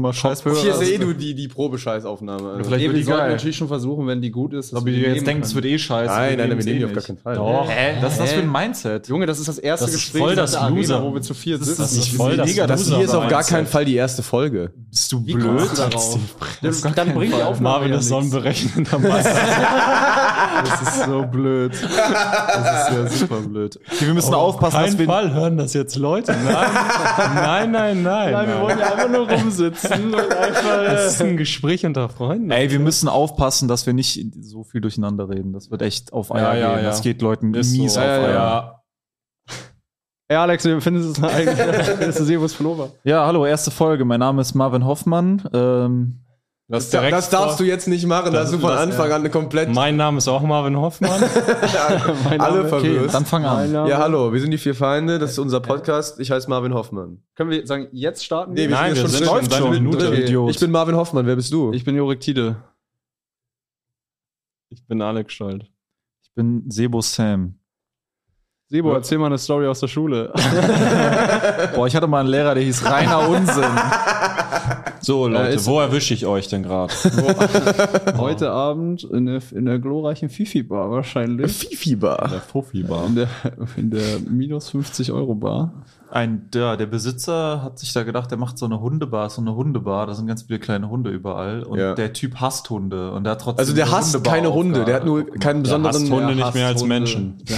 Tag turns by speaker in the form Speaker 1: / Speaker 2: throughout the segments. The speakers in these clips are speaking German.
Speaker 1: Mal scheiß Hörer.
Speaker 2: Hier sehe du die, die Probescheißaufnahme. Also
Speaker 1: vielleicht
Speaker 2: eh,
Speaker 1: wird
Speaker 2: wir
Speaker 1: die
Speaker 2: sollten
Speaker 1: geil.
Speaker 2: natürlich schon versuchen, wenn die gut ist. dass
Speaker 1: Aber
Speaker 2: wir
Speaker 1: die
Speaker 2: die
Speaker 1: jetzt
Speaker 2: nehmen
Speaker 1: denken, es
Speaker 2: können.
Speaker 1: wird eh scheiße.
Speaker 2: Nein, nein,
Speaker 1: nehmen
Speaker 2: wir nehmen
Speaker 1: eh
Speaker 2: die auf gar
Speaker 1: nicht.
Speaker 2: keinen Fall.
Speaker 1: Doch.
Speaker 2: Hä?
Speaker 1: Was ist das
Speaker 2: Hä?
Speaker 1: für ein Mindset?
Speaker 2: Junge, das ist das erste
Speaker 1: Das ist
Speaker 2: Gespräch
Speaker 1: voll
Speaker 2: in
Speaker 1: das
Speaker 2: dieser Arena,
Speaker 1: Loser.
Speaker 2: wo wir zu vier
Speaker 1: Das ist
Speaker 2: sitzen.
Speaker 1: das voll das
Speaker 2: mega. Das hier ist auf gar
Speaker 1: Loser-Mindset.
Speaker 2: keinen Fall die erste Folge.
Speaker 1: Bist du
Speaker 2: kommst
Speaker 1: blöd?
Speaker 2: du
Speaker 1: darauf?
Speaker 2: Dann bring die Aufnahme
Speaker 1: Marvin
Speaker 2: ja nichts.
Speaker 1: ist sonnenberechnender Master. das ist so blöd. Das ist ja super blöd.
Speaker 3: Okay, wir müssen aufpassen, dass
Speaker 1: Kein
Speaker 3: wir
Speaker 1: Fall hören das jetzt Leute. Nein, nein, nein, nein.
Speaker 2: Wir wollen ja einfach nur rumsitzen und
Speaker 1: Das
Speaker 2: einfach. äh,
Speaker 1: ist ein Gespräch unter Freunden.
Speaker 3: Ey, wir müssen aufpassen, dass wir nicht so viel durcheinander reden. Das wird echt auf Eier
Speaker 1: Ja, ja,
Speaker 3: gehen.
Speaker 1: ja.
Speaker 3: Das geht Leuten
Speaker 1: Ist
Speaker 3: mies
Speaker 1: so.
Speaker 3: auf
Speaker 1: Ja,
Speaker 3: Eier. Ja.
Speaker 4: Ey Alex, wie findest du es eigentlich? Das ist Sebos Pullover.
Speaker 3: hallo, erste Folge. Mein Name ist Marvin Hoffmann. Ähm,
Speaker 1: Das,
Speaker 2: Das darfst du jetzt nicht machen, da hast du von
Speaker 1: das-
Speaker 2: Anfang an komplett
Speaker 1: Mein Name ist auch Marvin Hoffmann.
Speaker 2: alle verwirrt.
Speaker 3: dann fang an.
Speaker 4: Name.
Speaker 2: Ja, hallo, wir sind die vier Feinde, das ist unser Podcast. Ich heiße Marvin Hoffmann.
Speaker 4: Können wir sagen, jetzt starten?
Speaker 2: Nee,
Speaker 4: wir?
Speaker 1: Nein, wir sind schon bei
Speaker 2: schon
Speaker 1: Minute,
Speaker 2: mittendrin.
Speaker 3: Idiot.
Speaker 2: Ich bin Marvin Hoffmann, wer bist du?
Speaker 4: ich bin Jorik Tiede.
Speaker 1: Ich bin Alex Schuld.
Speaker 3: Ich bin Sebo Sam.
Speaker 4: Sebo, erzähl mal eine Story aus der Schule.
Speaker 3: Boah, ich hatte mal einen Lehrer, der hieß Rainer Unsinn.
Speaker 1: So,
Speaker 2: Äh,
Speaker 1: Leute,
Speaker 2: ist-
Speaker 1: wo erwische ich euch denn gerade?
Speaker 4: Heute Abend in der, in der glorreichen Fifi-Bar wahrscheinlich.
Speaker 2: Fifi-Bar.
Speaker 1: Fuffi-Bar.
Speaker 4: In der, in der minus 50 Euro Bar.
Speaker 3: Ein, der, der Besitzer hat sich da gedacht, der macht so eine Hundebar, so eine Hundebar. Da sind ganz viele kleine Hunde überall. Und
Speaker 2: Ja.
Speaker 3: der Typ hasst Hunde. Und der hat trotzdem
Speaker 2: Also der
Speaker 3: eine
Speaker 2: hasst
Speaker 3: Hundebar
Speaker 2: keine Hunde, der hat nur
Speaker 3: aufgemacht.
Speaker 2: keinen besonderen.
Speaker 1: hasst Hunde
Speaker 2: Ja,
Speaker 1: nicht mehr als
Speaker 2: Hunde.
Speaker 1: Menschen.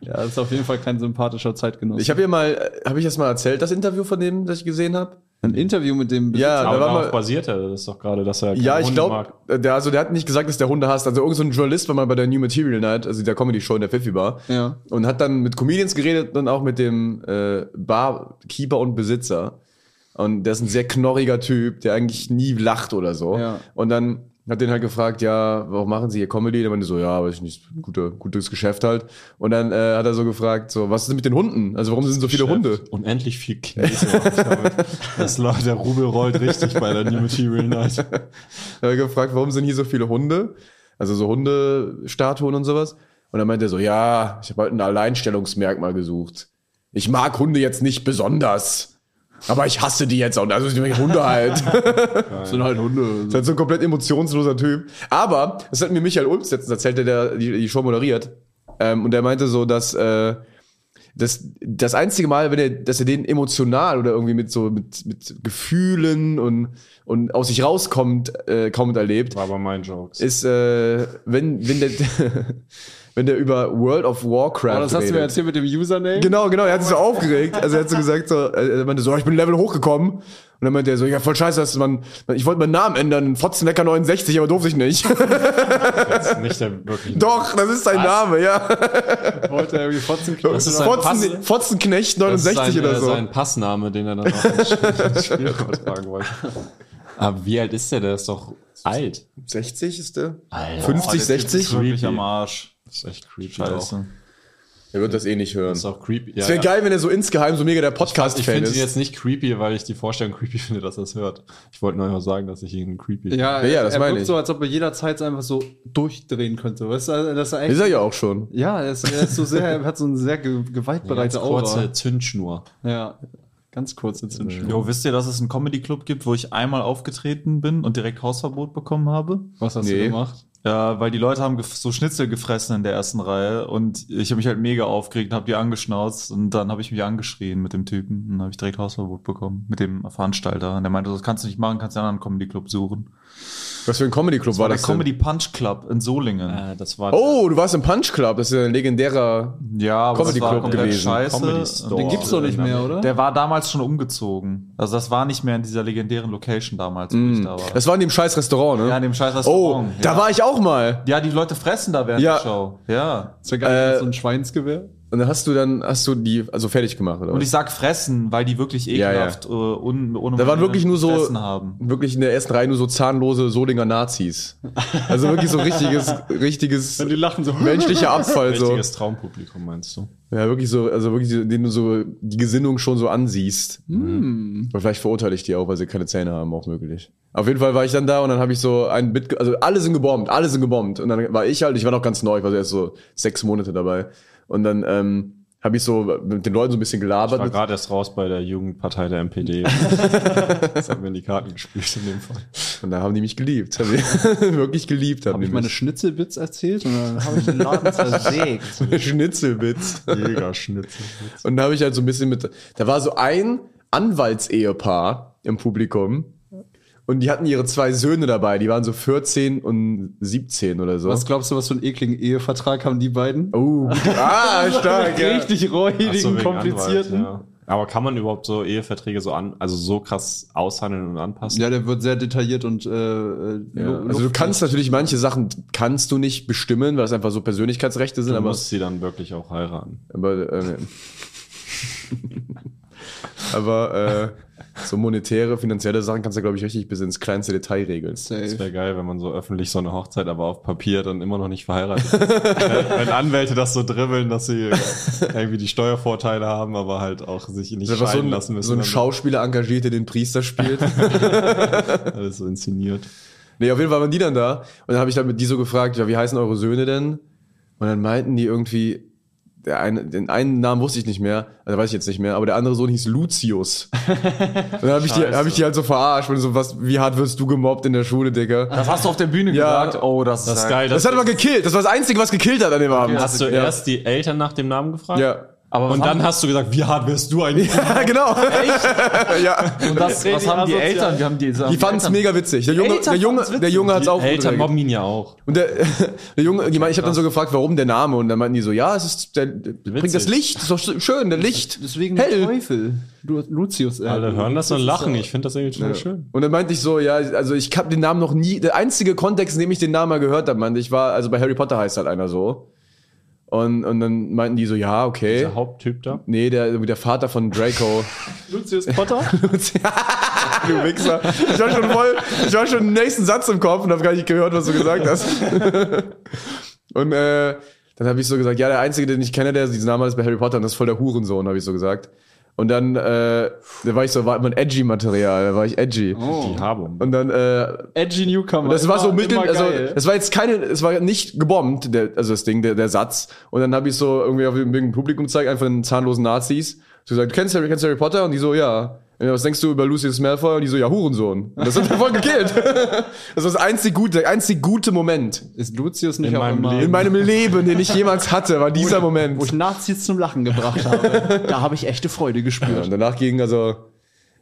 Speaker 4: Ja, das ist auf jeden Fall kein sympathischer Zeitgenosse.
Speaker 2: Ich habe hier mal, habe ich das mal erzählt, das Interview von dem, das ich gesehen habe?
Speaker 4: ein Interview mit dem
Speaker 2: Ja,
Speaker 1: Aber
Speaker 2: da war
Speaker 1: darauf
Speaker 2: mal.
Speaker 1: basiert er das doch gerade, dass er
Speaker 2: Ja,
Speaker 1: keine
Speaker 2: ich
Speaker 1: Hunde
Speaker 2: glaube,
Speaker 1: mag.
Speaker 2: der, also der hat nicht gesagt, dass der Hunde hasst. Also irgend so ein Journalist war mal bei der New Material Night, also der Comedy Show in der Pfiffi Bar,
Speaker 4: Ja.
Speaker 2: und hat dann mit Comedians geredet und auch mit dem äh, Barkeeper und Besitzer. Und der ist ein sehr knorriger Typ, der eigentlich nie lacht oder so.
Speaker 4: Ja.
Speaker 2: Und dann hat den halt gefragt, ja, warum machen Sie hier Comedy? Der meinte so, ja, weiß ich nicht, gute, gutes Geschäft halt. Und dann äh, hat er so gefragt, so, was ist denn mit den Hunden? Also warum sind so viele Hunde?
Speaker 1: Unendlich viel Käse. macht damit. das, lau- der Rubel rollt richtig bei der New Material Night.
Speaker 2: Da hat er gefragt, warum sind hier so viele Hunde? Also so Hundestatuen und sowas. Und dann meinte er so, ja, ich habe halt ein Alleinstellungsmerkmal gesucht. Ich mag Hunde jetzt nicht besonders. Aber ich hasse die jetzt auch. nicht. Also ich meine Hunde halt.
Speaker 4: Sind halt Hunde.
Speaker 2: Das ist halt so ein komplett emotionsloser Typ. Aber, das hat mir Michael Ulms letztens erzählt, der, der die, die Show moderiert. Ähm, und der meinte so, dass, äh, dass das einzige Mal, wenn er, dass er den emotional oder irgendwie mit so mit, mit Gefühlen und, und aus sich rauskommt, äh, kaum erlebt,
Speaker 1: War aber mein Jokes.
Speaker 2: ist, äh, wenn, wenn, der, wenn der über World of Warcraft.
Speaker 4: Aber Oh, das hast du
Speaker 2: redet.
Speaker 4: mir erzählt mit dem Username.
Speaker 2: Genau, genau, er hat sich so aufgeregt. Also er hat so gesagt, so, er meinte so, "Oh, ich bin Level hochgekommen. Und dann meinte er so, ja, voll scheiße, dass man, ich wollte meinen Namen ändern, Fotzenlecker 69, aber durfte ich nicht.
Speaker 1: jetzt nicht der wirklich.
Speaker 2: Doch, das ist sein Name, ja.
Speaker 4: Wollte er irgendwie trotzdem
Speaker 1: Das ist ein
Speaker 2: Fotzen,
Speaker 1: Pass-
Speaker 2: Fotzenknecht 69
Speaker 5: sein,
Speaker 2: oder
Speaker 5: äh,
Speaker 2: so.
Speaker 5: sein Passname, den er dann auch
Speaker 1: das Spiel übertragen wollte.
Speaker 5: Aber Ah, wie alt ist der? Der ist doch alt.
Speaker 2: 60 ist der?
Speaker 5: Alter.
Speaker 2: 50,
Speaker 3: Der Typ ist
Speaker 2: 60?
Speaker 3: wirklich am Arsch.
Speaker 1: Das ist echt creepy. auch.
Speaker 3: Scheiße.
Speaker 2: Er wird das eh nicht hören.
Speaker 5: Ist auch creepy. Ja,
Speaker 2: Es wäre
Speaker 5: ja.
Speaker 2: geil, wenn er so insgeheim so mega der
Speaker 5: Ich
Speaker 2: Podcast-Fan
Speaker 5: finde
Speaker 2: ist.
Speaker 5: ihn jetzt nicht creepy, weil ich die Vorstellung creepy finde, dass er es hört. Ich wollte nur einfach sagen, dass ich ihn creepy
Speaker 4: Ja,
Speaker 2: Ja, ja, das
Speaker 4: er
Speaker 2: meine
Speaker 4: wirkt
Speaker 2: ich.
Speaker 4: so, als ob er jederzeit einfach so durchdrehen könnte. Weißt du, also, dass er echt,
Speaker 2: ist er ja auch schon.
Speaker 4: ja, er ist, er ist so sehr, er hat so eine sehr ge
Speaker 5: Ganz
Speaker 4: gewaltbereite Aura.
Speaker 5: kurze Zündschnur.
Speaker 4: Ja, ganz kurze
Speaker 1: Äh,
Speaker 4: Zündschnur.
Speaker 3: Jo, wisst ihr, dass es einen Comedy-Club gibt, wo ich einmal aufgetreten bin und direkt Hausverbot bekommen habe?
Speaker 4: Was hast
Speaker 2: Nee.
Speaker 4: du gemacht?
Speaker 3: Ja, weil die Leute haben gef- so Schnitzel gefressen in der ersten Reihe und ich habe mich halt mega aufgeregt, habe die angeschnauzt und dann habe ich mich angeschrien mit dem Typen und habe ich direkt Hausverbot bekommen mit dem Veranstalter und der meinte, so, das kannst du nicht machen, kannst den anderen Comedy Club suchen.
Speaker 2: Was für ein Comedy-Club war
Speaker 3: der
Speaker 2: das denn?
Speaker 3: Comedy Punch Club in Solingen.
Speaker 1: Äh, das war
Speaker 2: Oh, du warst im Punch Club. Das ist ja ein legendärer.
Speaker 3: Ja, aber das
Speaker 2: Comedy
Speaker 3: war
Speaker 2: Club
Speaker 3: komplett
Speaker 2: gewesen.
Speaker 3: scheiße.
Speaker 1: Comedy Store.
Speaker 3: Den
Speaker 4: Den gibt's doch nicht mehr, oder?
Speaker 3: Der war damals schon umgezogen. Also das war nicht mehr in dieser legendären Location damals, wo ich da war.
Speaker 2: Das war in dem scheiß Restaurant, ne?
Speaker 3: ja, in dem scheiß
Speaker 2: Mm. oh,
Speaker 3: Restaurant.
Speaker 2: da
Speaker 3: ja.
Speaker 2: war ich auch mal.
Speaker 3: ja, die Leute fressen da während
Speaker 2: Ja.
Speaker 3: der Show. Ja.
Speaker 4: Das wäre geil,
Speaker 2: Äh,
Speaker 4: so ein Schweinsgewehr.
Speaker 2: Und dann hast du dann hast du die also fertig gemacht oder?
Speaker 3: Und
Speaker 2: was?
Speaker 3: ich sag fressen, weil die wirklich
Speaker 2: Ja, ja.
Speaker 3: ekelhaft äh, un, ohne
Speaker 2: Da waren wirklich nur so
Speaker 3: gefressen haben.
Speaker 2: wirklich in der ersten Reihe nur so zahnlose Solinger Nazis. Also wirklich so richtiges richtiges
Speaker 4: die lachen so.
Speaker 2: menschlicher Abfall
Speaker 5: Also-
Speaker 2: so.
Speaker 1: richtiges Traumpublikum, meinst du?
Speaker 2: Ja, wirklich so also wirklich so, den du so die Gesinnung schon so ansiehst. Mhm.
Speaker 4: Hm.
Speaker 2: Und vielleicht verurteile ich die auch, weil sie keine Zähne haben, auch möglich. Auf jeden Fall war ich dann da und dann habe ich so ein Bit, ge- also alle sind gebombt, alle sind gebombt. Und dann war ich halt, ich war noch ganz neu, ich war so erst so sechs Monate dabei. Und dann ähm, habe ich so mit den Leuten so ein bisschen
Speaker 1: Ich war
Speaker 2: gelabert.
Speaker 1: gerade erst raus bei der Jugendpartei der MPD. das haben wir in die Karten gespielt in dem Fall.
Speaker 2: Und dann haben die mich geliebt. Haben die wirklich geliebt. Haben
Speaker 4: Habe
Speaker 2: die
Speaker 4: ich meine
Speaker 2: mich.
Speaker 4: Schnitzelbits erzählt? Oder
Speaker 6: Habe ich den Laden zersägt.
Speaker 2: Schnitzelwitz.
Speaker 1: Jägerschnitzel.
Speaker 2: Und da habe ich halt so ein bisschen mit. Da war so ein Anwaltsehepaar im Publikum. Und die hatten ihre zwei Söhne dabei. Die waren so 14 und 17 oder so.
Speaker 4: was glaubst du, was für einen ekligen Ehevertrag haben die beiden?
Speaker 2: Oh, gut. ah, stark. ja.
Speaker 4: Richtig räudigen, komplizierten.
Speaker 1: Anwalt, ja. Aber kann man überhaupt so Eheverträge so an, also so krass aushandeln und anpassen?
Speaker 4: Ja, der wird sehr detailliert und äh,
Speaker 2: Ja. Also du kannst natürlich manche Sachen kannst du nicht bestimmen, weil es einfach so Persönlichkeitsrechte sind,
Speaker 1: Du
Speaker 2: aber,
Speaker 1: musst sie dann wirklich auch heiraten.
Speaker 2: aber, äh, aber äh, so monetäre, finanzielle Sachen kannst du, glaube ich, richtig bis ins kleinste Detail regeln.
Speaker 1: Das
Speaker 4: safe.
Speaker 1: wäre geil, wenn man so öffentlich so eine Hochzeit, aber auf Papier dann immer noch nicht verheiratet ist. wenn, wenn Anwälte das so dribbeln, dass sie irgendwie die Steuervorteile haben, aber halt auch sich nicht
Speaker 2: Das ist einfach
Speaker 1: scheiden
Speaker 2: so ein,
Speaker 1: lassen müssen.
Speaker 2: so ein
Speaker 1: wenn
Speaker 2: Schauspieler engagiert, der den Priester spielt.
Speaker 1: man Alles so inszeniert.
Speaker 2: nee, auf jeden Fall waren die dann da. Und dann habe ich dann mit die so gefragt, ja, wie heißen eure Söhne denn? Und dann meinten die irgendwie, der eine, den einen Namen wusste ich nicht mehr, also weiß ich jetzt nicht mehr, aber der andere Sohn hieß Lucius. Und dann habe ich, die- hab ich die halt so verarscht und so, was, wie hart wirst du gemobbt in der Schule, Digga?
Speaker 3: Das hast du auf der Bühne
Speaker 2: Ja.
Speaker 3: gesagt. Oh, das,
Speaker 1: Das
Speaker 3: ja-
Speaker 1: ist geil.
Speaker 2: Das,
Speaker 1: Das
Speaker 2: hat aber gekillt. Das war das Einzige, was gekillt hat an dem Abend.
Speaker 1: hast du
Speaker 2: ja.
Speaker 1: erst die Eltern nach dem Namen gefragt?
Speaker 2: Ja.
Speaker 3: Aber was
Speaker 1: und
Speaker 3: haben-
Speaker 1: dann hast du gesagt, wie hart wärst du eigentlich?
Speaker 2: Ja, genau. ja.
Speaker 3: Und das, was haben die
Speaker 1: asozial.
Speaker 3: Eltern? Wir haben die,
Speaker 2: Die fanden es mega witzig. Der Junge,
Speaker 3: Eltern
Speaker 2: der Junge,
Speaker 3: fanden's witzig.
Speaker 2: der Junge hat's auch gut
Speaker 1: Eltern
Speaker 2: reagiert.
Speaker 1: mobben ihn ja auch.
Speaker 2: Und der, der Junge, ich, meine, ich habe dann so gefragt, warum der Name? Und dann meinten die so, ja, es ist der, bringt das Licht, ist doch schön, der Licht.
Speaker 4: Deswegen
Speaker 2: hell.
Speaker 4: Teufel. Du, Lucius. Äh,
Speaker 1: Alle hören das und lachen. Ich finde das irgendwie total schön.
Speaker 2: Und dann meinte ich so, ja, also ich habe den Namen noch nie, der einzige Kontext, in dem ich den Namen mal gehört habe, meinte ich, war, also bei Harry Potter heißt halt einer so. Und, und dann meinten die so, ja, okay.
Speaker 1: Der Haupttyp da.
Speaker 2: Nee, der, der Vater von Draco.
Speaker 4: Lucius Potter?
Speaker 2: du Wichser. Ich war schon voll, ich war schon im nächsten Satz im Kopf und habe gar nicht gehört, was du gesagt hast. Und äh, dann habe ich so gesagt, ja, der Einzige, den ich kenne, der diesen Namen hat, ist bei Harry Potter und das ist voll der Hurensohn, habe ich so gesagt. Und dann, äh, da war ich so, war immer ein edgy Material, da war ich edgy.
Speaker 3: Oh.
Speaker 1: Die Haarbombe.
Speaker 2: Und dann, äh,
Speaker 4: Edgy Newcomer.
Speaker 2: das war so
Speaker 4: Immer-
Speaker 2: mittel,
Speaker 4: immer
Speaker 2: also
Speaker 4: geil.
Speaker 2: es war jetzt keine, es war nicht gebombt, der, also das Ding, der, der Satz. Und dann habe ich so irgendwie auf dem Publikum gezeigt, einfach einen zahnlosen Nazis. So gesagt, kennst Harry, kennst Harry Potter? Und die so, ja. Und Was denkst du über Lucius Malfoy? Und die so, ja, Hurensohn. Und das hat mich voll gekillt. Das war das einzig gute, der einzig gute Moment
Speaker 4: Ist Lucius nicht
Speaker 1: In
Speaker 4: auch
Speaker 1: meinem
Speaker 4: immer,
Speaker 1: Leben.
Speaker 2: in meinem Leben, den ich jemals hatte, war dieser
Speaker 4: wo ich
Speaker 2: Moment.
Speaker 4: Nazis zum Lachen gebracht habe? Da habe ich echte Freude
Speaker 2: Ja,
Speaker 4: gespürt.
Speaker 2: und danach ging also,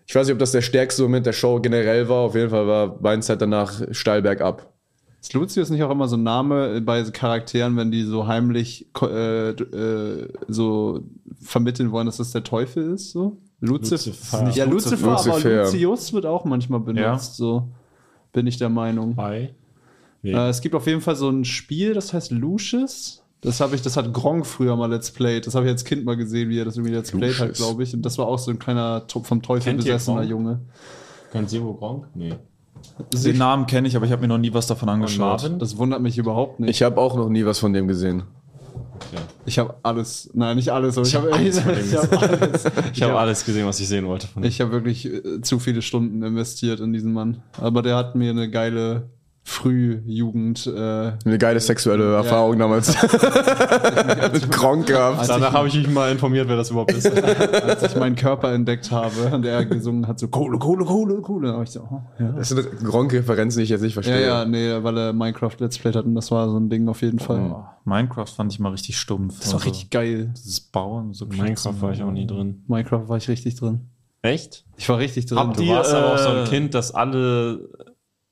Speaker 2: ich weiß nicht, ob das der stärkste Moment der Show generell war. Auf jeden Fall war meine Zeit danach steil bergab.
Speaker 4: Ist Lucius nicht auch immer so ein Name bei so Charakteren, wenn die so heimlich ko- äh, d- äh, so vermitteln wollen, dass das der Teufel ist? So? Lucif
Speaker 1: Lucifer.
Speaker 4: Ist nicht Ja, Lucifer,
Speaker 2: Lucifer.
Speaker 4: aber Lucius wird auch manchmal benutzt,
Speaker 3: Ja.
Speaker 4: so bin ich der Meinung.
Speaker 1: Bei.
Speaker 4: Äh, es gibt auf jeden Fall so ein Spiel, das heißt Lucius. Das habe ich, das hat Gronk früher mal Let's Played. Das habe ich als Kind mal gesehen, wie er das irgendwie Let's Played hat,
Speaker 2: Lucius.
Speaker 4: glaube ich. Und das war auch so ein kleiner Tru- vom Teufel
Speaker 1: Kennt ihr
Speaker 4: besessener
Speaker 1: Gronk?
Speaker 4: Junge.
Speaker 1: Kansebo Gronk? Nee.
Speaker 3: Den Namen kenne ich, aber ich habe mir noch nie was davon angeschaut.
Speaker 1: Marvin?
Speaker 4: Das wundert mich überhaupt nicht.
Speaker 2: Ich habe auch noch nie was von dem gesehen.
Speaker 4: Ich habe alles, nein, nicht alles, aber ich habe
Speaker 1: hab
Speaker 4: ich
Speaker 1: alles mit dem
Speaker 4: hab alles.
Speaker 1: Ich habe alles gesehen, was ich sehen wollte von
Speaker 4: Ich habe wirklich äh, zu viele Stunden investiert in diesen Mann. Aber der hat mir eine geile Frühjugend. Äh,
Speaker 2: Eine geile sexuelle Erfahrung damals. Mit Gronk gehabt.
Speaker 1: Danach habe ich mich mal informiert, wer das überhaupt ist.
Speaker 4: als ich meinen Körper entdeckt habe und er gesungen hat, so Kohle, Kohle, Kohle, Kohle. Da war ich so, oh, ja.
Speaker 2: Das sind Gronk-Referenzen, die ich jetzt nicht
Speaker 4: Ja,
Speaker 2: verstehe.
Speaker 4: ja, nee, weil er Minecraft Let's Play hat und das war so ein Ding auf jeden Fall.
Speaker 3: Oh, Minecraft fand ich mal richtig stumpf. Also
Speaker 4: Hm. Das
Speaker 1: Also.
Speaker 4: war richtig geil.
Speaker 3: Dieses Bauen, so
Speaker 1: Minecraft war ich auch nie drin.
Speaker 4: Minecraft war ich richtig drin.
Speaker 1: Echt?
Speaker 4: Ich war richtig drin.
Speaker 3: Habt
Speaker 1: Du
Speaker 3: Die,
Speaker 1: warst aber auch so
Speaker 3: äh,
Speaker 1: ein Kind, das alle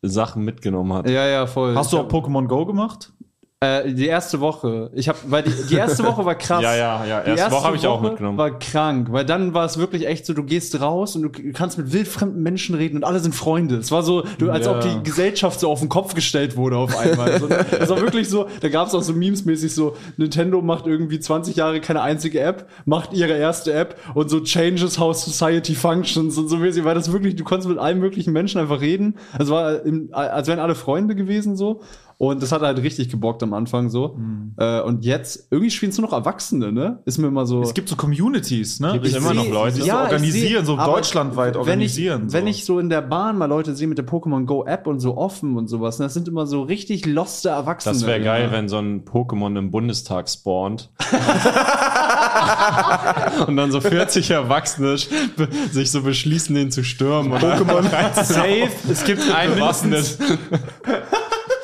Speaker 1: Sachen mitgenommen hat.
Speaker 4: Ja, ja, voll.
Speaker 3: Hast du auch Pokémon Go gemacht?
Speaker 4: Äh, die erste Woche. Ich habe, weil die, die erste Woche war krass.
Speaker 1: Ja, ja, ja.
Speaker 4: Die
Speaker 1: Erste Woche habe ich auch mitgenommen.
Speaker 4: War krank, weil dann war es wirklich echt so, du gehst raus und du k- kannst mit wildfremden Menschen reden und alle sind Freunde. Es war so, du, als
Speaker 1: Ja.
Speaker 4: ob die Gesellschaft so auf den Kopf gestellt wurde auf einmal. so, das war wirklich so, da gab es auch so memesmäßig so, Nintendo macht irgendwie 20 Jahre keine einzige App, macht ihre erste App und so changes how society functions und so mäßig, weil das wirklich, du konntest mit allen möglichen Menschen einfach reden. Es war, im, als wären alle Freunde gewesen so. Und das hat halt richtig gebockt am Anfang so. Äh, und jetzt, irgendwie spielen es nur noch Erwachsene, ne? Ist mir immer so.
Speaker 3: Es gibt so Communities, ne?
Speaker 1: Gibt es immer noch
Speaker 4: seh-
Speaker 1: Leute, die
Speaker 3: so
Speaker 4: ich
Speaker 3: organisieren, so
Speaker 4: aber
Speaker 3: deutschlandweit organisieren,
Speaker 4: Wenn ich,
Speaker 3: so.
Speaker 4: wenn ich so in der Bahn mal Leute sehe mit der Pokémon Go App und so offen und sowas, ne, das sind immer so richtig loste Erwachsene.
Speaker 1: Das wäre geil,
Speaker 4: Ja.
Speaker 1: wenn so ein Pokémon im Bundestag spawnt. und dann so 40 Erwachsene sch- be- sich so beschließen, den zu stürmen. Pokémon
Speaker 3: safe, es gibt einen mindestens,
Speaker 1: bewaffnet.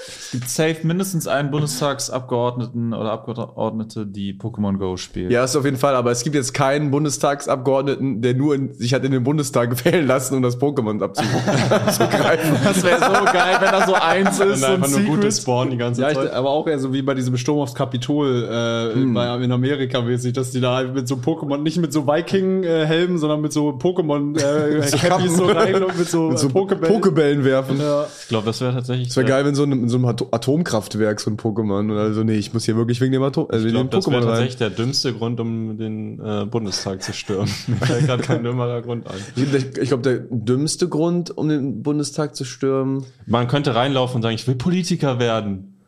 Speaker 3: es gibt safe mindestens einen Bundestagsabgeordneten oder Abgeordnete, die Pokémon Go spielen.
Speaker 2: Ja, ist auf jeden Fall, aber es gibt jetzt keinen Bundestagsabgeordneten, der nur in, sich hat in den Bundestag wählen lassen, um das Pokémon abzugreifen.
Speaker 3: Das wäre so geil, wenn da so eins
Speaker 1: Und einfach nur gute Spawn die ganze
Speaker 4: Ja, ich,
Speaker 1: Zeit.
Speaker 4: aber auch eher so wie bei diesem Sturm aufs Kapitol äh, bei, in Amerika mäßig, dass die da halt mit so Pokémon, nicht mit so Viking-Helmen, sondern mit so Pokémon-Cappies so rein und mit so,
Speaker 2: Mit so
Speaker 4: äh, Pokebällen.
Speaker 2: Pokebällen werfen.
Speaker 4: ja.
Speaker 1: Ich glaube, das wäre tatsächlich.
Speaker 2: Es wäre geil, wenn so ein, in so einem Ato- Atomkraftwerk so ein Pokémon oder so, nee, ich muss hier wirklich wegen dem Atom, also
Speaker 1: Ich
Speaker 2: wegen
Speaker 1: glaube,
Speaker 2: dem
Speaker 1: das wäre
Speaker 2: Pokémon rein.
Speaker 1: tatsächlich der dümmste Grund, um den äh, Bundestag zu stürmen. Mir fällt gerade kein dümmerer Grund ein.
Speaker 2: Ich, glaub, ich glaube, der dümmste Grund, um den Bundestag zu stürmen.
Speaker 1: Man könnte reinlaufen und sagen, ich will Politiker werden.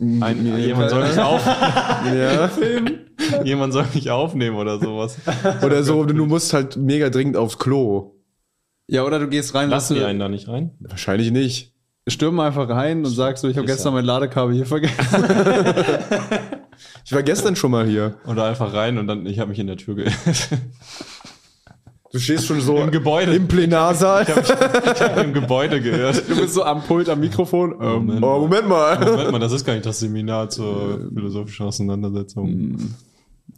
Speaker 1: Ein,
Speaker 2: Ja.
Speaker 1: jemand, soll mich auf,
Speaker 2: Ja.
Speaker 1: jemand soll mich aufnehmen oder sowas.
Speaker 2: Oder so, du musst halt mega dringend aufs Klo.
Speaker 4: ja, oder du gehst rein,
Speaker 1: Lassen
Speaker 4: lässt-
Speaker 1: die einen da nicht rein?
Speaker 2: Wahrscheinlich nicht.
Speaker 4: stürm einfach rein und sagst so, ich habe
Speaker 1: Ist
Speaker 4: gestern
Speaker 1: ja.
Speaker 4: mein Ladekabel hier vergessen.
Speaker 2: Ich war gestern schon mal hier.
Speaker 1: Oder einfach rein und dann, ich habe mich in der Tür geirrt.
Speaker 2: Du stehst schon so
Speaker 1: Im Gebäude.
Speaker 2: im Plenarsaal.
Speaker 1: Im Gebäude geirrt.
Speaker 4: Du bist so am Pult, am Mikrofon. Ähm,
Speaker 1: Moment,
Speaker 2: Oh, Moment mal.
Speaker 1: Moment mal, das ist gar nicht das Seminar zur philosophischen
Speaker 2: Mm.
Speaker 1: Auseinandersetzung.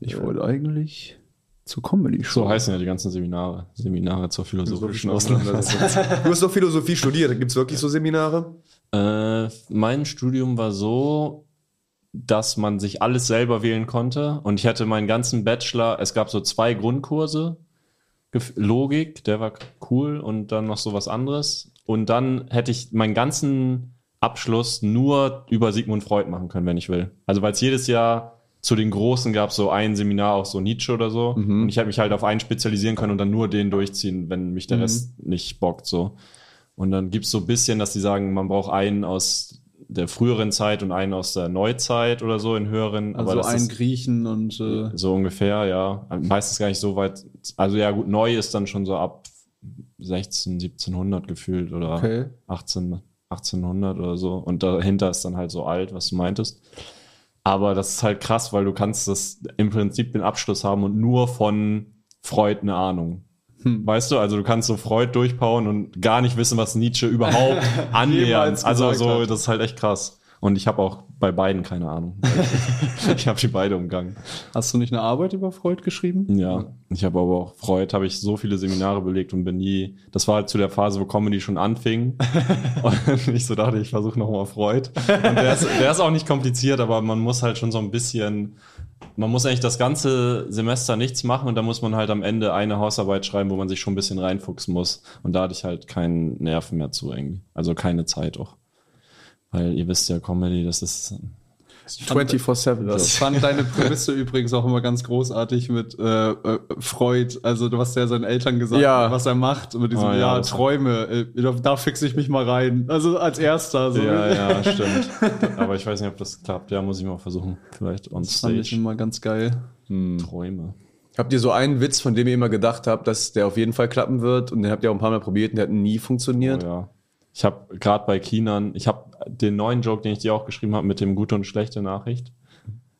Speaker 4: Ich wollte eigentlich zur Comedy Show.
Speaker 1: So heißen ja die ganzen Seminare. Seminare zur philosophischen Auseinandersetzung.
Speaker 2: Du hast doch Philosophie studiert. Gibt es wirklich so Seminare?
Speaker 1: Äh, mein Studium war so, dass man sich alles selber wählen konnte. Und ich hatte meinen ganzen Bachelor, es gab so zwei Grundkurse. Gef- Logik, der war cool und dann noch so was anderes. Und dann hätte ich meinen ganzen Abschluss nur über Sigmund Freud machen können, wenn ich will. Also weil es jedes Jahr zu den Großen gab so ein Seminar, auch so Nietzsche oder so. Und ich hätte mich halt auf einen spezialisieren können und dann nur den durchziehen, wenn mich der Rest nicht bockt. so. Und dann gibt's so ein bisschen, dass die sagen, man braucht einen aus der früheren Zeit und einen aus der Neuzeit oder so in höheren.
Speaker 4: also
Speaker 1: aber das
Speaker 4: einen
Speaker 1: ist
Speaker 4: Griechen und äh,
Speaker 1: so ungefähr, ja. Meistens gar nicht so weit. Also ja, gut, neu ist dann schon so ab 16, 1700 gefühlt oder
Speaker 4: Okay.
Speaker 1: 18, 1800 oder so. Und dahinter ist dann halt so alt, was du meintest. Aber das ist halt krass, weil du kannst das im Prinzip den Abschluss haben und nur von Freud eine Ahnung.
Speaker 4: Hm.
Speaker 1: Weißt du, also du kannst so Freud durchpauen und gar nicht wissen, was Nietzsche überhaupt annähernd.
Speaker 4: Jemals
Speaker 1: Also
Speaker 4: gesagt
Speaker 1: so,
Speaker 4: hat.
Speaker 1: das ist halt echt krass. Und ich habe auch bei beiden keine Ahnung. ich habe die beide umgangen.
Speaker 4: hast du nicht eine Arbeit über Freud geschrieben?
Speaker 1: Ja, ich habe aber auch Freud, habe ich so viele Seminare belegt und bin nie, das war halt zu der Phase, wo Comedy schon anfing und ich so dachte, ich versuche nochmal Freud. Und der ist, der ist auch nicht kompliziert, aber man muss halt schon so ein bisschen, man muss eigentlich das ganze Semester nichts machen und da muss man halt am Ende eine Hausarbeit schreiben, wo man sich schon ein bisschen reinfuchsen muss und da hatte ich halt keinen Nerven mehr zu irgendwie, also keine Zeit auch. Weil ihr wisst ja, Comedy, das ist,
Speaker 2: 24-7.
Speaker 4: Ich fand deine Prämisse übrigens auch immer ganz großartig mit äh, äh, Freud. Also du hast ja seinen Eltern gesagt,
Speaker 2: Ja.
Speaker 4: was er macht mit diesem
Speaker 1: Ah, ja,
Speaker 4: ja,
Speaker 1: das-
Speaker 4: Träume. Äh, da, da fixe ich mich mal rein. Also als erster. So. ne?
Speaker 1: ja, ja, stimmt. Aber ich weiß nicht, ob das klappt. Ja, muss ich mal versuchen. Vielleicht on
Speaker 4: Das fand ich
Speaker 1: stage.
Speaker 4: immer ganz geil.
Speaker 1: Träume.
Speaker 2: Habt ihr so einen Witz, von dem ihr immer gedacht habt, dass der auf jeden Fall klappen wird? Und den habt ihr auch ein paar Mal probiert und der hat nie
Speaker 1: Oh,
Speaker 2: funktioniert?
Speaker 1: ja. Ich habe gerade bei Kinan, ich habe den neuen Joke, den ich dir auch geschrieben habe, mit dem gute und schlechte Nachricht.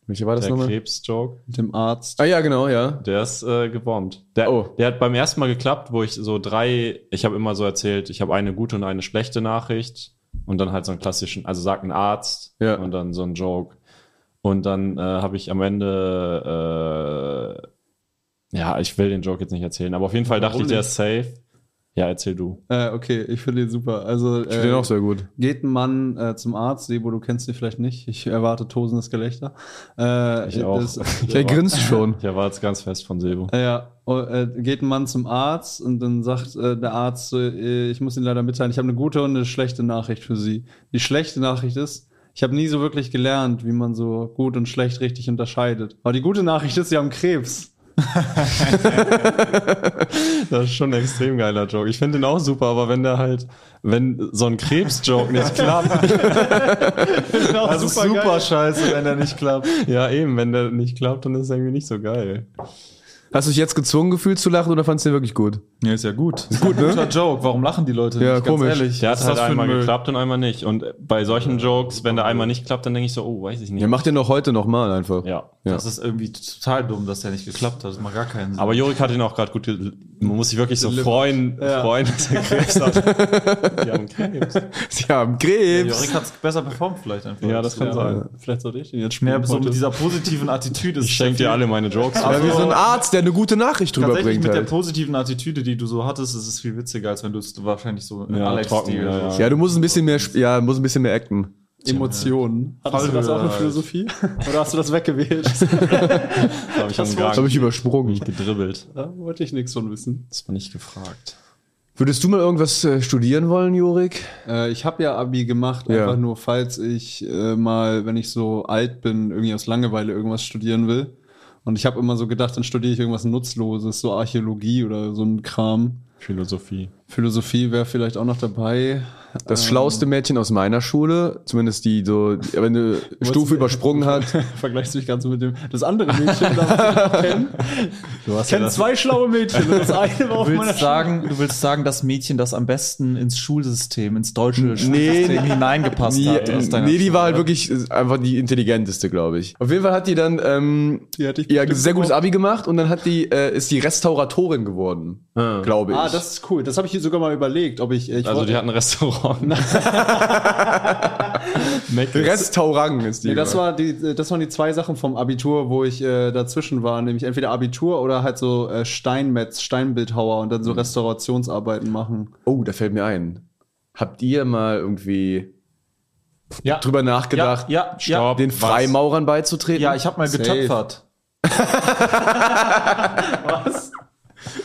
Speaker 2: Welcher war das
Speaker 1: Der
Speaker 2: nochmal?
Speaker 1: Krebs-Joke.
Speaker 4: Mit dem Arzt.
Speaker 2: Ah ja, genau, ja.
Speaker 1: Der ist äh, gebombt. Der,
Speaker 2: Oh.
Speaker 1: der hat beim ersten Mal geklappt, wo ich so drei, ich habe immer so erzählt, ich habe eine gute und eine schlechte Nachricht und dann halt so einen klassischen, also sagt ein Arzt
Speaker 2: Ja.
Speaker 1: und dann so ein Joke. Und dann äh, habe ich am Ende, äh, ja, ich will den Joke jetzt nicht erzählen, aber auf jeden Fall dachte ich, der ist safe. Ja, erzähl du.
Speaker 4: Äh, okay, ich finde den super. Also
Speaker 2: Ich finde den
Speaker 4: äh,
Speaker 2: auch sehr gut.
Speaker 4: geht ein Mann äh, zum Arzt, Sebo, du kennst ihn vielleicht nicht. Ich erwarte tosendes Gelächter. Äh,
Speaker 1: Ich auch.
Speaker 4: das-
Speaker 2: Der grinst schon.
Speaker 1: Ich erwarte es ganz fest von Silbo.
Speaker 4: Ja, oh, äh, geht ein Mann zum Arzt und dann sagt äh, der Arzt, so, äh, ich muss Ihnen leider mitteilen, ich habe eine gute und eine schlechte Nachricht für Sie. Die schlechte Nachricht ist, ich habe nie so wirklich gelernt, wie man so gut und schlecht richtig unterscheidet. Aber die gute Nachricht ist, Sie haben Krebs.
Speaker 1: Das ist schon ein extrem geiler Joke. Ich finde den auch super, aber wenn der halt, wenn so ein Krebs-Joke nicht klappt,
Speaker 3: Das ist super scheiße, wenn der nicht klappt.
Speaker 1: ja eben, wenn der nicht klappt, dann ist er irgendwie nicht so geil.
Speaker 2: Hast du dich jetzt gezwungen gefühlt zu lachen oder fandest du den wirklich gut?
Speaker 3: Ja, ist ja gut. Ist gut, ne? Guter Joke. Warum lachen die Leute
Speaker 2: Ja,
Speaker 3: nicht?
Speaker 2: komisch.
Speaker 3: Ganz ehrlich.
Speaker 1: Der
Speaker 3: Was
Speaker 1: hat
Speaker 3: ist
Speaker 1: halt
Speaker 3: das für ein
Speaker 1: einmal
Speaker 3: Müll?
Speaker 1: geklappt und einmal nicht. Und bei solchen Jokes, wenn der einmal nicht klappt, dann denke ich so, oh, weiß ich nicht.
Speaker 2: Ja, mach den noch heute nochmal einfach.
Speaker 1: Ja.
Speaker 3: Das ist irgendwie total dumm, dass der nicht geklappt hat. Das macht gar keinen Sinn.
Speaker 1: Aber Jorik hat ihn auch gerade gut. gel- Man muss sich wirklich so freuen, freuen, dass er Krebs hat. Die haben Krebs.
Speaker 2: Sie haben Krebs.
Speaker 3: Jorik hat es besser performt vielleicht einfach.
Speaker 1: Ja, das kann sein.
Speaker 4: Vielleicht sollte ich ihn jetzt
Speaker 3: Mehr so mit
Speaker 4: heute.
Speaker 3: dieser positiven Attitüde.
Speaker 1: Ich schenke dir alle meine Jokes.
Speaker 2: Ja, wie
Speaker 3: Also-
Speaker 2: so ein Arzt, der eine gute Nachricht drüber
Speaker 3: Tatsächlich
Speaker 2: bringt.
Speaker 3: mit der
Speaker 2: Halt.
Speaker 3: positiven Attitüde, die du so hattest, ist es viel witziger, als wenn du es wahrscheinlich so im
Speaker 1: Ja, trocken,
Speaker 3: Alex-Stil.
Speaker 1: ja,
Speaker 3: so-
Speaker 2: Ja, du musst ein bisschen mehr, sp- ja, musst ein bisschen mehr acten.
Speaker 4: Emotionen.
Speaker 7: Hattest du das auch in Philosophie? Oder hast du das weggewählt?
Speaker 1: Da habe ich am
Speaker 2: Das habe
Speaker 1: Gang
Speaker 2: ich übersprungen.
Speaker 1: gedribbelt.
Speaker 4: Da wollte ich nichts von wissen.
Speaker 1: Das war nicht gefragt.
Speaker 2: Würdest du mal irgendwas äh, studieren wollen, Jurik?
Speaker 4: Äh, ich habe ja Abi gemacht,
Speaker 2: Ja.
Speaker 4: einfach nur, falls ich äh, mal, wenn ich so alt bin, irgendwie aus Langeweile irgendwas studieren will. Und ich habe immer so gedacht, dann studiere ich irgendwas Nutzloses, so Archäologie oder so ein Kram.
Speaker 1: Philosophie.
Speaker 4: Philosophie wäre vielleicht auch noch dabei.
Speaker 2: Das
Speaker 3: Ähm.
Speaker 2: schlauste Mädchen aus meiner Schule, zumindest die so, die aber eine Stufe übersprungen hat.
Speaker 4: Vergleichst du mich ganz mit dem das andere Mädchen, das ich noch kenne.
Speaker 1: Du hast
Speaker 7: Ich kenne zwei schlaue Mädchen. und Das eine war auf
Speaker 3: Du
Speaker 7: meiner
Speaker 3: willst, sagen, du willst sagen, das Mädchen, das am besten ins Schulsystem, ins deutsche Schulsystem hineingepasst
Speaker 2: Die, ähm,
Speaker 3: hat. aus deiner
Speaker 2: nee, die
Speaker 3: Schule.
Speaker 2: war halt wirklich äh, einfach die intelligenteste, glaube ich. Auf jeden Fall hat die dann ähm,
Speaker 4: Die hatte ich
Speaker 2: ja,
Speaker 4: bestimmt
Speaker 2: sehr gutes
Speaker 4: gemacht.
Speaker 2: Abi gemacht und dann hat die, äh, ist die Restauratorin geworden, glaube ich.
Speaker 4: Ah, das ist cool. Das habe ich hier sogar mal überlegt, ob ich. ich
Speaker 1: Also
Speaker 4: wollte-
Speaker 1: die hat ein Restaurant. Meckes.
Speaker 2: Restaurant ist die.
Speaker 4: Nee, das,
Speaker 2: geworden.
Speaker 4: war die, äh, das waren die zwei Sachen vom Abitur, wo ich äh, dazwischen war, nämlich entweder Abitur oder halt so äh, Steinmetz, Steinbildhauer und dann
Speaker 1: Mhm.
Speaker 4: so Restaurationsarbeiten machen.
Speaker 2: oh, da fällt mir ein. Habt ihr mal irgendwie
Speaker 3: ja.
Speaker 2: drüber
Speaker 3: ja,
Speaker 2: nachgedacht,
Speaker 3: ja, ja,
Speaker 1: Stopp.
Speaker 2: den
Speaker 1: Was?
Speaker 2: Freimaurern beizutreten?
Speaker 3: ja, ich habe mal
Speaker 4: Safe.
Speaker 3: getöpfert.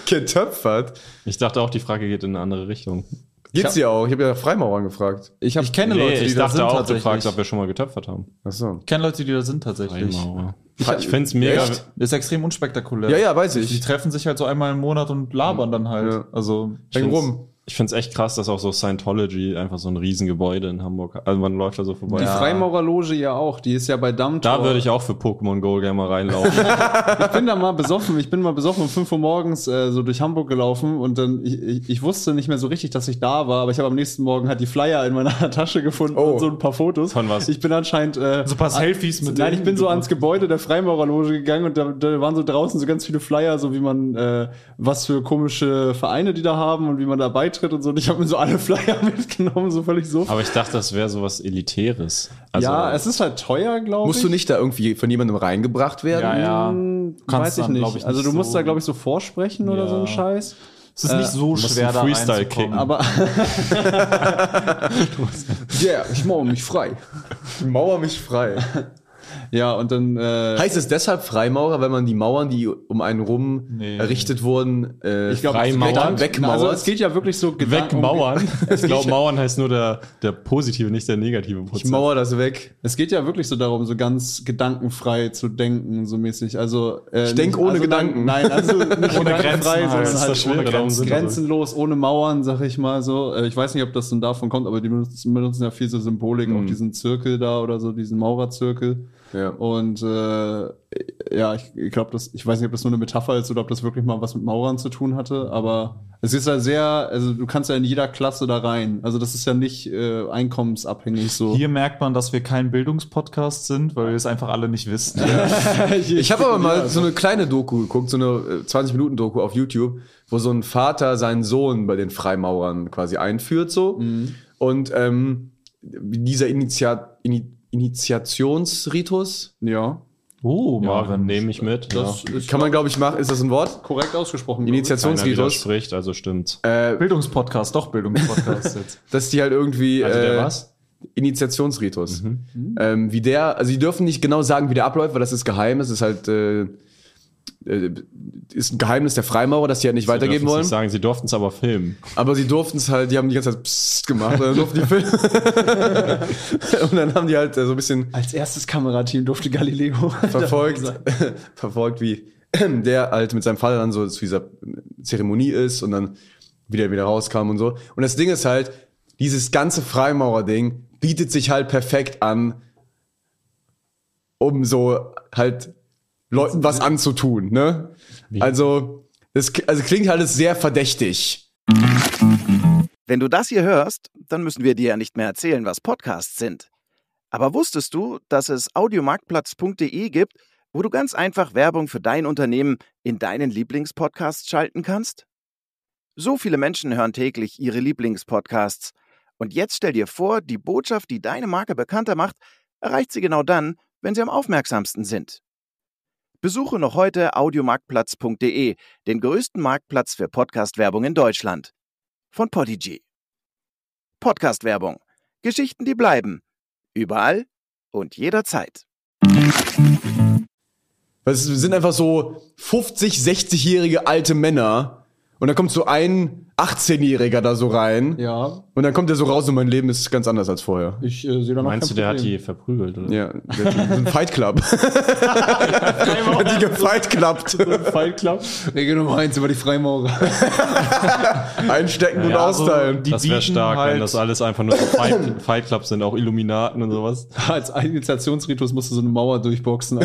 Speaker 2: getöpfert.
Speaker 1: Ich dachte auch, die Frage geht in eine andere Richtung.
Speaker 2: Geht's ja auch. Ich habe ja nach Freimaurern gefragt.
Speaker 3: Ich, kenne
Speaker 1: Nee,
Speaker 3: Leute, die
Speaker 1: ich
Speaker 3: da sind
Speaker 1: dachte auch, du
Speaker 3: tatsächlich.
Speaker 1: fragst, ob wir schon mal getöpfert haben.
Speaker 2: Ach so.
Speaker 3: ich kenne Leute, die da sind tatsächlich.
Speaker 1: Freimaurer. Ich, ich finde es mega.
Speaker 2: Echt?
Speaker 3: Ist extrem unspektakulär.
Speaker 2: Ja, ja, weiß
Speaker 3: Die
Speaker 2: ich.
Speaker 3: treffen sich halt so einmal im Monat und labern dann halt.
Speaker 2: Ja.
Speaker 3: Also
Speaker 2: Hängen
Speaker 1: find's-
Speaker 2: rum.
Speaker 1: Ich finde es echt krass, dass auch so Scientology einfach so ein Riesengebäude in Hamburg hat. Also man läuft da so vorbei.
Speaker 4: Die Freimaurerloge ja auch, die ist ja bei Dammtor.
Speaker 1: Da würde ich auch für Pokémon Go gerne mal reinlaufen.
Speaker 4: Ich bin da mal besoffen, ich bin mal besoffen um 5 Uhr morgens äh, so durch Hamburg gelaufen und dann, ich, ich, ich wusste nicht mehr so richtig, dass ich da war, aber ich habe am nächsten Morgen halt die Flyer in meiner Tasche gefunden
Speaker 2: Oh.
Speaker 4: und so ein paar Fotos.
Speaker 1: Von was?
Speaker 4: Ich bin anscheinend... Äh,
Speaker 3: So ein paar Selfies mit
Speaker 4: Nein,
Speaker 3: denen.
Speaker 4: ich bin so ans Gebäude der Freimaurerloge gegangen und da, da waren so draußen so ganz viele Flyer, so wie man, äh, was für komische Vereine die da haben und wie man da beitritt und so. Und ich habe mir so alle Flyer mitgenommen, so völlig so.
Speaker 1: Aber ich dachte, das wäre sowas Elitäres. Also,
Speaker 4: ja, es ist halt teuer, glaube ich.
Speaker 2: Musst du nicht da irgendwie von jemandem reingebracht werden?
Speaker 3: Ja, ja.
Speaker 4: Hm,
Speaker 3: Kannst
Speaker 4: weiß ich
Speaker 3: dann,
Speaker 4: nicht.
Speaker 3: glaub ich, nicht
Speaker 4: Also du musst
Speaker 3: so-
Speaker 4: da, glaube ich, so vorsprechen oder so ein Scheiß.
Speaker 3: Es ist nicht so
Speaker 1: musst
Speaker 3: schwer,
Speaker 1: einen
Speaker 3: da
Speaker 1: Freestyle
Speaker 3: reinzukommen.
Speaker 1: kicken.
Speaker 4: Aber
Speaker 2: Yeah, ich mauer mich frei. Ich mauer mich frei.
Speaker 4: ja, und dann äh,
Speaker 2: Heißt es deshalb Freimaurer, weil man die Mauern, die um einen rum
Speaker 3: Nee.
Speaker 2: errichtet wurden, äh,
Speaker 4: ich glaube,
Speaker 1: Freimauern?
Speaker 2: Wegmauern?
Speaker 4: Also es geht ja wirklich so Gedanken- um
Speaker 1: Wegmauern. Ich glaube, Mauern heißt nur der, der positive, nicht der negative
Speaker 2: ich
Speaker 1: Prozess.
Speaker 2: mauer das weg.
Speaker 4: Es geht ja wirklich so darum, so ganz gedankenfrei zu denken, so mäßig. Also äh,
Speaker 2: Ich denk
Speaker 4: nicht-
Speaker 2: ohne
Speaker 4: also
Speaker 2: Gedanken.
Speaker 4: Nein, nein also nicht ohne
Speaker 3: Grenzen
Speaker 4: gedankenfrei,
Speaker 3: halt.
Speaker 4: sondern
Speaker 3: Das
Speaker 1: ist das
Speaker 4: halt ohne
Speaker 1: Schwere, darum
Speaker 4: Grenzen,
Speaker 1: sind wir so.
Speaker 4: grenzenlos, ohne Mauern, sag ich mal so. Äh, ich weiß nicht, ob das dann davon kommt, aber die benutzen, benutzen ja viel so Symbolik, auch diesen Zirkel da oder so, diesen Maurerzirkel.
Speaker 2: Ja.
Speaker 4: Und äh, ja, ich, ich glaube, das, ich weiß nicht, ob das nur eine Metapher ist oder ob das wirklich mal was mit Maurern zu tun hatte, aber es ist ja sehr, also du kannst ja in jeder Klasse da rein. Also das ist ja nicht äh, einkommensabhängig so.
Speaker 3: Hier merkt man, dass wir kein Bildungspodcast sind, weil wir es einfach alle nicht wissen.
Speaker 2: Ich habe aber mal so eine kleine Doku geguckt, so eine äh, 20-Minuten-Doku auf YouTube, wo so ein Vater seinen Sohn bei den Freimaurern quasi einführt, so. Und ähm, dieser Initia Ini Initiationsritus,
Speaker 4: ja.
Speaker 1: Oh,
Speaker 3: Marvin.
Speaker 1: nehme ich mit.
Speaker 4: Das
Speaker 1: ja.
Speaker 4: ist
Speaker 2: Kann man, glaube ich, machen. Ist das ein Wort?
Speaker 4: korrekt ausgesprochen. glaub ich.
Speaker 1: Keiner
Speaker 2: Initiationsritus.
Speaker 1: widerspricht, also stimmt.
Speaker 2: Äh,
Speaker 3: Bildungspodcast, doch Bildungspodcast jetzt.
Speaker 2: dass die halt irgendwie.
Speaker 1: also der Mhm.
Speaker 2: äh,
Speaker 1: was?
Speaker 2: Initiationsritus. Ähm, wie der, also die dürfen nicht genau sagen, wie der abläuft, weil das ist geheim. Es ist halt äh, äh, ist ein Geheimnis der Freimaurer, dass die halt nicht weitergeben
Speaker 1: Sie dürfen's
Speaker 2: wollen.
Speaker 1: Nicht sagen, sie durften es aber filmen.
Speaker 2: Aber sie durften es halt, die haben die ganze Zeit Psst gemacht, dann durften die filmen. Und dann haben die halt äh, so ein bisschen
Speaker 7: Als erstes Kamerateam durfte Galileo.
Speaker 2: verfolgt, verfolgt, wie der halt mit seinem Vater dann so zu dieser Zeremonie ist und dann wieder wieder rauskam und so. Und das Ding ist halt, dieses ganze Freimaurer-Ding bietet sich halt perfekt an, um so halt Leuten was anzutun, ne? Also, das, k- also klingt halt sehr verdächtig.
Speaker 8: Wenn du das hier hörst, dann müssen wir dir ja nicht mehr erzählen, was Podcasts sind. Aber wusstest du, dass es audiomarktplatz.de gibt, wo du ganz einfach Werbung für dein Unternehmen in deinen Lieblingspodcasts schalten kannst? So viele Menschen hören täglich ihre Lieblingspodcasts. Und jetzt stell dir vor, die Botschaft, die deine Marke bekannter macht, erreicht sie genau dann, wenn sie am aufmerksamsten sind. Besuche noch heute audiomarktplatz.de, den größten Marktplatz für Podcast-Werbung in Deutschland von Podigy. Podcast-Werbung. Geschichten, die bleiben. Überall und jederzeit.
Speaker 2: Weil es sind einfach so 50, 60-jährige alte Männer. Und dann kommt so ein 18-Jähriger da so rein.
Speaker 7: Ja,
Speaker 2: Und dann kommt er so raus und mein Leben ist ganz anders als vorher.
Speaker 7: ich äh, sehe da noch
Speaker 1: Meinst du,
Speaker 7: kein
Speaker 1: der hat
Speaker 7: Problem.
Speaker 1: die verprügelt? Oder?
Speaker 2: Ja, so ein Fight Club. Hat die gefight klappt.
Speaker 7: Fight Club?
Speaker 4: Regel Nummer eins über die Freimaurer.
Speaker 2: Einstecken und
Speaker 3: Ja, also
Speaker 2: austeilen.
Speaker 3: die
Speaker 1: Das wäre
Speaker 3: bieten
Speaker 1: stark,
Speaker 3: halt-
Speaker 1: wenn das alles einfach nur so Fight, Fight Clubs sind, auch Illuminaten und sowas.
Speaker 4: Als Initiationsritus musst du so eine Mauer durchboxen.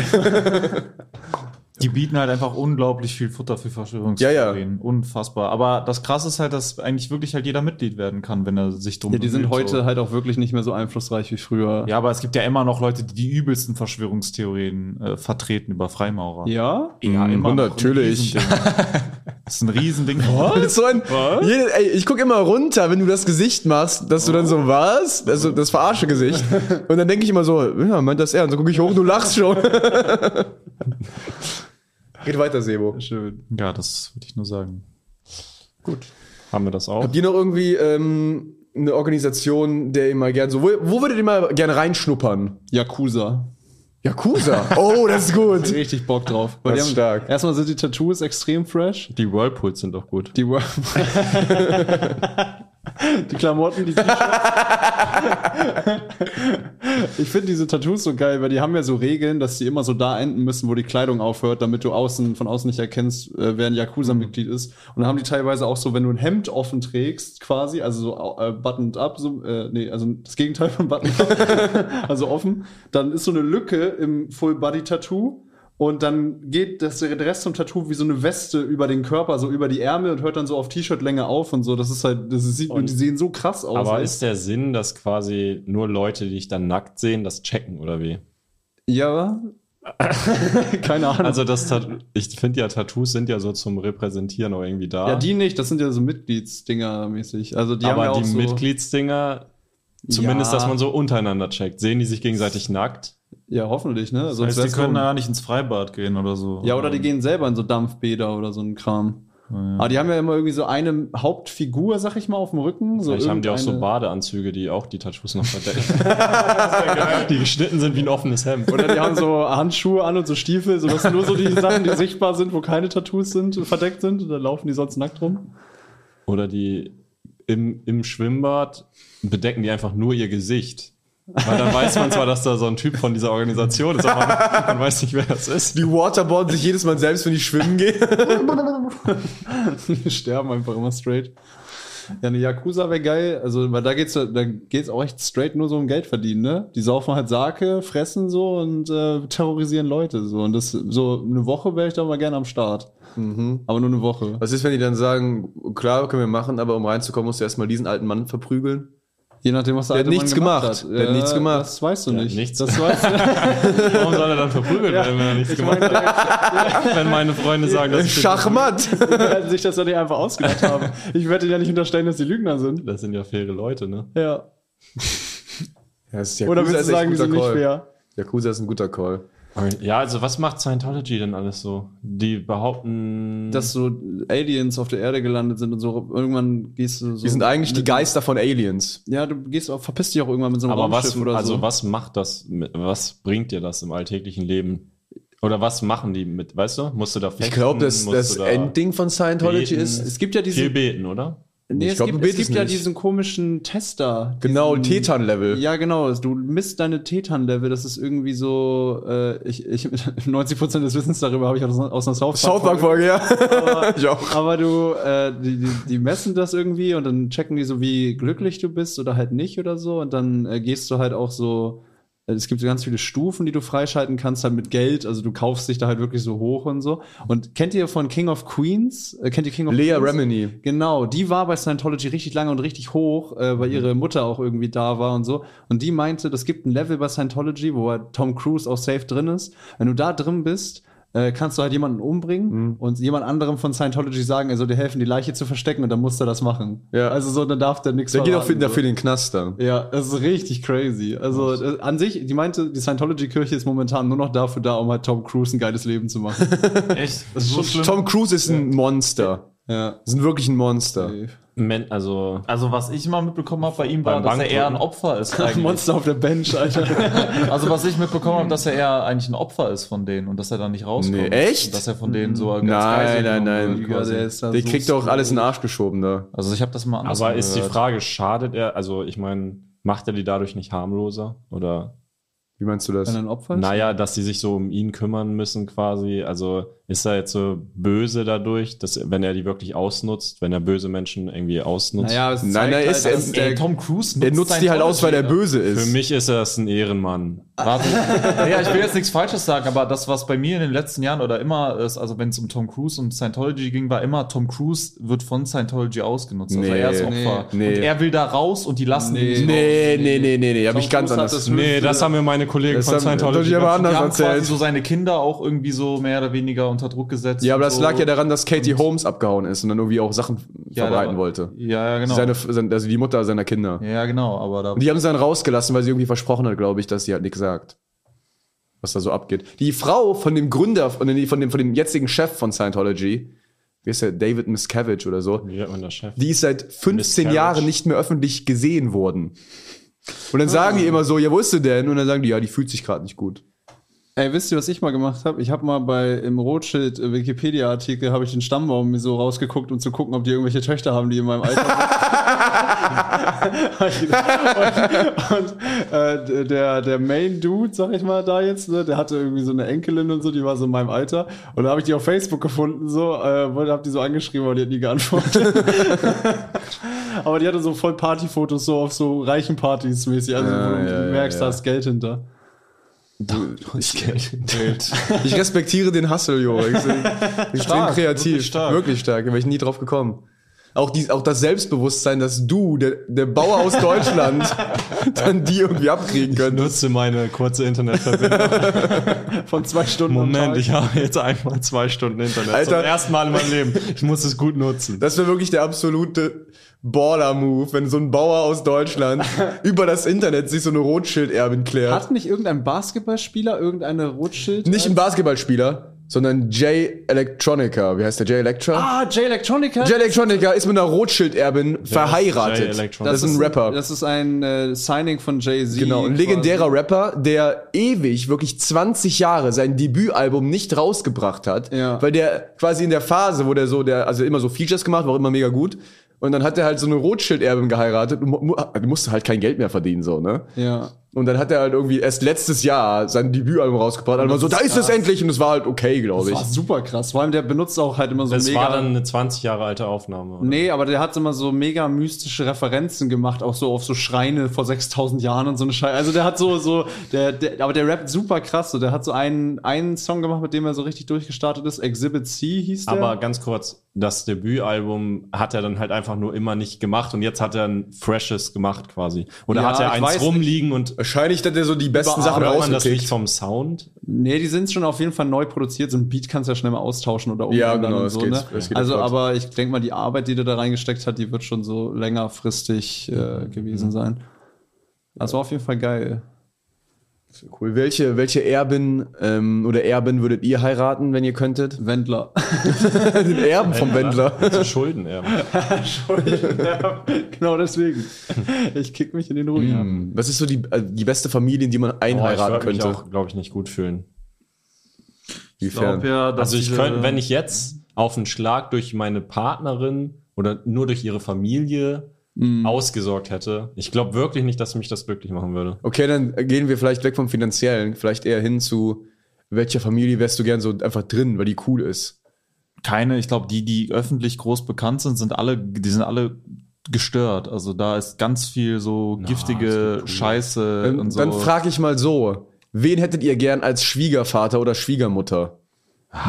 Speaker 3: Die bieten halt einfach unglaublich viel Futter für Verschwörungstheorien. Unfassbar. Aber das Krasse ist halt, dass eigentlich wirklich halt jeder Mitglied werden kann, wenn er sich drum
Speaker 4: Ja, die sind
Speaker 3: bemüht,
Speaker 4: heute
Speaker 3: so.
Speaker 4: halt auch wirklich nicht mehr so einflussreich wie früher.
Speaker 3: Ja, aber es gibt ja immer noch Leute, die die übelsten Verschwörungstheorien äh, vertreten über Freimaurer.
Speaker 4: Ja?
Speaker 3: Ja,
Speaker 2: Mm,
Speaker 3: immer noch.
Speaker 2: natürlich.
Speaker 3: Ein Riesending. das ist ein Riesending. Was?
Speaker 2: So ein, jede, ey, ich guck immer runter, wenn du das Gesicht machst, dass du dann so, was? Also das verarsche Gesicht. Und dann denke ich immer so, ja, meint das er? Und so gucke ich hoch, du lachst schon. Geht weiter, Sebo.
Speaker 4: Schön.
Speaker 3: Ja, das würde ich nur sagen.
Speaker 1: Haben wir das auch?
Speaker 2: Habt ihr noch irgendwie ähm, eine Organisation, der ihr mal gern so, wo, wo würdet ihr mal gerne reinschnuppern?
Speaker 4: Yakuza.
Speaker 2: Yakuza. Oh, das ist gut.
Speaker 4: Richtig Bock drauf.
Speaker 2: Das ist
Speaker 4: die
Speaker 2: stark.
Speaker 4: Erstmal sind die Tattoos extrem fresh.
Speaker 1: Die Whirlpools sind doch gut.
Speaker 4: Die, Wor- die Klamotten, die T-Shirts. Ich finde diese Tattoos so geil, weil die haben ja so Regeln, dass die immer so da enden müssen, wo die Kleidung aufhört, damit du außen, von außen nicht erkennst, äh, wer ein Yakuza-Mitglied ist. Und dann haben die teilweise auch so, wenn du ein Hemd offen trägst, quasi, also so äh, buttoned up, so, äh, nee, also das Gegenteil von buttoned up, also offen, dann ist so eine Lücke im Full-Body-Tattoo. Und dann geht das, der Rest vom Tattoo wie so eine Weste über den Körper, so über die Ärmel und hört dann so auf T-Shirt-Länge auf und so. Das ist halt, das sieht, und die sehen so krass aus.
Speaker 1: Aber
Speaker 4: ey.
Speaker 1: ist der Sinn, dass quasi nur Leute, die dich dann nackt sehen, das checken oder wie?
Speaker 4: ja, keine Ahnung.
Speaker 1: Also das Tat ich finde ja Tattoos sind ja so zum Repräsentieren auch irgendwie da.
Speaker 4: Ja, die nicht, das sind ja so Mitgliedsdinger mäßig. Also die
Speaker 1: aber
Speaker 4: haben ja auch
Speaker 1: die
Speaker 4: so,
Speaker 1: Mitgliedsdinger, zumindest,
Speaker 4: Ja.
Speaker 1: dass man so untereinander checkt. Sehen die sich gegenseitig nackt?
Speaker 4: Ja, hoffentlich, ne? Sonst
Speaker 3: Heißt, die
Speaker 4: wär's
Speaker 3: können
Speaker 4: dumm.
Speaker 3: ja nicht ins Freibad gehen oder so.
Speaker 4: ja, oder die gehen selber in so Dampfbäder oder so einen Kram. Aber die haben ja immer irgendwie so eine Hauptfigur, sag ich mal, auf dem Rücken. So
Speaker 1: Vielleicht haben die auch so
Speaker 4: irgendeine-
Speaker 1: Badeanzüge, die auch die Tattoos noch verdecken. die geschnitten sind wie ein offenes Hemd.
Speaker 4: Oder die haben so Handschuhe an und so Stiefel, sodass nur so die Sachen, die sichtbar sind, wo keine Tattoos sind, verdeckt sind. Und dann laufen die sonst nackt rum.
Speaker 1: Oder die im, im Schwimmbad bedecken die einfach nur ihr Gesicht. Weil dann weiß man zwar, dass da so ein Typ von dieser Organisation ist, aber man, man weiß nicht, wer das ist.
Speaker 2: Die waterboarden sich jedes Mal selbst, wenn die schwimmen gehen.
Speaker 4: Die sterben einfach immer straight. Ja, eine Yakuza wäre geil. Also, weil da geht's, da geht's auch echt straight nur so um Geld verdienen, ne? Die saufen halt Sake, fressen so und äh, terrorisieren Leute so. Und das, so eine Woche wäre ich da mal gerne am Start. Aber nur eine Woche.
Speaker 2: Was ist, wenn die dann sagen, klar, können wir machen, aber um reinzukommen, musst du erstmal diesen alten Mann verprügeln?
Speaker 4: Je nachdem, was
Speaker 2: Der
Speaker 4: der,
Speaker 2: hat
Speaker 4: alte Mann
Speaker 2: nichts gemacht.
Speaker 4: Hat.
Speaker 2: Der hat nichts gemacht.
Speaker 4: Das weißt du
Speaker 1: Der hat
Speaker 4: nicht.
Speaker 1: nichts-
Speaker 4: Das weißt du
Speaker 1: Warum soll er dann verprügelt werden, wenn er nichts gemacht hat? Wenn meine Freunde sagen, dass ich-
Speaker 2: Schachmatt!
Speaker 4: werden sich das ja nicht einfach ausgedacht haben. Ich werde dir ja nicht unterstellen, dass die Lügner sind.
Speaker 1: Das sind ja faire Leute, ne?
Speaker 4: Ja.
Speaker 2: Ja, das ist Yakuza
Speaker 4: Oder willst du
Speaker 2: ist echt
Speaker 4: sagen,
Speaker 2: ein
Speaker 4: die
Speaker 2: guter
Speaker 4: sind nicht
Speaker 2: Call.
Speaker 4: fair?
Speaker 2: Yakuza ist ein guter Call.
Speaker 1: Ja, also was macht Scientology denn alles so? Die behaupten,
Speaker 4: dass so Aliens auf der Erde gelandet sind und so. Irgendwann gehst du so.
Speaker 2: Die sind eigentlich die Geister von Aliens.
Speaker 4: Ja, du gehst auch, verpisst dich auch irgendwann mit so einem
Speaker 1: aber was,
Speaker 4: Raumschiff oder
Speaker 1: also
Speaker 4: so.
Speaker 1: was macht das, mit- was bringt dir das im alltäglichen Leben? Oder was machen die mit, weißt du? Musst du da fechten?
Speaker 2: Ich glaube, das,
Speaker 1: Musst
Speaker 2: das
Speaker 1: du da
Speaker 2: Endding von Scientology
Speaker 1: beten?
Speaker 2: ist.
Speaker 4: Es gibt ja
Speaker 1: viel
Speaker 4: diesen.
Speaker 1: beten, oder?
Speaker 4: Nee,
Speaker 2: Ich
Speaker 4: es
Speaker 2: glaub, du
Speaker 4: gibt, es
Speaker 2: betest
Speaker 4: gibt ja
Speaker 2: nicht.
Speaker 4: diesen komischen Tester.
Speaker 2: Genau,
Speaker 4: diesen-
Speaker 2: Tetan-Level.
Speaker 4: Ja, genau. Du misst deine Tetan-Level. Das ist irgendwie so. Äh, ich, ich, 90% des Wissens darüber habe ich aus, aus einer South Park.
Speaker 2: South Park-Folge, ja. ich auch.
Speaker 4: Aber du, äh, die, die, die messen das irgendwie und dann checken die so, wie glücklich du bist oder halt nicht oder so. Und dann äh, gehst du halt auch so. äh, Es gibt so ganz viele Stufen, die du freischalten kannst, halt mit Geld. Also du kaufst dich da halt wirklich so hoch und so. Und kennt ihr von King of Queens? Äh, kennt ihr King of
Speaker 2: Lea
Speaker 4: Queens?
Speaker 2: Remini.
Speaker 4: Genau, die war bei Scientology richtig lange und richtig hoch, äh,
Speaker 2: Mhm.
Speaker 4: weil ihre Mutter auch irgendwie da war und so. Und die meinte, das gibt ein Level bei Scientology, wo halt Tom Cruise auch safe drin ist. Wenn du da drin bist, äh, kannst du halt jemanden
Speaker 2: Mhm.
Speaker 4: umbringen und jemand anderem von Scientology sagen, er soll dir helfen, die Leiche zu verstecken und dann muss er das machen.
Speaker 2: Ja.
Speaker 4: Also so, dann darf der nichts
Speaker 2: Der geht auch für,
Speaker 4: verraten, so.
Speaker 2: dafür in den Knast dann.
Speaker 4: Ja, das ist richtig crazy. Also äh, an sich, die meinte, die Scientology-Kirche ist momentan nur noch dafür da, um halt Tom Cruise ein geiles Leben zu machen.
Speaker 1: Echt? Das ist so schlimm.
Speaker 2: Tom Cruise ist ein Monster.
Speaker 4: ja.
Speaker 2: Ist ein wirklich ein Monster.
Speaker 1: Men, also,
Speaker 3: Also was ich mal mitbekommen habe bei ihm war,
Speaker 1: Beim
Speaker 3: dass er
Speaker 1: Bankdrücken.
Speaker 3: eher ein Opfer ist eigentlich.
Speaker 4: Monster auf der Bench, Alter.
Speaker 3: also was ich mitbekommen habe, dass er eher eigentlich ein Opfer ist von denen und dass er da nicht rauskommt.
Speaker 2: Nee, echt? Mhm.
Speaker 3: Und dass er von denen so als
Speaker 2: Nein,
Speaker 3: Geisel
Speaker 2: nein,
Speaker 3: genommen
Speaker 2: nein.
Speaker 3: wird quasi.
Speaker 4: Der ist da
Speaker 2: Der
Speaker 4: so
Speaker 2: kriegt doch alles in den Arsch geschoben da.
Speaker 3: Also ich habe das mal anders
Speaker 1: aber ist die Frage, schadet er, also ich meine, macht er die dadurch nicht harmloser? Oder,
Speaker 2: Wie meinst du das?
Speaker 4: Wenn er ein Opfer ist?
Speaker 1: naja, dass sie sich so um ihn kümmern müssen quasi, also ist er jetzt so böse dadurch, dass, wenn er die wirklich ausnutzt, wenn er böse Menschen irgendwie ausnutzt?
Speaker 4: Naja, es
Speaker 2: Nein,
Speaker 4: zeigt
Speaker 2: nein,
Speaker 4: halt,
Speaker 2: ist-
Speaker 4: dass
Speaker 2: er-
Speaker 3: Ey,
Speaker 4: der,
Speaker 3: Tom Cruise
Speaker 2: Er nutzt die halt aus, weil er böse
Speaker 1: Für
Speaker 2: ist.
Speaker 1: mich ist er ein Ehrenmann.
Speaker 3: Warte. naja, ich will jetzt nichts Falsches sagen, aber das, was bei mir in den letzten Jahren oder immer ist, also wenn es um Tom Cruise und Scientology ging, war immer, Tom Cruise wird von Scientology ausgenutzt. Also
Speaker 2: Nee,
Speaker 3: er ist Opfer.
Speaker 2: nee.
Speaker 3: Und er will da raus und die lassen ihn nicht raus.
Speaker 2: Nee, nee, nee, nee, nee. Hab ich ganz
Speaker 4: Cruise hat
Speaker 2: anders.
Speaker 4: das
Speaker 1: Nee, das haben mir meine Kollegen
Speaker 2: Das
Speaker 1: von
Speaker 2: haben-
Speaker 1: Scientology
Speaker 2: das haben die aber
Speaker 1: ganz-
Speaker 3: Die haben
Speaker 2: anders erzählt.
Speaker 3: quasi so seine Kinder auch irgendwie so mehr oder weniger unter Druck gesetzt.
Speaker 2: Ja, aber
Speaker 3: und
Speaker 2: das
Speaker 3: so.
Speaker 2: lag ja daran, dass Katie Holmes abgehauen ist und dann irgendwie auch Sachen
Speaker 3: Ja,
Speaker 2: verbreiten
Speaker 3: da-
Speaker 2: wollte.
Speaker 3: Ja, ja, genau.
Speaker 2: Seine, sein- also die Mutter seiner Kinder.
Speaker 3: ja, genau, aber da.
Speaker 2: Und die haben sie dann rausgelassen, weil sie irgendwie versprochen hat, glaube ich, dass sie halt nichts sagt. Was da so abgeht. Die Frau von dem Gründer, von dem, von dem, von dem jetzigen Chef von Scientology, wie ist der, David Miscavige oder so,
Speaker 1: Wie nennt man das Chef?
Speaker 2: die ist seit 15
Speaker 1: Miscavige.
Speaker 2: Jahren nicht mehr öffentlich gesehen worden. Und dann sagen die immer so, ja, wo ist sie denn? Und dann sagen die, ja, die fühlt sich gerade nicht gut.
Speaker 4: ey, wisst ihr, was ich mal gemacht habe? Ich habe mal bei im Rothschild äh, Wikipedia-Artikel habe ich den Stammbaum mir so rausgeguckt, um zu gucken, ob die irgendwelche Töchter haben, die in meinem Alter sind. und und äh, der, der Main Dude, sag ich mal, da jetzt, ne, der hatte irgendwie so eine Enkelin und so, die war so in meinem Alter. Und da habe ich die auf Facebook gefunden, so, äh, wollte, hab die so angeschrieben, aber die hat nie geantwortet. aber die hatte so voll Partyfotos, so auf so reichen Partys mäßig, also
Speaker 2: Ja,
Speaker 4: wo du
Speaker 2: ja,
Speaker 4: merkst,
Speaker 2: ja.
Speaker 4: da ist Geld hinter.
Speaker 2: Ich respektiere den Hustle, Jo. Ich bin extrem kreativ. Wirklich stark. da wäre ich nie drauf gekommen. Auch, die, auch das Selbstbewusstsein, dass du, der, der Bauer aus Deutschland, dann die irgendwie abkriegen könntest.
Speaker 1: nutze meine kurze Internetverbindung.
Speaker 4: Von zwei Stunden am Tag.
Speaker 1: Moment, ich habe jetzt einmal zwei Stunden Internet.
Speaker 2: Alter.
Speaker 1: Zum ersten Mal in meinem Leben. Ich muss es gut nutzen.
Speaker 2: Das wäre wirklich der absolute Border-Move, wenn so ein Bauer aus Deutschland über das Internet sich so eine Rothschild-Erbin klärt.
Speaker 4: Hat nicht irgendein Basketballspieler irgendeine Rothschild?
Speaker 2: Nicht ein Basketballspieler, sondern Jay Electronica. Wie heißt der? Jay Electra?
Speaker 4: ah, Jay Electronica?
Speaker 2: Jay Electronica ist mit einer Rothschild-Erbin verheiratet.
Speaker 1: Jay Electronica?
Speaker 2: das ist ein Rapper.
Speaker 4: Das ist ein äh, Signing von Jay-Z.
Speaker 2: Genau, ein
Speaker 4: quasi.
Speaker 2: legendärer Rapper, der ewig, wirklich 20 Jahre sein Debütalbum nicht rausgebracht hat,
Speaker 4: Ja.
Speaker 2: weil der quasi in der Phase, wo der so, der, also immer so Features gemacht, war auch immer mega gut. Und dann hat er halt so eine Rothschild-Erbin geheiratet und mu- mu- musste halt kein Geld mehr verdienen, so, ne?
Speaker 4: Ja.
Speaker 2: Und dann hat er halt irgendwie erst letztes Jahr sein Debütalbum rausgebracht. Und war so, da ist es endlich und es war halt okay, glaube
Speaker 4: Das
Speaker 2: ich.
Speaker 4: war super krass. Vor allem, der benutzt auch halt immer so
Speaker 1: Das
Speaker 4: mega.
Speaker 1: war dann eine 20 Jahre alte Aufnahme. oder?
Speaker 4: nee, aber der hat immer so mega mystische Referenzen gemacht, auch so auf so Schreine vor 6000 Jahren und so eine Scheiße. Also der hat so, so, der, der, aber der rappt super krass. So. Der hat so einen, einen Song gemacht, mit dem er so richtig durchgestartet ist. Exhibit C hieß der.
Speaker 1: Aber ganz kurz, das Debütalbum hat er dann halt einfach nur immer nicht gemacht und jetzt hat er ein freshes gemacht quasi. Oder
Speaker 4: Ja,
Speaker 1: hat er
Speaker 4: ich
Speaker 1: eins
Speaker 4: weiß
Speaker 1: rumliegen und
Speaker 2: Wahrscheinlich hat er so die besten Sachen
Speaker 1: hört man das nicht
Speaker 2: rausgekriegt.
Speaker 1: vom Sound?
Speaker 4: Nee, die sind schon auf jeden Fall neu produziert. So ein Beat kannst du ja schnell mal austauschen oder
Speaker 2: Ja,
Speaker 4: umändern
Speaker 2: genau,
Speaker 4: und
Speaker 2: es
Speaker 4: so.
Speaker 2: geht-
Speaker 4: ne?
Speaker 2: es geht
Speaker 4: also,
Speaker 2: flott.
Speaker 4: aber ich denke mal, die Arbeit, die der da reingesteckt hat, die wird schon so
Speaker 2: Mhm.
Speaker 4: längerfristig äh, gewesen sein. Das war auf jeden Fall geil.
Speaker 2: Sehr Cool. Welche, welche Erbin ähm, oder Erbin würdet ihr heiraten, wenn ihr könntet?
Speaker 4: Wendler.
Speaker 2: Den Erben vom Wendler.
Speaker 1: Zu Schulden, ja.
Speaker 4: genau deswegen. Ich kick mich in den Rücken.
Speaker 2: Hm. Was ist so die, äh, die beste Familie, in die man
Speaker 1: Boah, ich
Speaker 2: einheiraten
Speaker 1: würde mich
Speaker 2: könnte?
Speaker 1: auch, glaube ich, nicht gut fühlen.
Speaker 7: Ich glaub ja, dass
Speaker 1: Also ich
Speaker 7: diese-
Speaker 1: könnte, wenn ich jetzt auf einen Schlag durch meine Partnerin oder nur durch ihre Familie ausgesorgt hätte, ich glaube wirklich nicht, dass mich das glücklich machen würde.
Speaker 2: Okay, dann gehen wir vielleicht weg vom Finanziellen, vielleicht eher hin zu welcher Familie wärst du gern so einfach drin, weil die cool ist.
Speaker 3: Keine, ich glaube, die, die öffentlich groß bekannt sind, sind alle, die sind alle gestört. Also da ist ganz viel so giftige Scheiße
Speaker 2: Dann,
Speaker 3: und so.
Speaker 2: dann frage ich mal so, wen hättet ihr gern als Schwiegervater oder Schwiegermutter?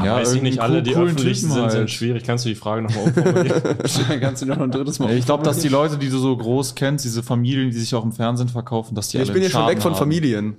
Speaker 3: ja,
Speaker 1: Ah, Weiß ich nicht, alle, die
Speaker 3: irgendeinen
Speaker 1: öffentlich
Speaker 3: coolen
Speaker 1: sind,
Speaker 3: Typen
Speaker 1: sind
Speaker 3: halt.
Speaker 1: schwierig. Kannst du die Frage nochmal umformulieren?
Speaker 4: Kannst du noch ein drittes Mal
Speaker 3: Ich glaube, dass die Leute, die du so groß kennst, diese Familien, die sich auch im Fernsehen verkaufen, dass die alle
Speaker 2: ich bin
Speaker 3: einen
Speaker 2: ja schon
Speaker 3: Schaden
Speaker 2: weg von
Speaker 3: haben.
Speaker 2: Familien.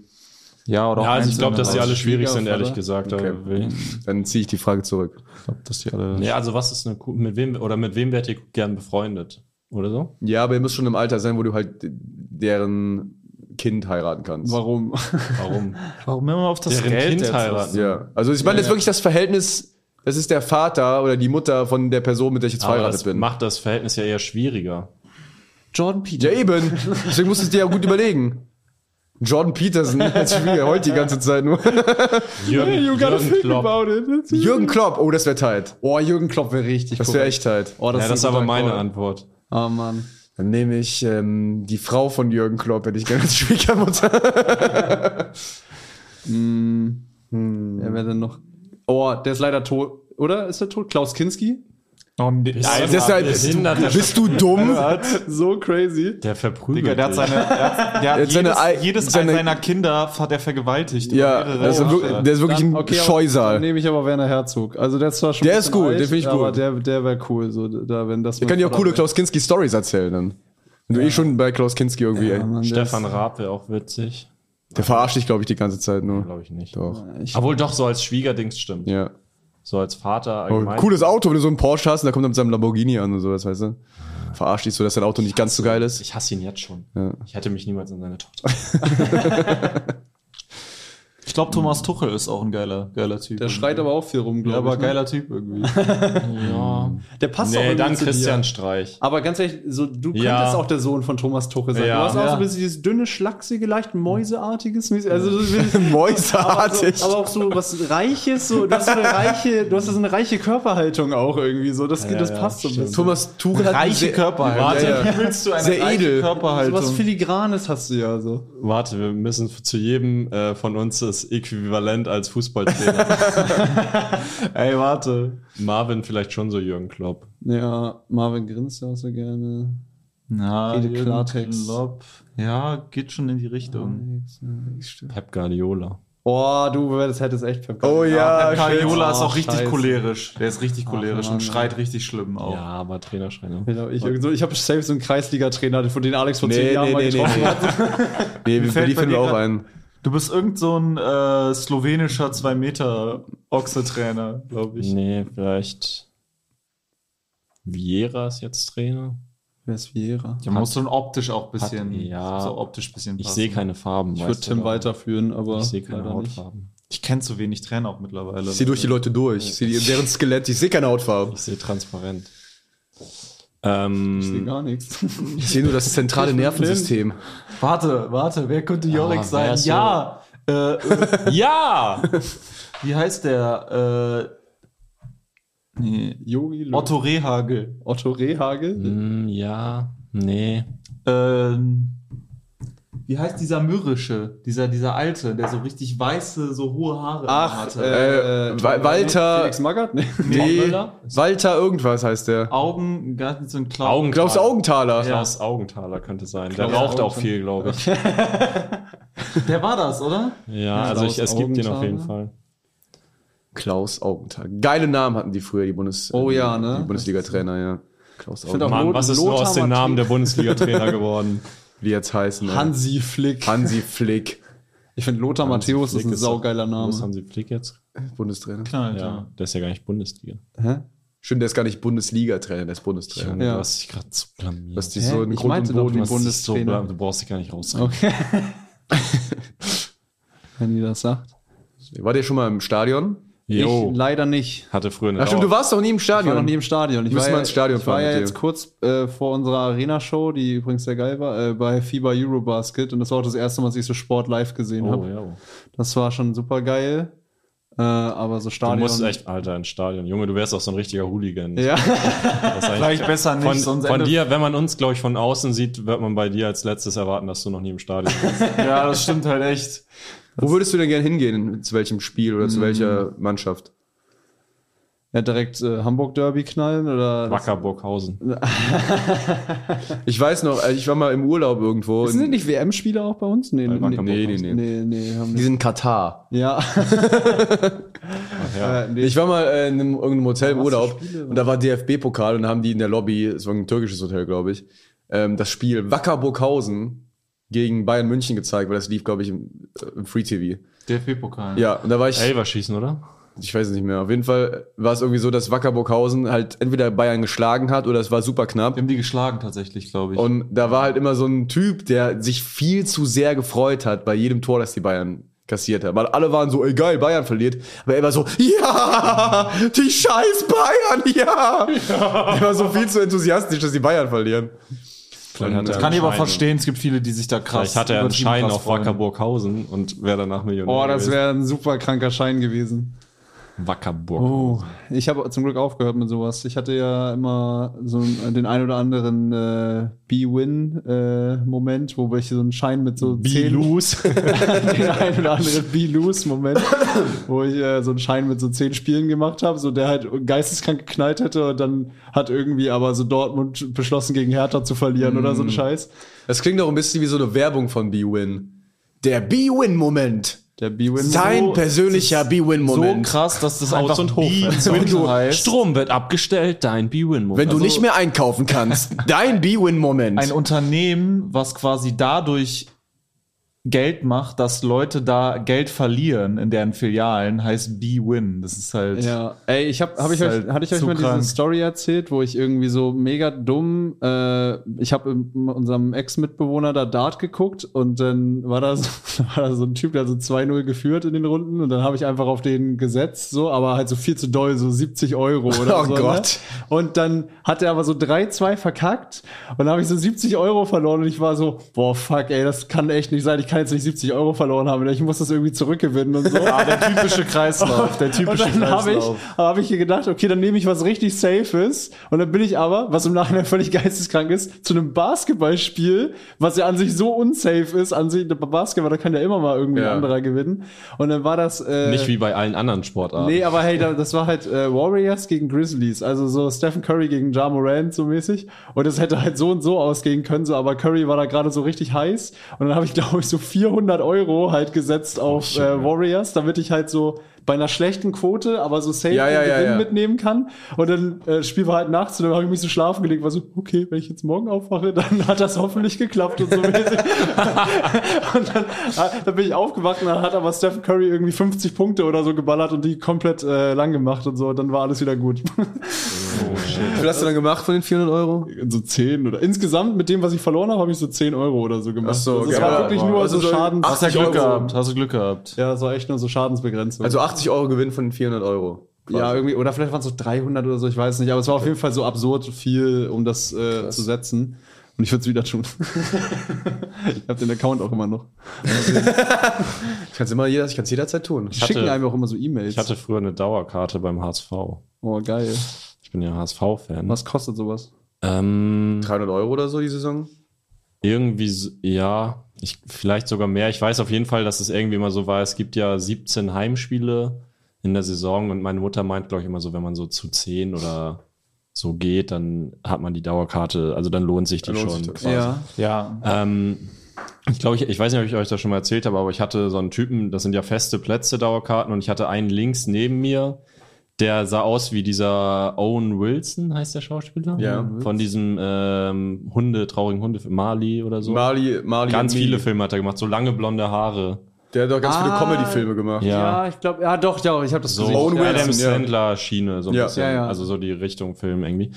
Speaker 3: Ja, oder
Speaker 1: ja,
Speaker 3: auch
Speaker 1: also ich glaube,
Speaker 3: Einzelne.
Speaker 1: dass die alle schwierig sind,
Speaker 4: Schwiegervater.
Speaker 1: ehrlich gesagt.
Speaker 2: Okay.
Speaker 1: Da will ich-
Speaker 2: Dann ziehe ich die Frage zurück.
Speaker 3: Ich glaub, dass die alle.
Speaker 1: Ja, also was ist eine cool- mit wem oder mit wem wärt ihr gern befreundet? Oder so?
Speaker 2: Ja, aber ihr müsst schon im Alter sein, wo du halt deren Kind heiraten kannst.
Speaker 4: Warum?
Speaker 1: Warum?
Speaker 3: Warum immer auf das
Speaker 1: Deren
Speaker 3: Geld
Speaker 1: Kind
Speaker 3: jetzt?
Speaker 1: heiraten.
Speaker 2: Ja, also ich meine jetzt wirklich das Verhältnis, das ist der Vater oder die Mutter von der Person, mit der ich jetzt
Speaker 1: Aber
Speaker 2: verheiratet
Speaker 1: das
Speaker 2: bin.
Speaker 1: macht das Verhältnis ja eher schwieriger.
Speaker 4: Jordan Peterson.
Speaker 2: Ja, eben. Deswegen musst du es dir ja gut überlegen. Jordan Peterson als Schwieger, heute die ganze Zeit nur.
Speaker 1: Jürgen, Jürgen Klopp.
Speaker 2: Jürgen Klopp, oh, das wäre tight.
Speaker 4: Oh, Jürgen Klopp wäre richtig
Speaker 2: Das wäre echt tight.
Speaker 4: Oh,
Speaker 1: Ja, das ist
Speaker 4: ein
Speaker 1: aber
Speaker 4: guter
Speaker 1: meine
Speaker 4: Call.
Speaker 1: Antwort.
Speaker 4: Oh Mann.
Speaker 2: Dann nehme ich ähm, die Frau von Jürgen Klopp, hätte ich gerne als Schwiegermutter.
Speaker 4: Wer wäre denn noch? Oh, der ist leider tot. Oder ist er tot? Klaus Kinski?
Speaker 3: Oh, nee.
Speaker 1: Alter,
Speaker 2: das ist halt-
Speaker 1: behindert, der,
Speaker 2: Bist du dumm?
Speaker 4: So crazy.
Speaker 1: der verprügelt
Speaker 3: Digga, der hat
Speaker 1: dich.
Speaker 3: seine, der hat, der hat
Speaker 2: hat
Speaker 3: jedes,
Speaker 2: seine Ei-
Speaker 3: jedes
Speaker 2: seine-
Speaker 3: Ei seiner Kinder hat er vergewaltigt.
Speaker 2: Ja, also-
Speaker 3: Über mehrere
Speaker 2: das ist
Speaker 3: Jahre.
Speaker 2: wirklich, der ist wirklich
Speaker 4: Dann-
Speaker 2: ein
Speaker 4: okay, aber-
Speaker 2: Scheusal.
Speaker 4: Dann nehme ich aber Werner Herzog. Also der ist zwar schon.
Speaker 2: Der
Speaker 4: ein
Speaker 2: ist
Speaker 4: bisschen
Speaker 2: gut, den finde ich
Speaker 4: aber
Speaker 2: gut.
Speaker 4: Der, der wäre cool, so da, wenn das.
Speaker 2: Wir können ja auch coole Klaus Kinski Stories erzählen dann. Wenn du eh schon bei Klaus Kinski irgendwie, ey.
Speaker 1: Stefan Raab wäre auch witzig.
Speaker 2: Der verarscht dich, glaube ich, die ganze Zeit nur.
Speaker 1: Glaube ich nicht.
Speaker 2: Doch.
Speaker 1: Obwohl doch, so als Schwiegerdings stimmt.
Speaker 2: Ja.
Speaker 1: So als Vater
Speaker 2: Oh,
Speaker 1: allgemein.
Speaker 2: cooles Auto, wenn du so einen Porsche hast und da kommt er mit seinem Lamborghini an und sowas, weißt du? Verarscht dich so, dass dein Auto nicht ganz so geil ist.
Speaker 1: Ich hasse ihn jetzt schon. Ich hätte mich niemals an seine Tochter.
Speaker 3: Ich glaube, Thomas Tuchel ist auch ein geiler, geiler Typ.
Speaker 4: Der schreit aber auch viel rum,
Speaker 3: ja, aber
Speaker 4: glaube ich. ne?
Speaker 3: geiler Typ irgendwie.
Speaker 1: Ja.
Speaker 4: Der passt auch
Speaker 1: Nee,
Speaker 4: irgendwie
Speaker 1: dann
Speaker 4: zu
Speaker 1: Christian
Speaker 4: Dir.
Speaker 1: Streich.
Speaker 4: Aber ganz ehrlich, so, du
Speaker 1: Ja.
Speaker 4: könntest auch der Sohn von Thomas Tuchel sein.
Speaker 1: Ja.
Speaker 4: Du hast auch
Speaker 3: Ja.
Speaker 4: so ein bisschen dieses dünne, schlachsige, leicht mäuseartiges. mäßig- Also, so ein bisschen-
Speaker 2: Mäuseartig.
Speaker 4: aber auch so was Reiches, so, du hast so eine reiche, du hast so eine reiche Körperhaltung auch irgendwie, so, das, das
Speaker 1: ja,
Speaker 4: passt so ein
Speaker 1: stimmt.
Speaker 4: bisschen.
Speaker 2: Thomas Tuchel hat
Speaker 3: Reiche
Speaker 2: sehr-
Speaker 3: Körperhaltung.
Speaker 2: Warte, Ja, ja.
Speaker 3: wie willst du eine
Speaker 2: Sehr
Speaker 3: reiche
Speaker 2: edel.
Speaker 3: Körperhaltung?
Speaker 4: So was Filigranes hast du ja so.
Speaker 1: Warte, wir müssen zu jedem äh, von uns das Äquivalent als Fußballtrainer.
Speaker 3: Ey, warte.
Speaker 1: Marvin vielleicht schon so Jürgen Klopp.
Speaker 4: Ja, Marvin grinst ja auch so gerne.
Speaker 3: Na,
Speaker 4: Rede
Speaker 3: Jürgen
Speaker 4: Klartext.
Speaker 3: Klopp. Ja, geht schon in die Richtung.
Speaker 1: Pep Guardiola.
Speaker 4: Oh, du das hättest echt Pep
Speaker 2: Oh ja,
Speaker 3: Guardiola
Speaker 4: schön.
Speaker 3: ist auch
Speaker 4: Ah,
Speaker 3: richtig
Speaker 4: scheiße.
Speaker 3: cholerisch. Der ist richtig cholerisch
Speaker 4: Mann,
Speaker 3: und schreit richtig schlimm auch.
Speaker 1: Ja, aber ne? Trainerschreiner.
Speaker 4: Genau, ich irgend so- ich habe safe so einen Kreisliga-Trainer, von den Alex vor zehn
Speaker 2: Nee,
Speaker 4: Jahren
Speaker 2: nee,
Speaker 4: mal
Speaker 2: nee, nee,
Speaker 4: getroffen hat.
Speaker 2: nee. nee
Speaker 3: fällt
Speaker 2: die
Speaker 3: bei
Speaker 2: finden
Speaker 3: dir
Speaker 2: wir auch
Speaker 3: grad-
Speaker 2: ein.
Speaker 3: Du bist irgend so ein äh, slowenischer 2 Meter Ochse-Trainer, glaube ich.
Speaker 1: Nee, vielleicht. Viera ist jetzt Trainer.
Speaker 4: Wer ist Vieira?
Speaker 3: Ja, man muss schon optisch auch ein bisschen,
Speaker 1: hat- ja.
Speaker 3: so optisch ein bisschen
Speaker 1: Ich
Speaker 3: passen.
Speaker 1: sehe keine Farben.
Speaker 4: Ich
Speaker 1: weißt
Speaker 4: würde
Speaker 1: du,
Speaker 4: Tim
Speaker 1: oder?
Speaker 4: weiterführen, aber
Speaker 1: Ich sehe keine
Speaker 4: leider nicht.
Speaker 1: Hautfarben.
Speaker 3: Ich kenne zu wenig Trainer auch mittlerweile.
Speaker 2: Ich sehe durch die Leute durch. Ich sehe die- deren Skelett. Ich sehe keine Hautfarbe.
Speaker 1: Ich sehe transparent.
Speaker 4: Ich
Speaker 1: Ähm,
Speaker 4: sehe gar nichts.
Speaker 2: Ich sehe nur das zentrale Nervensystem.
Speaker 3: Warte, warte, wer könnte
Speaker 4: Ah,
Speaker 3: Jorik
Speaker 1: wer
Speaker 3: sein?
Speaker 1: ist so-
Speaker 3: Ja! Äh, äh,
Speaker 1: ja!
Speaker 3: wie heißt der? Äh, nee.
Speaker 4: Yogi Löw.
Speaker 3: Otto Rehagel.
Speaker 4: Otto Rehagel.
Speaker 1: Hm, ja, nee.
Speaker 3: Ähm, wie heißt dieser mürrische, dieser, dieser alte, der so richtig weiße, so hohe Haare
Speaker 4: Ach,
Speaker 3: hatte?
Speaker 2: Äh,
Speaker 4: äh,
Speaker 2: Wa- Walter-
Speaker 4: Felix Magath? Nee.
Speaker 2: Nee,
Speaker 1: Müller?
Speaker 2: Walter irgendwas heißt der.
Speaker 3: Augen, gar nicht so ein Clown.
Speaker 1: Augenthaler.
Speaker 2: Klaus Augenthaler.
Speaker 1: Klaus Augenthaler könnte sein. Der
Speaker 3: Klaus
Speaker 1: raucht auch
Speaker 3: Augenthaler.
Speaker 1: viel, glaube ich.
Speaker 3: Der war das, oder?
Speaker 1: Ja, also ich, es gibt den auf jeden Fall.
Speaker 2: Klaus Augenthaler. Geile Namen hatten die früher, die Bundes
Speaker 4: Oh ja, ne?
Speaker 2: die Bundesliga-Trainer, ja. Klaus
Speaker 4: find
Speaker 2: Augenthaler.
Speaker 4: auch-
Speaker 1: Mann, was ist nur
Speaker 4: Lothar
Speaker 1: aus den
Speaker 4: Matthäus.
Speaker 1: Namen der Bundesliga-Trainer geworden?
Speaker 2: Wie jetzt heißen. ey.
Speaker 4: Hansi Flick.
Speaker 2: Hansi Flick,
Speaker 4: ich finde Lothar Matthäus ist
Speaker 1: Flick
Speaker 4: ein
Speaker 1: doch-
Speaker 4: saugeiler
Speaker 1: Wo ist
Speaker 4: Name.
Speaker 1: Hansi Flick jetzt?
Speaker 2: Bundestrainer.
Speaker 3: Knallt,
Speaker 1: Ja, der ist ja gar nicht Bundesliga.
Speaker 4: Hä?
Speaker 2: Stimmt, der ist gar nicht Bundesliga-Trainer, der ist Bundestrainer.
Speaker 1: Junge,
Speaker 4: Ja.
Speaker 1: Du hast dich gerade zu blamiert.
Speaker 2: Dass die
Speaker 4: Hä?
Speaker 2: so einen
Speaker 4: Ich
Speaker 2: Grund
Speaker 4: meinte
Speaker 2: und
Speaker 4: doch
Speaker 2: Boden
Speaker 1: Du hast dich so
Speaker 4: Bundestrainer.
Speaker 1: blam- Du brauchst dich gar nicht raus.
Speaker 4: Okay. wenn ihr das sagt.
Speaker 2: Wart ihr schon mal im Stadion?
Speaker 1: Jo.
Speaker 4: Ich leider nicht.
Speaker 1: Hatte früher eine
Speaker 2: Ach stimmt, du
Speaker 1: Dauer.
Speaker 2: warst noch nie im
Speaker 4: Ich war noch
Speaker 2: Stadion.
Speaker 4: nie im Stadion. Ich
Speaker 2: Müssen
Speaker 4: war
Speaker 2: wir
Speaker 4: ja,
Speaker 2: ins Stadion
Speaker 4: ich war
Speaker 2: fahren
Speaker 4: ja
Speaker 2: mit dir.
Speaker 4: jetzt kurz äh, vor unserer Arena-Show, die übrigens sehr geil war, äh, bei FIBA Eurobasket. Und das war auch das erste Mal, dass ich so Sport live gesehen
Speaker 1: Oh,
Speaker 4: habe.
Speaker 1: ja.
Speaker 4: Das war schon super geil. Äh, aber so
Speaker 1: Du
Speaker 4: Stadion.
Speaker 1: musst echt, Alter, ins Stadion. Junge, du wärst auch so ein richtiger Hooligan.
Speaker 4: ja.
Speaker 1: Das ist eigentlich-
Speaker 3: Vielleicht besser nicht,
Speaker 1: von,
Speaker 3: sonst
Speaker 1: von
Speaker 3: endet-
Speaker 1: dir, wenn man uns, glaube ich, von außen sieht, wird man bei dir als letztes erwarten, dass du noch nie im Stadion warst.
Speaker 3: Ja, das stimmt halt echt.
Speaker 2: Wo würdest du denn gerne hingehen? Zu welchem Spiel oder
Speaker 4: Mhm.
Speaker 2: zu welcher Mannschaft?
Speaker 4: ja, direkt äh, Hamburg-Derby knallen oder.
Speaker 1: Wacker Burghausen.
Speaker 2: Ich weiß noch, äh, ich war mal im Urlaub irgendwo.
Speaker 4: Sind das
Speaker 2: in-
Speaker 4: nicht WM-Spiele auch bei uns? Nee,
Speaker 1: Wacker Burghausen.
Speaker 2: Nee, nee, nee.
Speaker 4: nee, nee, haben
Speaker 2: Die
Speaker 4: wir.
Speaker 2: sind in Katar.
Speaker 4: Ja.
Speaker 1: ja.
Speaker 4: Äh, nee.
Speaker 2: Ich war mal äh, in einem, irgendeinem Hotel im
Speaker 4: was für
Speaker 2: Urlaub
Speaker 4: Spiele?
Speaker 2: und da war DFB-Pokal und da haben die in der Lobby, es war ein türkisches Hotel, glaube ich, ähm, das Spiel Wacker Burghausen gegen Bayern München gezeigt, weil das lief, glaube ich, im, äh, im Free TV.
Speaker 3: DFB-Pokal.
Speaker 2: Ja, und da war ich,
Speaker 1: Elfer schießen, oder?
Speaker 2: ich weiß es nicht mehr, auf jeden Fall war es irgendwie so, dass Wacker Burghausen halt entweder Bayern geschlagen hat oder es war super knapp.
Speaker 3: Die haben die geschlagen tatsächlich, glaube ich.
Speaker 2: Und da war halt immer so ein Typ, der sich viel zu sehr gefreut hat bei jedem Tor, das die Bayern kassiert haben. Weil alle waren so, egal, Bayern verliert. Aber er war so, ja, die scheiß Bayern, ja. Er war so viel zu enthusiastisch, dass die Bayern verlieren.
Speaker 1: Vielleicht hat er
Speaker 3: Kann ich
Speaker 1: einen
Speaker 3: aber
Speaker 1: Schein.
Speaker 3: verstehen, es gibt viele, die sich da krass.
Speaker 1: Vielleicht hatte er einen
Speaker 3: übertrieben
Speaker 1: Schein
Speaker 3: krass
Speaker 1: auf
Speaker 3: freuen.
Speaker 1: Wacker Burghausen und wäre danach Millionär.
Speaker 4: Boah, Oh, das
Speaker 1: gewesen.
Speaker 4: wäre ein super kranker Schein gewesen.
Speaker 1: Wacker Burghausen.
Speaker 4: Oh, ich habe zum Glück aufgehört mit sowas. Ich hatte ja immer so einen- den ein oder anderen äh, B-Win-Moment, wo ich so einen Schein mit so zehn
Speaker 1: Lose.
Speaker 4: den ein oder anderen B-Lose-Moment, wo ich äh, so einen Schein mit so zehn Spielen gemacht habe, so der halt geisteskrank geknallt hätte und dann hat irgendwie aber so Dortmund beschlossen, gegen Hertha zu verlieren oder so ein Scheiß.
Speaker 2: Das klingt doch ein bisschen wie so eine Werbung von B-Win. Der B-Win-Moment.
Speaker 4: Der B-Win.
Speaker 2: Dein
Speaker 3: So-
Speaker 2: persönlicher
Speaker 3: So
Speaker 2: B-Win-Moment.
Speaker 3: krass, dass das
Speaker 1: Aus
Speaker 3: einfach
Speaker 1: und hoch.
Speaker 3: Wenn du heißt.
Speaker 1: Strom wird abgestellt, dein B-Win-Moment.
Speaker 2: Wenn du nicht mehr einkaufen kannst. Dein B-Win-Moment.
Speaker 3: ein Unternehmen, was quasi dadurch Geld macht, dass Leute da Geld verlieren in deren Filialen, heißt B-Win. Das ist halt.
Speaker 4: Ja, ey, ich hab, hab ich
Speaker 3: Ist
Speaker 4: euch,
Speaker 3: halt
Speaker 4: hatte ich euch
Speaker 3: zu
Speaker 4: mal
Speaker 3: krank.
Speaker 4: diese Story erzählt, wo ich irgendwie so mega dumm, äh, ich habe unserem Ex-Mitbewohner da Dart geguckt und dann war da so, war da so ein Typ, der hat so 2-0 geführt in den Runden und dann habe ich einfach auf den gesetzt, so, aber halt so viel zu doll, so 70 Euro oder
Speaker 2: Oh
Speaker 4: so.
Speaker 2: Gott.
Speaker 4: Ne? Und dann hat er aber so 3-2 verkackt und dann habe ich so 70 Euro verloren und ich war so, boah, fuck, ey, das kann echt nicht sein, ich kann jetzt nicht 70 Euro verloren haben, ich muss das irgendwie zurückgewinnen und so.
Speaker 3: Ah, der typische Kreislauf. Der typische
Speaker 4: Und dann habe ich,
Speaker 3: Kreislauf.
Speaker 4: hab ich hier gedacht, okay, dann nehme ich was richtig Safes. Und dann bin ich aber, was im Nachhinein völlig geisteskrank ist, zu einem Basketballspiel, was ja an sich so unsafe ist. An sich, Basketball, da kann ja immer mal irgendwie
Speaker 2: Ja.
Speaker 4: ein anderer gewinnen. Und dann war das. Äh,
Speaker 1: Nicht wie bei allen anderen Sportarten.
Speaker 4: Nee, aber hey, da- das war halt äh, Warriors gegen Grizzlies. Also so Stephen Curry gegen Ja Morant so mäßig. Und es hätte halt so und so ausgehen können. So, aber Curry war da gerade so richtig heiß. Und dann habe ich, glaube ich, so 400 Euro halt gesetzt
Speaker 2: Oh,
Speaker 4: auf äh, Warriors, damit ich halt so bei einer schlechten Quote, aber so safe
Speaker 2: Ja, ja,
Speaker 4: den
Speaker 2: ja,
Speaker 4: Gewinn
Speaker 2: ja.
Speaker 4: mitnehmen kann. Und dann äh, Spiel war halt nachts und dann habe ich mich so schlafen gelegt. War so, okay, wenn ich jetzt morgen aufwache, dann hat das hoffentlich geklappt und so mäßig. Und dann, äh, dann bin ich aufgewacht und dann hat aber Stephen Curry irgendwie 50 Punkte oder so geballert und die komplett äh, lang gemacht und so. Und dann war alles wieder gut.
Speaker 1: Oh,
Speaker 2: Wie viel hast du dann gemacht von den 400 Euro?
Speaker 4: so 10 oder insgesamt mit dem, was ich verloren habe, habe ich so 10 Euro oder so gemacht.
Speaker 2: Ach so,
Speaker 4: also, es
Speaker 2: okay.
Speaker 4: war
Speaker 2: Aber-
Speaker 4: wirklich
Speaker 2: aber-
Speaker 4: nur
Speaker 2: also
Speaker 4: so
Speaker 2: so
Speaker 4: Schadens.
Speaker 2: 80
Speaker 3: Hast du Glück
Speaker 2: Euro.
Speaker 3: gehabt? Hast du Glück gehabt?
Speaker 4: Ja, es war echt nur so Schadensbegrenzung.
Speaker 2: Also 80 Euro Gewinn von den 400 Euro.
Speaker 4: ja, irgendwie, oder vielleicht waren es so 300 oder so, ich weiß nicht. Aber es war auf jeden Fall so absurd viel, um das äh, zu setzen. Und ich würde es wieder tun. ich habe den Account auch immer noch.
Speaker 2: Ich kann es immer jeder, ich kann's jederzeit tun.
Speaker 4: Die schicken einem auch immer so E-Mails.
Speaker 1: Ich hatte früher eine Dauerkarte beim HSV.
Speaker 4: Oh, geil.
Speaker 1: Ich bin ja HSV-Fan.
Speaker 4: Was kostet sowas?
Speaker 1: Ähm,
Speaker 2: 300 Euro oder so die Saison?
Speaker 1: irgendwie, s- ja, ich, vielleicht sogar mehr. Ich weiß auf jeden Fall, dass es irgendwie immer so war. Es gibt ja 17 Heimspiele in der Saison und meine Mutter meint, glaube ich, immer so, wenn man so zu 10 oder so geht, dann hat man die Dauerkarte. Also dann lohnt sich die
Speaker 2: Dann lohnt
Speaker 1: schon.
Speaker 2: sich das.
Speaker 1: quasi.
Speaker 3: Ja.
Speaker 1: Ähm, ich glaube, ich, ich weiß nicht, ob ich euch das schon mal erzählt habe, aber ich hatte so einen Typen, das sind ja feste Plätze, Dauerkarten, und ich hatte einen links neben mir, der sah aus wie dieser Owen Wilson, heißt der Schauspieler?
Speaker 2: Ja.
Speaker 1: Von diesem ähm, Hunde, traurigen Hunde, Mali oder so.
Speaker 2: Marley, Marley
Speaker 1: Ganz
Speaker 2: und Me.
Speaker 1: viele Filme hat er gemacht, so lange blonde Haare.
Speaker 2: Der hat doch ganz viele
Speaker 4: Ah.
Speaker 2: Comedy-Filme gemacht.
Speaker 1: Ja.
Speaker 4: ich glaube, ja, doch, ja, ich habe das
Speaker 1: So
Speaker 2: Also Owen
Speaker 1: Adam
Speaker 2: Wilson, ja.
Speaker 1: Sandler-Schiene, so ein
Speaker 2: Ja.
Speaker 1: bisschen.
Speaker 4: Ja, ja.
Speaker 1: Also so die Richtung Film irgendwie.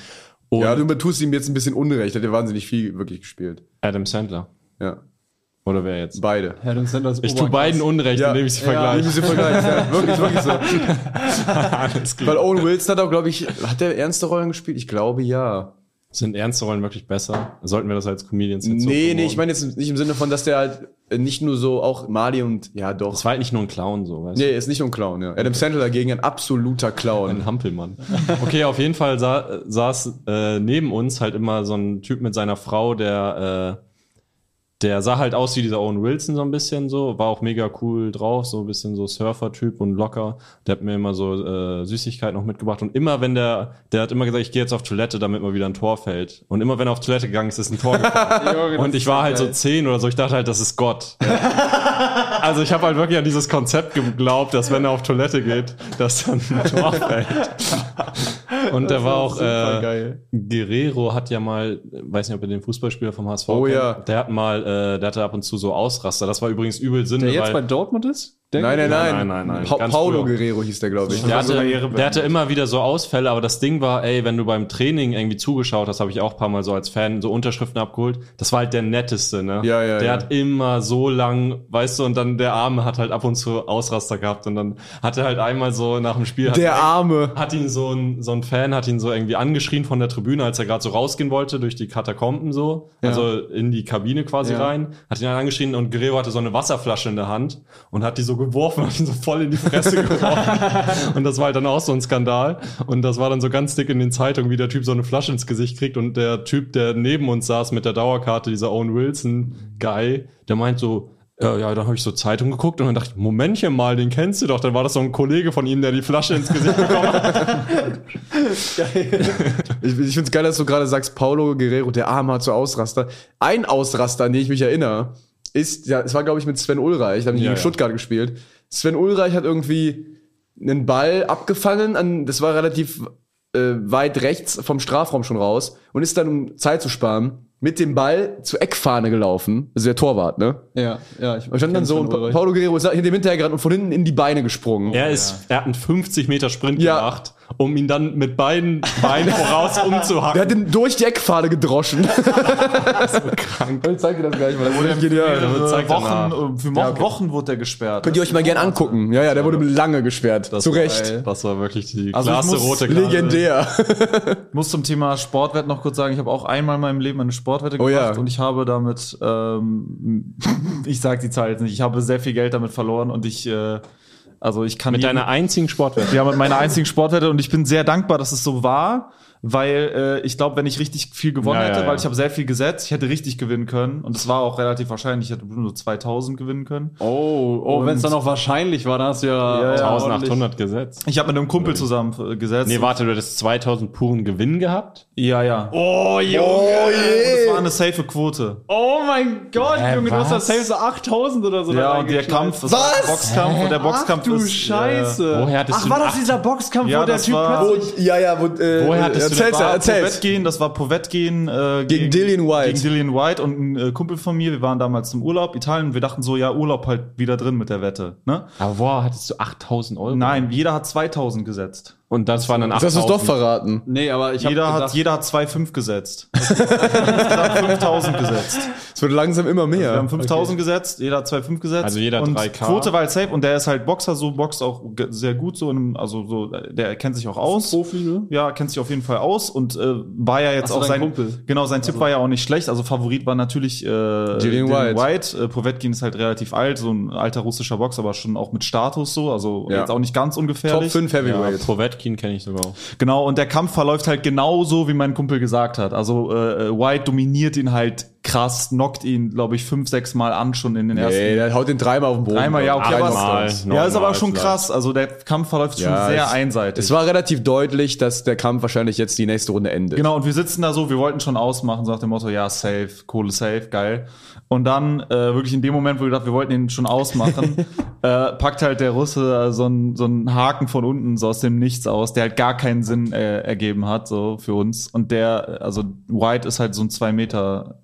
Speaker 1: Und
Speaker 2: Ja, du tust ihm jetzt ein bisschen Unrecht. Er hat ja wahnsinnig viel wirklich gespielt.
Speaker 1: Adam Sandler.
Speaker 2: Ja.
Speaker 1: Oder wer jetzt?
Speaker 2: Beide.
Speaker 4: Adam Sanders
Speaker 1: Ich tue beiden Unrecht,
Speaker 2: Ja.
Speaker 1: indem ich sie vergleiche.
Speaker 2: Diese Vergleich, ja, wirklich, wirklich so.
Speaker 1: Alles
Speaker 2: Weil
Speaker 1: klar.
Speaker 2: Owen Wilson hat auch, glaube ich, hat der ernste Rollen gespielt? Ich glaube ja.
Speaker 1: Sind ernste Rollen wirklich besser? Sollten wir das als Comedians jetzt so
Speaker 2: Nee, nee,
Speaker 1: promoten?
Speaker 2: ich meine jetzt nicht im Sinne von, dass der halt äh, nicht nur so auch Mali und ja doch.
Speaker 1: Das war halt nicht nur ein Clown, so, weißt du?
Speaker 2: Nee, ist nicht nur ein Clown, ja. Adam Sandler dagegen ein absoluter Clown.
Speaker 1: Ein Hampelmann. Okay, auf jeden Fall sa saß äh, neben uns halt immer so ein Typ mit seiner Frau, der, äh, der sah halt aus wie dieser Owen Wilson so ein bisschen so, war auch mega cool drauf, so ein bisschen so Surfer-Typ und locker. Der hat mir immer so äh, Süßigkeiten noch mitgebracht und immer wenn der, der hat immer gesagt, ich gehe jetzt auf Toilette, damit mal wieder ein Tor fällt. Und immer wenn er auf Toilette gegangen ist, ist ein Tor gefallen.
Speaker 4: genau.
Speaker 1: Und ich war halt so zehn oder so, ich dachte halt, das ist Gott. Also ich habe halt wirklich an dieses Konzept geglaubt, dass wenn er auf Toilette geht, dass dann ein Tor fällt. Und der war auch äh, Guerrero hat ja mal, weiß nicht, ob ihr den Fußballspieler vom HSV
Speaker 2: Oh
Speaker 1: kennt,
Speaker 2: ja.
Speaker 1: der hat mal, äh, der hatte ab und zu so Ausraster. Das war übrigens übel Sinn,
Speaker 4: Der jetzt bei
Speaker 1: weil
Speaker 4: Dortmund ist? Der
Speaker 2: Nein, nein, nein.
Speaker 1: Nein, nein, nein,
Speaker 2: Pa
Speaker 1: ganz
Speaker 2: Paulo
Speaker 1: früher.
Speaker 2: Guerrero hieß der, glaube ich.
Speaker 1: der
Speaker 2: Ja,
Speaker 1: hatte, der hatte immer wieder so Ausfälle, aber das Ding war, ey, wenn du beim Training irgendwie zugeschaut hast, habe ich auch ein paar Mal so als Fan so Unterschriften abgeholt. Das war halt der netteste, ne?
Speaker 2: Ja, ja,
Speaker 1: Der
Speaker 2: ja.
Speaker 1: hat immer so lang, weißt du, und dann der Arme hat halt ab und zu Ausraster gehabt und dann hat er halt einmal so nach dem Spiel hat
Speaker 2: der Arme.
Speaker 1: hat ihn so ein, so ein Fan hat ihn so irgendwie angeschrien von der Tribüne, als er gerade so rausgehen wollte, durch die Katakomben so, also in die Kabine quasi rein, hat ihn dann angeschrien und Guerrero hatte so eine Wasserflasche in der Hand und hat die so geworfen, hat ihn so voll in die Fresse geworfen. Und das war halt dann auch so ein Skandal. Und das war dann so ganz dick in den Zeitungen, wie der Typ so eine Flasche ins Gesicht kriegt und der Typ, der neben uns saß mit der Dauerkarte, dieser Owen Wilson-Guy, der meint so, ja, ja, dann habe ich so Zeitung geguckt und dann dachte ich, Momentchen mal, den kennst du doch. Dann war das so ein Kollege von ihm, der die Flasche ins Gesicht bekommen hat.
Speaker 2: Ich, ich finde es geil, dass du gerade sagst, Paulo Guerrero, der Arme hat so Ausraster. Ein Ausraster, an den ich mich erinnere, ist, ja, es war, glaube ich, mit Sven Ulreich, da haben die
Speaker 1: Ja,
Speaker 2: in
Speaker 1: ja.
Speaker 2: Stuttgart gespielt. Sven Ulreich hat irgendwie einen Ball abgefangen, an, das war relativ äh, weit rechts vom Strafraum schon raus und ist dann, um Zeit zu sparen, mit dem Ball zur Eckfahne gelaufen. Also der Torwart, ne?
Speaker 4: Ja, ja. Ich,
Speaker 2: Und stand dann so und Pa- Paulo Guerrero ist hinter dem hinterhergerannt und von hinten in die Beine gesprungen.
Speaker 1: Er ist, er hat einen 50 Meter Sprint
Speaker 2: Ja.
Speaker 1: gemacht, um ihn dann mit beiden Beinen voraus
Speaker 2: Der
Speaker 1: umzuhacken.
Speaker 2: hat ihn durch die Eckfahne gedroschen.
Speaker 1: krank.
Speaker 2: Ich zeig dir das gleich mal. Das ist echt
Speaker 1: Ja,
Speaker 2: genial.
Speaker 1: das zeigt danach.
Speaker 3: Wochen, äh, für
Speaker 2: okay.
Speaker 3: Wochen wurde der gesperrt.
Speaker 2: Könnt ihr euch mal gern angucken. Ja, ja, der wurde lange gesperrt. Zu Recht.
Speaker 1: Das war wirklich die
Speaker 3: Also ich
Speaker 1: klasse
Speaker 3: muss
Speaker 1: rote Karte.
Speaker 2: Legendär.
Speaker 3: Ich muss zum Thema Sportwetten noch kurz sagen, ich habe auch einmal in meinem Leben eine Sportwette
Speaker 2: Oh
Speaker 3: gemacht
Speaker 2: ja.
Speaker 3: und ich habe damit, ähm, ich sag die Zahl jetzt nicht, ich habe sehr viel Geld damit verloren und ich, äh, also ich kann
Speaker 1: Mit
Speaker 3: jedem-
Speaker 1: deiner einzigen Sportwette.
Speaker 3: ja, mit meiner einzigen Sportwette und ich bin sehr dankbar, dass es so war, weil äh, ich glaube, wenn ich richtig viel gewonnen
Speaker 1: Ja, ja,
Speaker 3: hätte,
Speaker 1: ja.
Speaker 3: weil ich habe sehr viel gesetzt, ich hätte richtig gewinnen können und es war auch relativ wahrscheinlich, ich hätte nur 2000 gewinnen können.
Speaker 4: Oh, oh wenn es dann auch wahrscheinlich war, dann hast du ja,
Speaker 3: Ja, ja.
Speaker 1: 1800 gesetzt.
Speaker 3: Ich habe mit einem Kumpel zusammen äh, gesetzt.
Speaker 1: Nee, warte, du hättest 2000 puren Gewinn gehabt?
Speaker 3: Ja, ja. Oh,
Speaker 2: Oh
Speaker 3: das
Speaker 2: je.
Speaker 3: war eine safe Quote.
Speaker 4: Oh mein Gott,
Speaker 1: Hä,
Speaker 4: Junge, du hast da
Speaker 1: was?
Speaker 4: safe so 8000 oder so. da
Speaker 3: ja, und der
Speaker 4: reingeknallt.
Speaker 3: Kampf, das war ein Boxkampf und der Boxkampf
Speaker 4: Ach du
Speaker 3: ist, äh,
Speaker 4: Scheiße.
Speaker 1: Woher hattest
Speaker 4: Ach,
Speaker 1: du
Speaker 4: war
Speaker 1: denn
Speaker 4: das dieser Boxkampf,
Speaker 3: Ja,
Speaker 4: wo der
Speaker 3: das
Speaker 4: Typ
Speaker 3: war-
Speaker 4: plötzlich...
Speaker 2: Wo- ja, ja, wo, äh,
Speaker 1: Woher hattest du
Speaker 2: erzähl's, ja,
Speaker 1: den Bart?
Speaker 2: erzähl's.
Speaker 3: Povetkin, das war Povetkin äh,
Speaker 2: Gegen Dillian White.
Speaker 3: Gegen Dillian White und ein äh, Kumpel von mir, wir waren damals zum Urlaub, Italien, wir dachten so, ja, Urlaub halt wieder drin mit der Wette. Ne?
Speaker 1: Äh, aber woher hattest du 8000 Euro?
Speaker 3: Nein, jeder hat 2000 gesetzt.
Speaker 1: Und das waren dann
Speaker 2: Das hast du
Speaker 1: 8000.
Speaker 2: doch verraten.
Speaker 4: Nee, aber ich hab
Speaker 3: Jeder hat,
Speaker 4: gedacht,
Speaker 3: jeder hat 2,5 gesetzt. Insgesamt 5000 gesetzt.
Speaker 2: Es wird langsam immer
Speaker 3: Also Wir haben
Speaker 2: mehr.
Speaker 3: 5000 gesetzt, jeder hat 2,5 gesetzt.
Speaker 1: Also jeder
Speaker 3: und
Speaker 1: 3K.
Speaker 3: Quote war halt safe und der ist halt Boxer, so boxt auch ge- sehr gut, so in einem, also so, der kennt sich auch aus.
Speaker 4: Profi, ne?
Speaker 3: Ja, kennt sich auf jeden Fall aus und äh, war ja jetzt
Speaker 4: Ach so,
Speaker 3: auch
Speaker 4: dein
Speaker 3: sein
Speaker 4: Kumpel.
Speaker 3: Genau, sein Tipp war ja auch nicht schlecht. Also Favorit war natürlich äh, Dillian
Speaker 2: White.
Speaker 3: Äh, Povetkin ist halt relativ alt, so ein alter russischer Boxer, aber schon auch mit Status so, also
Speaker 2: Ja.
Speaker 3: jetzt auch nicht ganz
Speaker 2: Top
Speaker 3: ungefährlich.
Speaker 2: 5
Speaker 1: Ja,
Speaker 2: Heavyweight.
Speaker 1: Provetkin kenne ich sogar auch.
Speaker 3: Genau, und der Kampf verläuft halt genauso, wie mein Kumpel gesagt hat. Also äh, White dominiert ihn halt krass, knockt ihn, glaube ich, fünf, sechs Mal an schon in den ersten.
Speaker 2: Nee, der haut den dreimal auf den Boden.
Speaker 3: Dreimal, ja, okay, aber
Speaker 1: Einmal,
Speaker 3: es-
Speaker 1: nochmal
Speaker 3: ja, ist aber schon
Speaker 1: vielleicht.
Speaker 3: krass. Also der Kampf verläuft schon
Speaker 2: Ja,
Speaker 3: sehr
Speaker 2: es-
Speaker 3: einseitig.
Speaker 2: Es war relativ deutlich, dass der Kampf wahrscheinlich jetzt die nächste Runde endet.
Speaker 3: Genau, und wir sitzen da so, wir wollten schon ausmachen, so nach dem Motto, ja, safe, Kohle safe, geil. Und dann, äh, wirklich in dem Moment, wo wir dachten, wir wollten ihn schon ausmachen, äh, packt halt der Russe äh, so einen so einen Haken von unten, so aus dem Nichts aus, der halt gar keinen Sinn äh, ergeben hat, so für uns. Und der, also White ist halt so ein zwei Meter,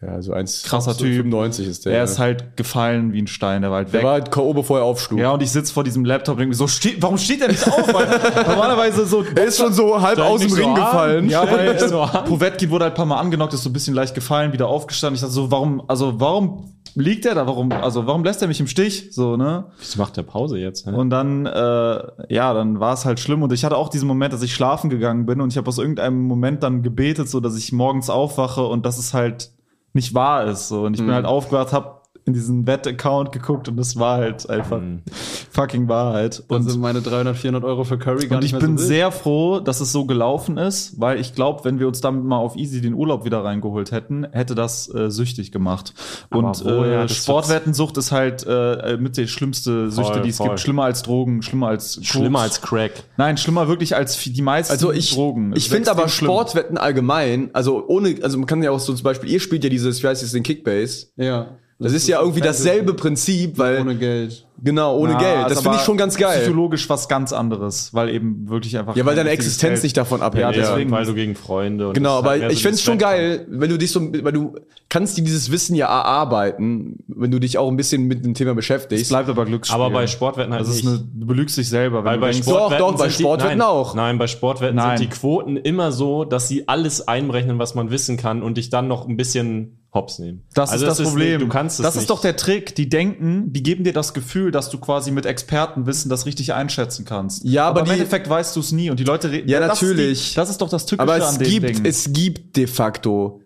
Speaker 2: Ja, so eins.
Speaker 3: Krasser Typ.
Speaker 2: 95 ist der.
Speaker 3: der ist halt gefallen wie ein Stein, der war halt
Speaker 2: der
Speaker 3: weg.
Speaker 2: war halt K.O. bevor er aufschlug.
Speaker 3: ja, und ich sitz vor diesem Laptop und denke mir so, steht, warum steht der nicht auf? Weil normalerweise so
Speaker 2: Er ist schon so halb aus dem
Speaker 1: Äh, nicht so
Speaker 2: Ring
Speaker 1: an.
Speaker 2: gefallen.
Speaker 3: Ja, weil äh, Povetkin wurde halt ein paar Mal angenockt, ist so ein bisschen leicht gefallen, wieder aufgestanden. Ich dachte so, warum, also warum liegt er da? Warum, also warum lässt er mich im Stich? So, ne?
Speaker 1: Was macht der Pause jetzt? Hä?
Speaker 3: Und dann, äh, ja, dann war es halt schlimm. Und ich hatte auch diesen Moment, dass ich schlafen gegangen bin und ich habe aus irgendeinem Moment dann gebetet, so dass ich morgens aufwache und dass es halt nicht wahr ist. So. Und
Speaker 1: Mhm.
Speaker 3: ich bin halt aufgewacht, habe in diesen Wett-Account geguckt und es war halt einfach
Speaker 1: Mhm.
Speaker 3: fucking Wahrheit.
Speaker 4: Dann
Speaker 3: Und
Speaker 4: sind meine 300, 400 Euro für Curry gar
Speaker 3: Und ich
Speaker 4: nicht mehr
Speaker 3: bin
Speaker 4: so wild.
Speaker 3: sehr froh, dass es so gelaufen ist, weil ich glaube, wenn wir uns damit mal auf Easy den Urlaub wieder reingeholt hätten, hätte das äh, süchtig gemacht. Und
Speaker 1: woher?
Speaker 3: äh,
Speaker 1: Das
Speaker 3: Sportwettensucht ist halt äh, mit der schlimmste Süchte,
Speaker 1: Voll,
Speaker 3: die es
Speaker 1: voll.
Speaker 3: gibt. Schlimmer als Drogen, schlimmer als Koks.
Speaker 1: Schlimmer als Crack.
Speaker 3: Nein, schlimmer wirklich als die meisten
Speaker 2: Also ich,
Speaker 3: Drogen. Es
Speaker 2: ich
Speaker 3: ist
Speaker 2: finde aber
Speaker 3: extrem schlimm.
Speaker 2: Sportwetten allgemein, also ohne, also man kann ja auch so zum Beispiel, ihr spielt ja dieses, wie heißt es, den Kickbase.
Speaker 4: Ja.
Speaker 2: Das ist ja irgendwie dasselbe Prinzip, weil,
Speaker 4: Ohne Geld.
Speaker 2: genau, ohne
Speaker 3: Na,
Speaker 2: Geld.
Speaker 3: ist
Speaker 2: Das finde
Speaker 3: aber
Speaker 2: ich schon ganz geil.
Speaker 3: Psychologisch was ganz anderes, weil eben wirklich einfach.
Speaker 2: Ja, weil
Speaker 3: kein
Speaker 2: deine
Speaker 3: richtiges
Speaker 2: Existenz
Speaker 3: Geld-
Speaker 2: nicht davon
Speaker 3: Ja,
Speaker 2: abhängt.
Speaker 3: deswegen.
Speaker 1: Weil du gegen Freunde und
Speaker 2: Genau,
Speaker 1: das ist halt
Speaker 2: aber
Speaker 1: mehr so
Speaker 2: ich find's
Speaker 1: dieses
Speaker 2: schon
Speaker 1: Wettkampf.
Speaker 2: geil, wenn du dich so, weil du kannst dir dieses Wissen ja erarbeiten, wenn du dich auch ein bisschen mit dem Thema
Speaker 3: Es
Speaker 2: beschäftigst.
Speaker 3: bleibt aber Glücksspiel.
Speaker 1: Aber bei Sportwetten halt
Speaker 3: das ist
Speaker 1: nicht.
Speaker 3: eine, du belügst dich selber. wenn
Speaker 1: Weil
Speaker 3: du
Speaker 1: bei
Speaker 3: denkst,
Speaker 1: Sportwetten
Speaker 2: Doch, doch, bei
Speaker 1: sind die-
Speaker 2: Sportwetten
Speaker 1: nein,
Speaker 2: auch.
Speaker 1: Nein, bei Sportwetten
Speaker 3: Nein.
Speaker 1: sind die Quoten immer so, dass sie alles einberechnen, was man wissen kann und dich dann noch ein bisschen hops nehmen.
Speaker 3: Das
Speaker 1: Also
Speaker 3: ist das
Speaker 1: es
Speaker 3: Problem.
Speaker 1: nicht- Du kannst es
Speaker 3: das
Speaker 1: nicht.
Speaker 3: ist doch der Trick. Die denken, die geben dir das Gefühl, dass du quasi mit Expertenwissen das richtig einschätzen kannst.
Speaker 2: Ja, aber
Speaker 3: im
Speaker 2: die-
Speaker 3: Endeffekt weißt du es nie und die Leute reden.
Speaker 2: Ja,
Speaker 3: das
Speaker 2: natürlich.
Speaker 3: Ist die, das ist doch das Tückische
Speaker 2: Aber
Speaker 3: an
Speaker 2: es
Speaker 3: den
Speaker 2: gibt,
Speaker 3: Dingen.
Speaker 2: es gibt de facto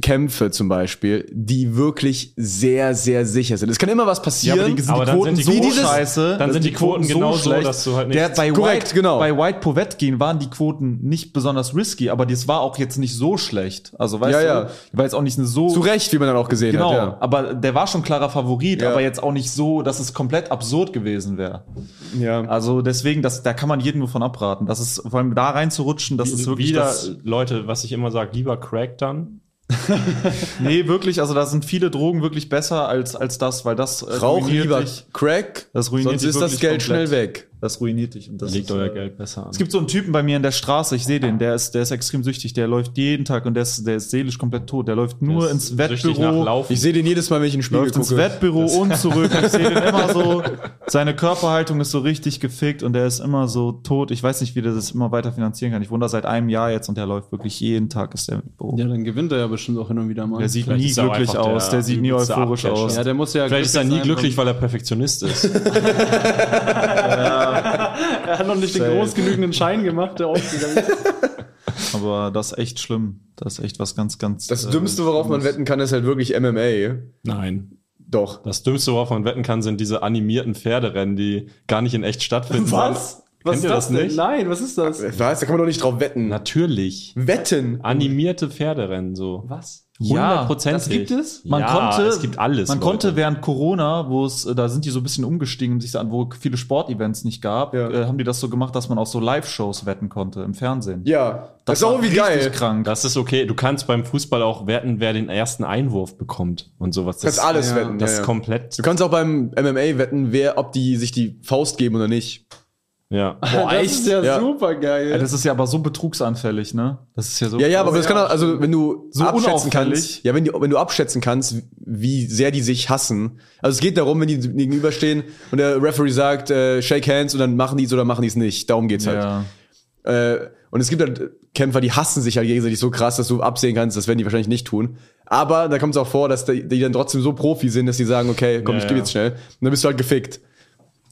Speaker 2: Kämpfe zum Beispiel, die wirklich sehr, sehr sicher sind. Es kann immer was passieren.
Speaker 3: aber die, sind
Speaker 1: aber
Speaker 3: die
Speaker 1: dann
Speaker 3: Quoten
Speaker 1: sind
Speaker 3: so
Speaker 1: die Quoten-
Speaker 3: scheiße.
Speaker 1: dann sind die Quoten genau so,
Speaker 3: schlecht.
Speaker 1: dass du halt nicht-
Speaker 3: Der, bei
Speaker 2: Korrekt,
Speaker 3: White,
Speaker 2: genau.
Speaker 3: Bei White Povetkin waren die Quoten nicht besonders risky, aber das war auch jetzt nicht so schlecht. Also weißt
Speaker 2: Ja,
Speaker 3: du,
Speaker 2: ja.
Speaker 3: war jetzt auch nicht eine so
Speaker 2: zu Recht, wie man dann auch gesehen
Speaker 3: Genau,
Speaker 2: hat.
Speaker 3: aber der war schon klarer Favorit,
Speaker 2: Ja.
Speaker 3: aber jetzt auch nicht so, dass es komplett absurd gewesen wäre.
Speaker 2: Ja. ja.
Speaker 3: Also deswegen, das, da kann man jeden nur von abraten. Das ist vor allem da reinzurutschen, das ist wirklich
Speaker 1: wieder
Speaker 3: das,
Speaker 1: Leute, was ich immer sage, lieber Crack dann.
Speaker 3: nee wirklich. Also da sind viele Drogen wirklich besser als als das, weil das äh,
Speaker 2: Rauch lieber
Speaker 3: dich.
Speaker 2: Crack,
Speaker 3: Das ruiniert
Speaker 2: sonst
Speaker 3: dich
Speaker 2: ist das
Speaker 3: wirklich
Speaker 2: Geld
Speaker 3: komplett.
Speaker 2: schnell weg.
Speaker 3: Das ruiniert dich. Und das
Speaker 1: Legt
Speaker 3: ist,
Speaker 1: euer
Speaker 3: äh,
Speaker 1: Geld besser an.
Speaker 3: Es gibt so einen Typen bei mir in der Straße. Ich sehe den. Der ist der ist extrem süchtig. Der läuft jeden Tag und der ist der ist seelisch komplett tot. Der läuft nur
Speaker 1: Das
Speaker 3: ins
Speaker 1: ist süchtig nach
Speaker 3: Wettbüro.
Speaker 1: Laufen.
Speaker 2: Ich sehe den jedes Mal, wenn ich in den Spiegel
Speaker 3: Läuft ins
Speaker 2: gucke.
Speaker 3: Wettbüro und zurück. Ich sehe den immer so. Seine Körperhaltung ist so richtig gefickt und der ist immer so tot. Ich weiß nicht, wie der das immer weiter finanzieren kann. Ich wundere seit einem Jahr jetzt und der läuft wirklich jeden Tag ist der im Büro.
Speaker 4: Ja, dann gewinnt er ja bestimmt auch hin und wieder mal.
Speaker 3: Der sieht
Speaker 1: Vielleicht
Speaker 3: nie
Speaker 1: ist er auch
Speaker 3: glücklich
Speaker 1: einfach der
Speaker 3: aus, der, sieht nie
Speaker 1: übelste
Speaker 3: euphorisch
Speaker 1: Abcatcher.
Speaker 3: aus.
Speaker 4: ja, der muss ja.
Speaker 1: Vielleicht ist er nie
Speaker 3: ne?
Speaker 1: glücklich, weil er Perfektionist ist.
Speaker 7: Er hat noch nicht den groß genügenden Schein gemacht, der aufgegangen ist.
Speaker 3: Aber das ist echt schlimm. Das ist echt was ganz, ganz.
Speaker 2: Das
Speaker 3: äh,
Speaker 2: Dümmste, worauf man wetten kann, ist halt wirklich MMA.
Speaker 1: Nein.
Speaker 2: Doch.
Speaker 1: Das Dümmste, worauf man wetten kann, sind diese animierten Pferderennen, die gar nicht in echt stattfinden.
Speaker 7: Was? Was
Speaker 1: Kennt
Speaker 7: ist
Speaker 1: ihr
Speaker 7: das
Speaker 1: das
Speaker 7: denn?
Speaker 1: nicht?
Speaker 7: Nein, was ist das?
Speaker 2: Was? Da kann man doch nicht drauf wetten.
Speaker 1: Natürlich.
Speaker 2: Wetten.
Speaker 1: Animierte Pferderennen, so.
Speaker 7: Was?
Speaker 3: Ja,
Speaker 1: Hundertprozentig.
Speaker 7: das gibt es?
Speaker 3: Man
Speaker 1: ja,
Speaker 3: konnte,
Speaker 1: es gibt alles.
Speaker 3: Man
Speaker 1: Leute.
Speaker 3: konnte während Corona, wo es, äh, da sind die so ein bisschen umgestiegen, um sich an, wo viele Sportevents nicht gab,
Speaker 2: Ja.
Speaker 3: äh, haben die das so gemacht, dass man auch so Live-Shows wetten konnte im Fernsehen.
Speaker 2: Ja. Das, ist auch
Speaker 3: war
Speaker 2: irgendwie
Speaker 3: richtig
Speaker 2: geil.
Speaker 3: krank.
Speaker 1: Das ist okay. Du kannst beim Fußball auch wetten, wer den ersten Einwurf bekommt und sowas.
Speaker 2: Du kannst alles wetten.
Speaker 1: Das
Speaker 2: ja,
Speaker 1: ist
Speaker 2: ja.
Speaker 1: komplett.
Speaker 2: Du kannst auch beim MMA wetten, wer, ob die sich die Faust geben oder nicht.
Speaker 1: Ja.
Speaker 4: Boah, echt? Das ist ja,
Speaker 2: Ja.
Speaker 4: super
Speaker 3: Ja,
Speaker 4: geil.
Speaker 3: das ist ja aber so betrugsanfällig, ne? Das ist ja so.
Speaker 2: Ja, ja, aber das kann auch, also wenn du
Speaker 3: So
Speaker 2: abschätzen
Speaker 3: unauffällig.
Speaker 2: kannst, ja, wenn du, wenn du abschätzen kannst, wie sehr die sich hassen. Also es geht darum, wenn die gegenüberstehen und der Referee sagt, äh, shake hands und dann machen die es oder machen die es nicht. Darum geht's halt.
Speaker 3: ja.
Speaker 2: Äh, und es gibt halt Kämpfer, die hassen sich halt gegenseitig so krass, dass du absehen kannst, das werden die wahrscheinlich nicht tun. Aber da kommt es auch vor, dass die, die dann trotzdem so Profi sind, dass die sagen, okay, komm,
Speaker 1: Ja,
Speaker 2: ich gebe
Speaker 1: ja.
Speaker 2: jetzt schnell. Und dann bist du halt gefickt.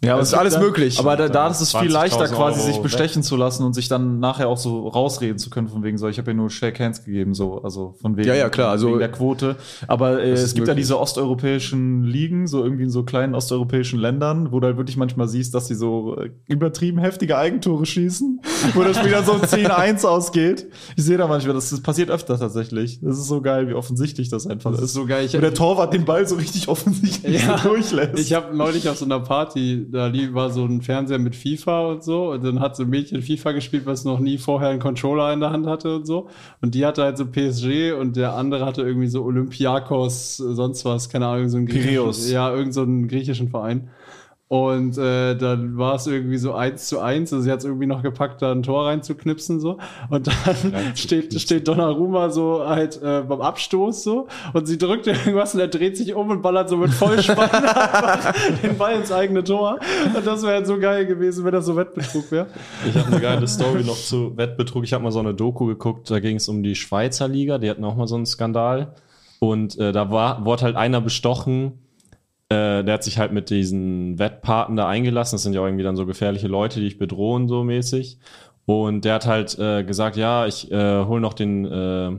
Speaker 3: Ja, aber
Speaker 2: Das ist alles möglich.
Speaker 3: Aber da, da ist es viel
Speaker 1: 20.000
Speaker 3: leichter, quasi
Speaker 1: Euro
Speaker 3: sich
Speaker 1: weg.
Speaker 3: bestechen zu lassen und sich dann nachher auch so rausreden zu können, von wegen so, ich habe ja nur Shake Hands gegeben, so, also von wegen,
Speaker 2: Ja, ja, klar, also-
Speaker 3: wegen der Quote. Aber äh, es gibt ja
Speaker 2: möglich.
Speaker 3: diese osteuropäischen Ligen, so irgendwie in so kleinen osteuropäischen Ländern, wo du halt wirklich manchmal siehst, dass die so äh, übertrieben heftige Eigentore schießen, wo das Spiel dann so 10-1 ausgeht. Ich sehe da manchmal, das, das passiert öfter tatsächlich. Das ist so geil, wie offensichtlich das einfach
Speaker 4: Das
Speaker 3: ist.
Speaker 4: ist so geil. Ich,
Speaker 3: Wo der Torwart den Ball so richtig offensichtlich
Speaker 4: Ja.
Speaker 3: so durchlässt.
Speaker 4: Ich habe neulich auf so einer Party, da lief- war so ein Fernseher mit FIFA und so, und dann hat so ein Mädchen FIFA gespielt, was noch nie vorher einen Controller in der Hand hatte und so. Und die hatte halt so PSG und der andere hatte irgendwie so Olympiakos, äh, sonst was, keine Ahnung, so ein
Speaker 3: Piräus.
Speaker 4: Ja, irgend so einen griechischen Verein. Und äh, dann war es irgendwie so eins zu eins. Also sie hat es irgendwie noch gepackt, da ein Tor reinzuknipsen so. Und dann steht, steht Donnarumma so halt äh, beim Abstoß so. Und sie drückt irgendwas und er dreht sich um und ballert so mit Vollspann einfach den Ball ins eigene Tor. Und das wäre halt so geil gewesen, wenn das so Wettbetrug wäre.
Speaker 1: Ich habe eine geile Story noch zu Wettbetrug. Ich habe mal so eine Doku geguckt, da ging es um die Schweizer Liga, die hatten auch mal so einen Skandal. Und äh, da war, wurde halt einer bestochen. Äh, der hat sich halt mit diesen Wettpaten da eingelassen. Das sind ja auch irgendwie dann so gefährliche Leute, die ich bedrohen, so mäßig. Und der hat halt äh, gesagt, ja, ich äh, hol noch den, äh,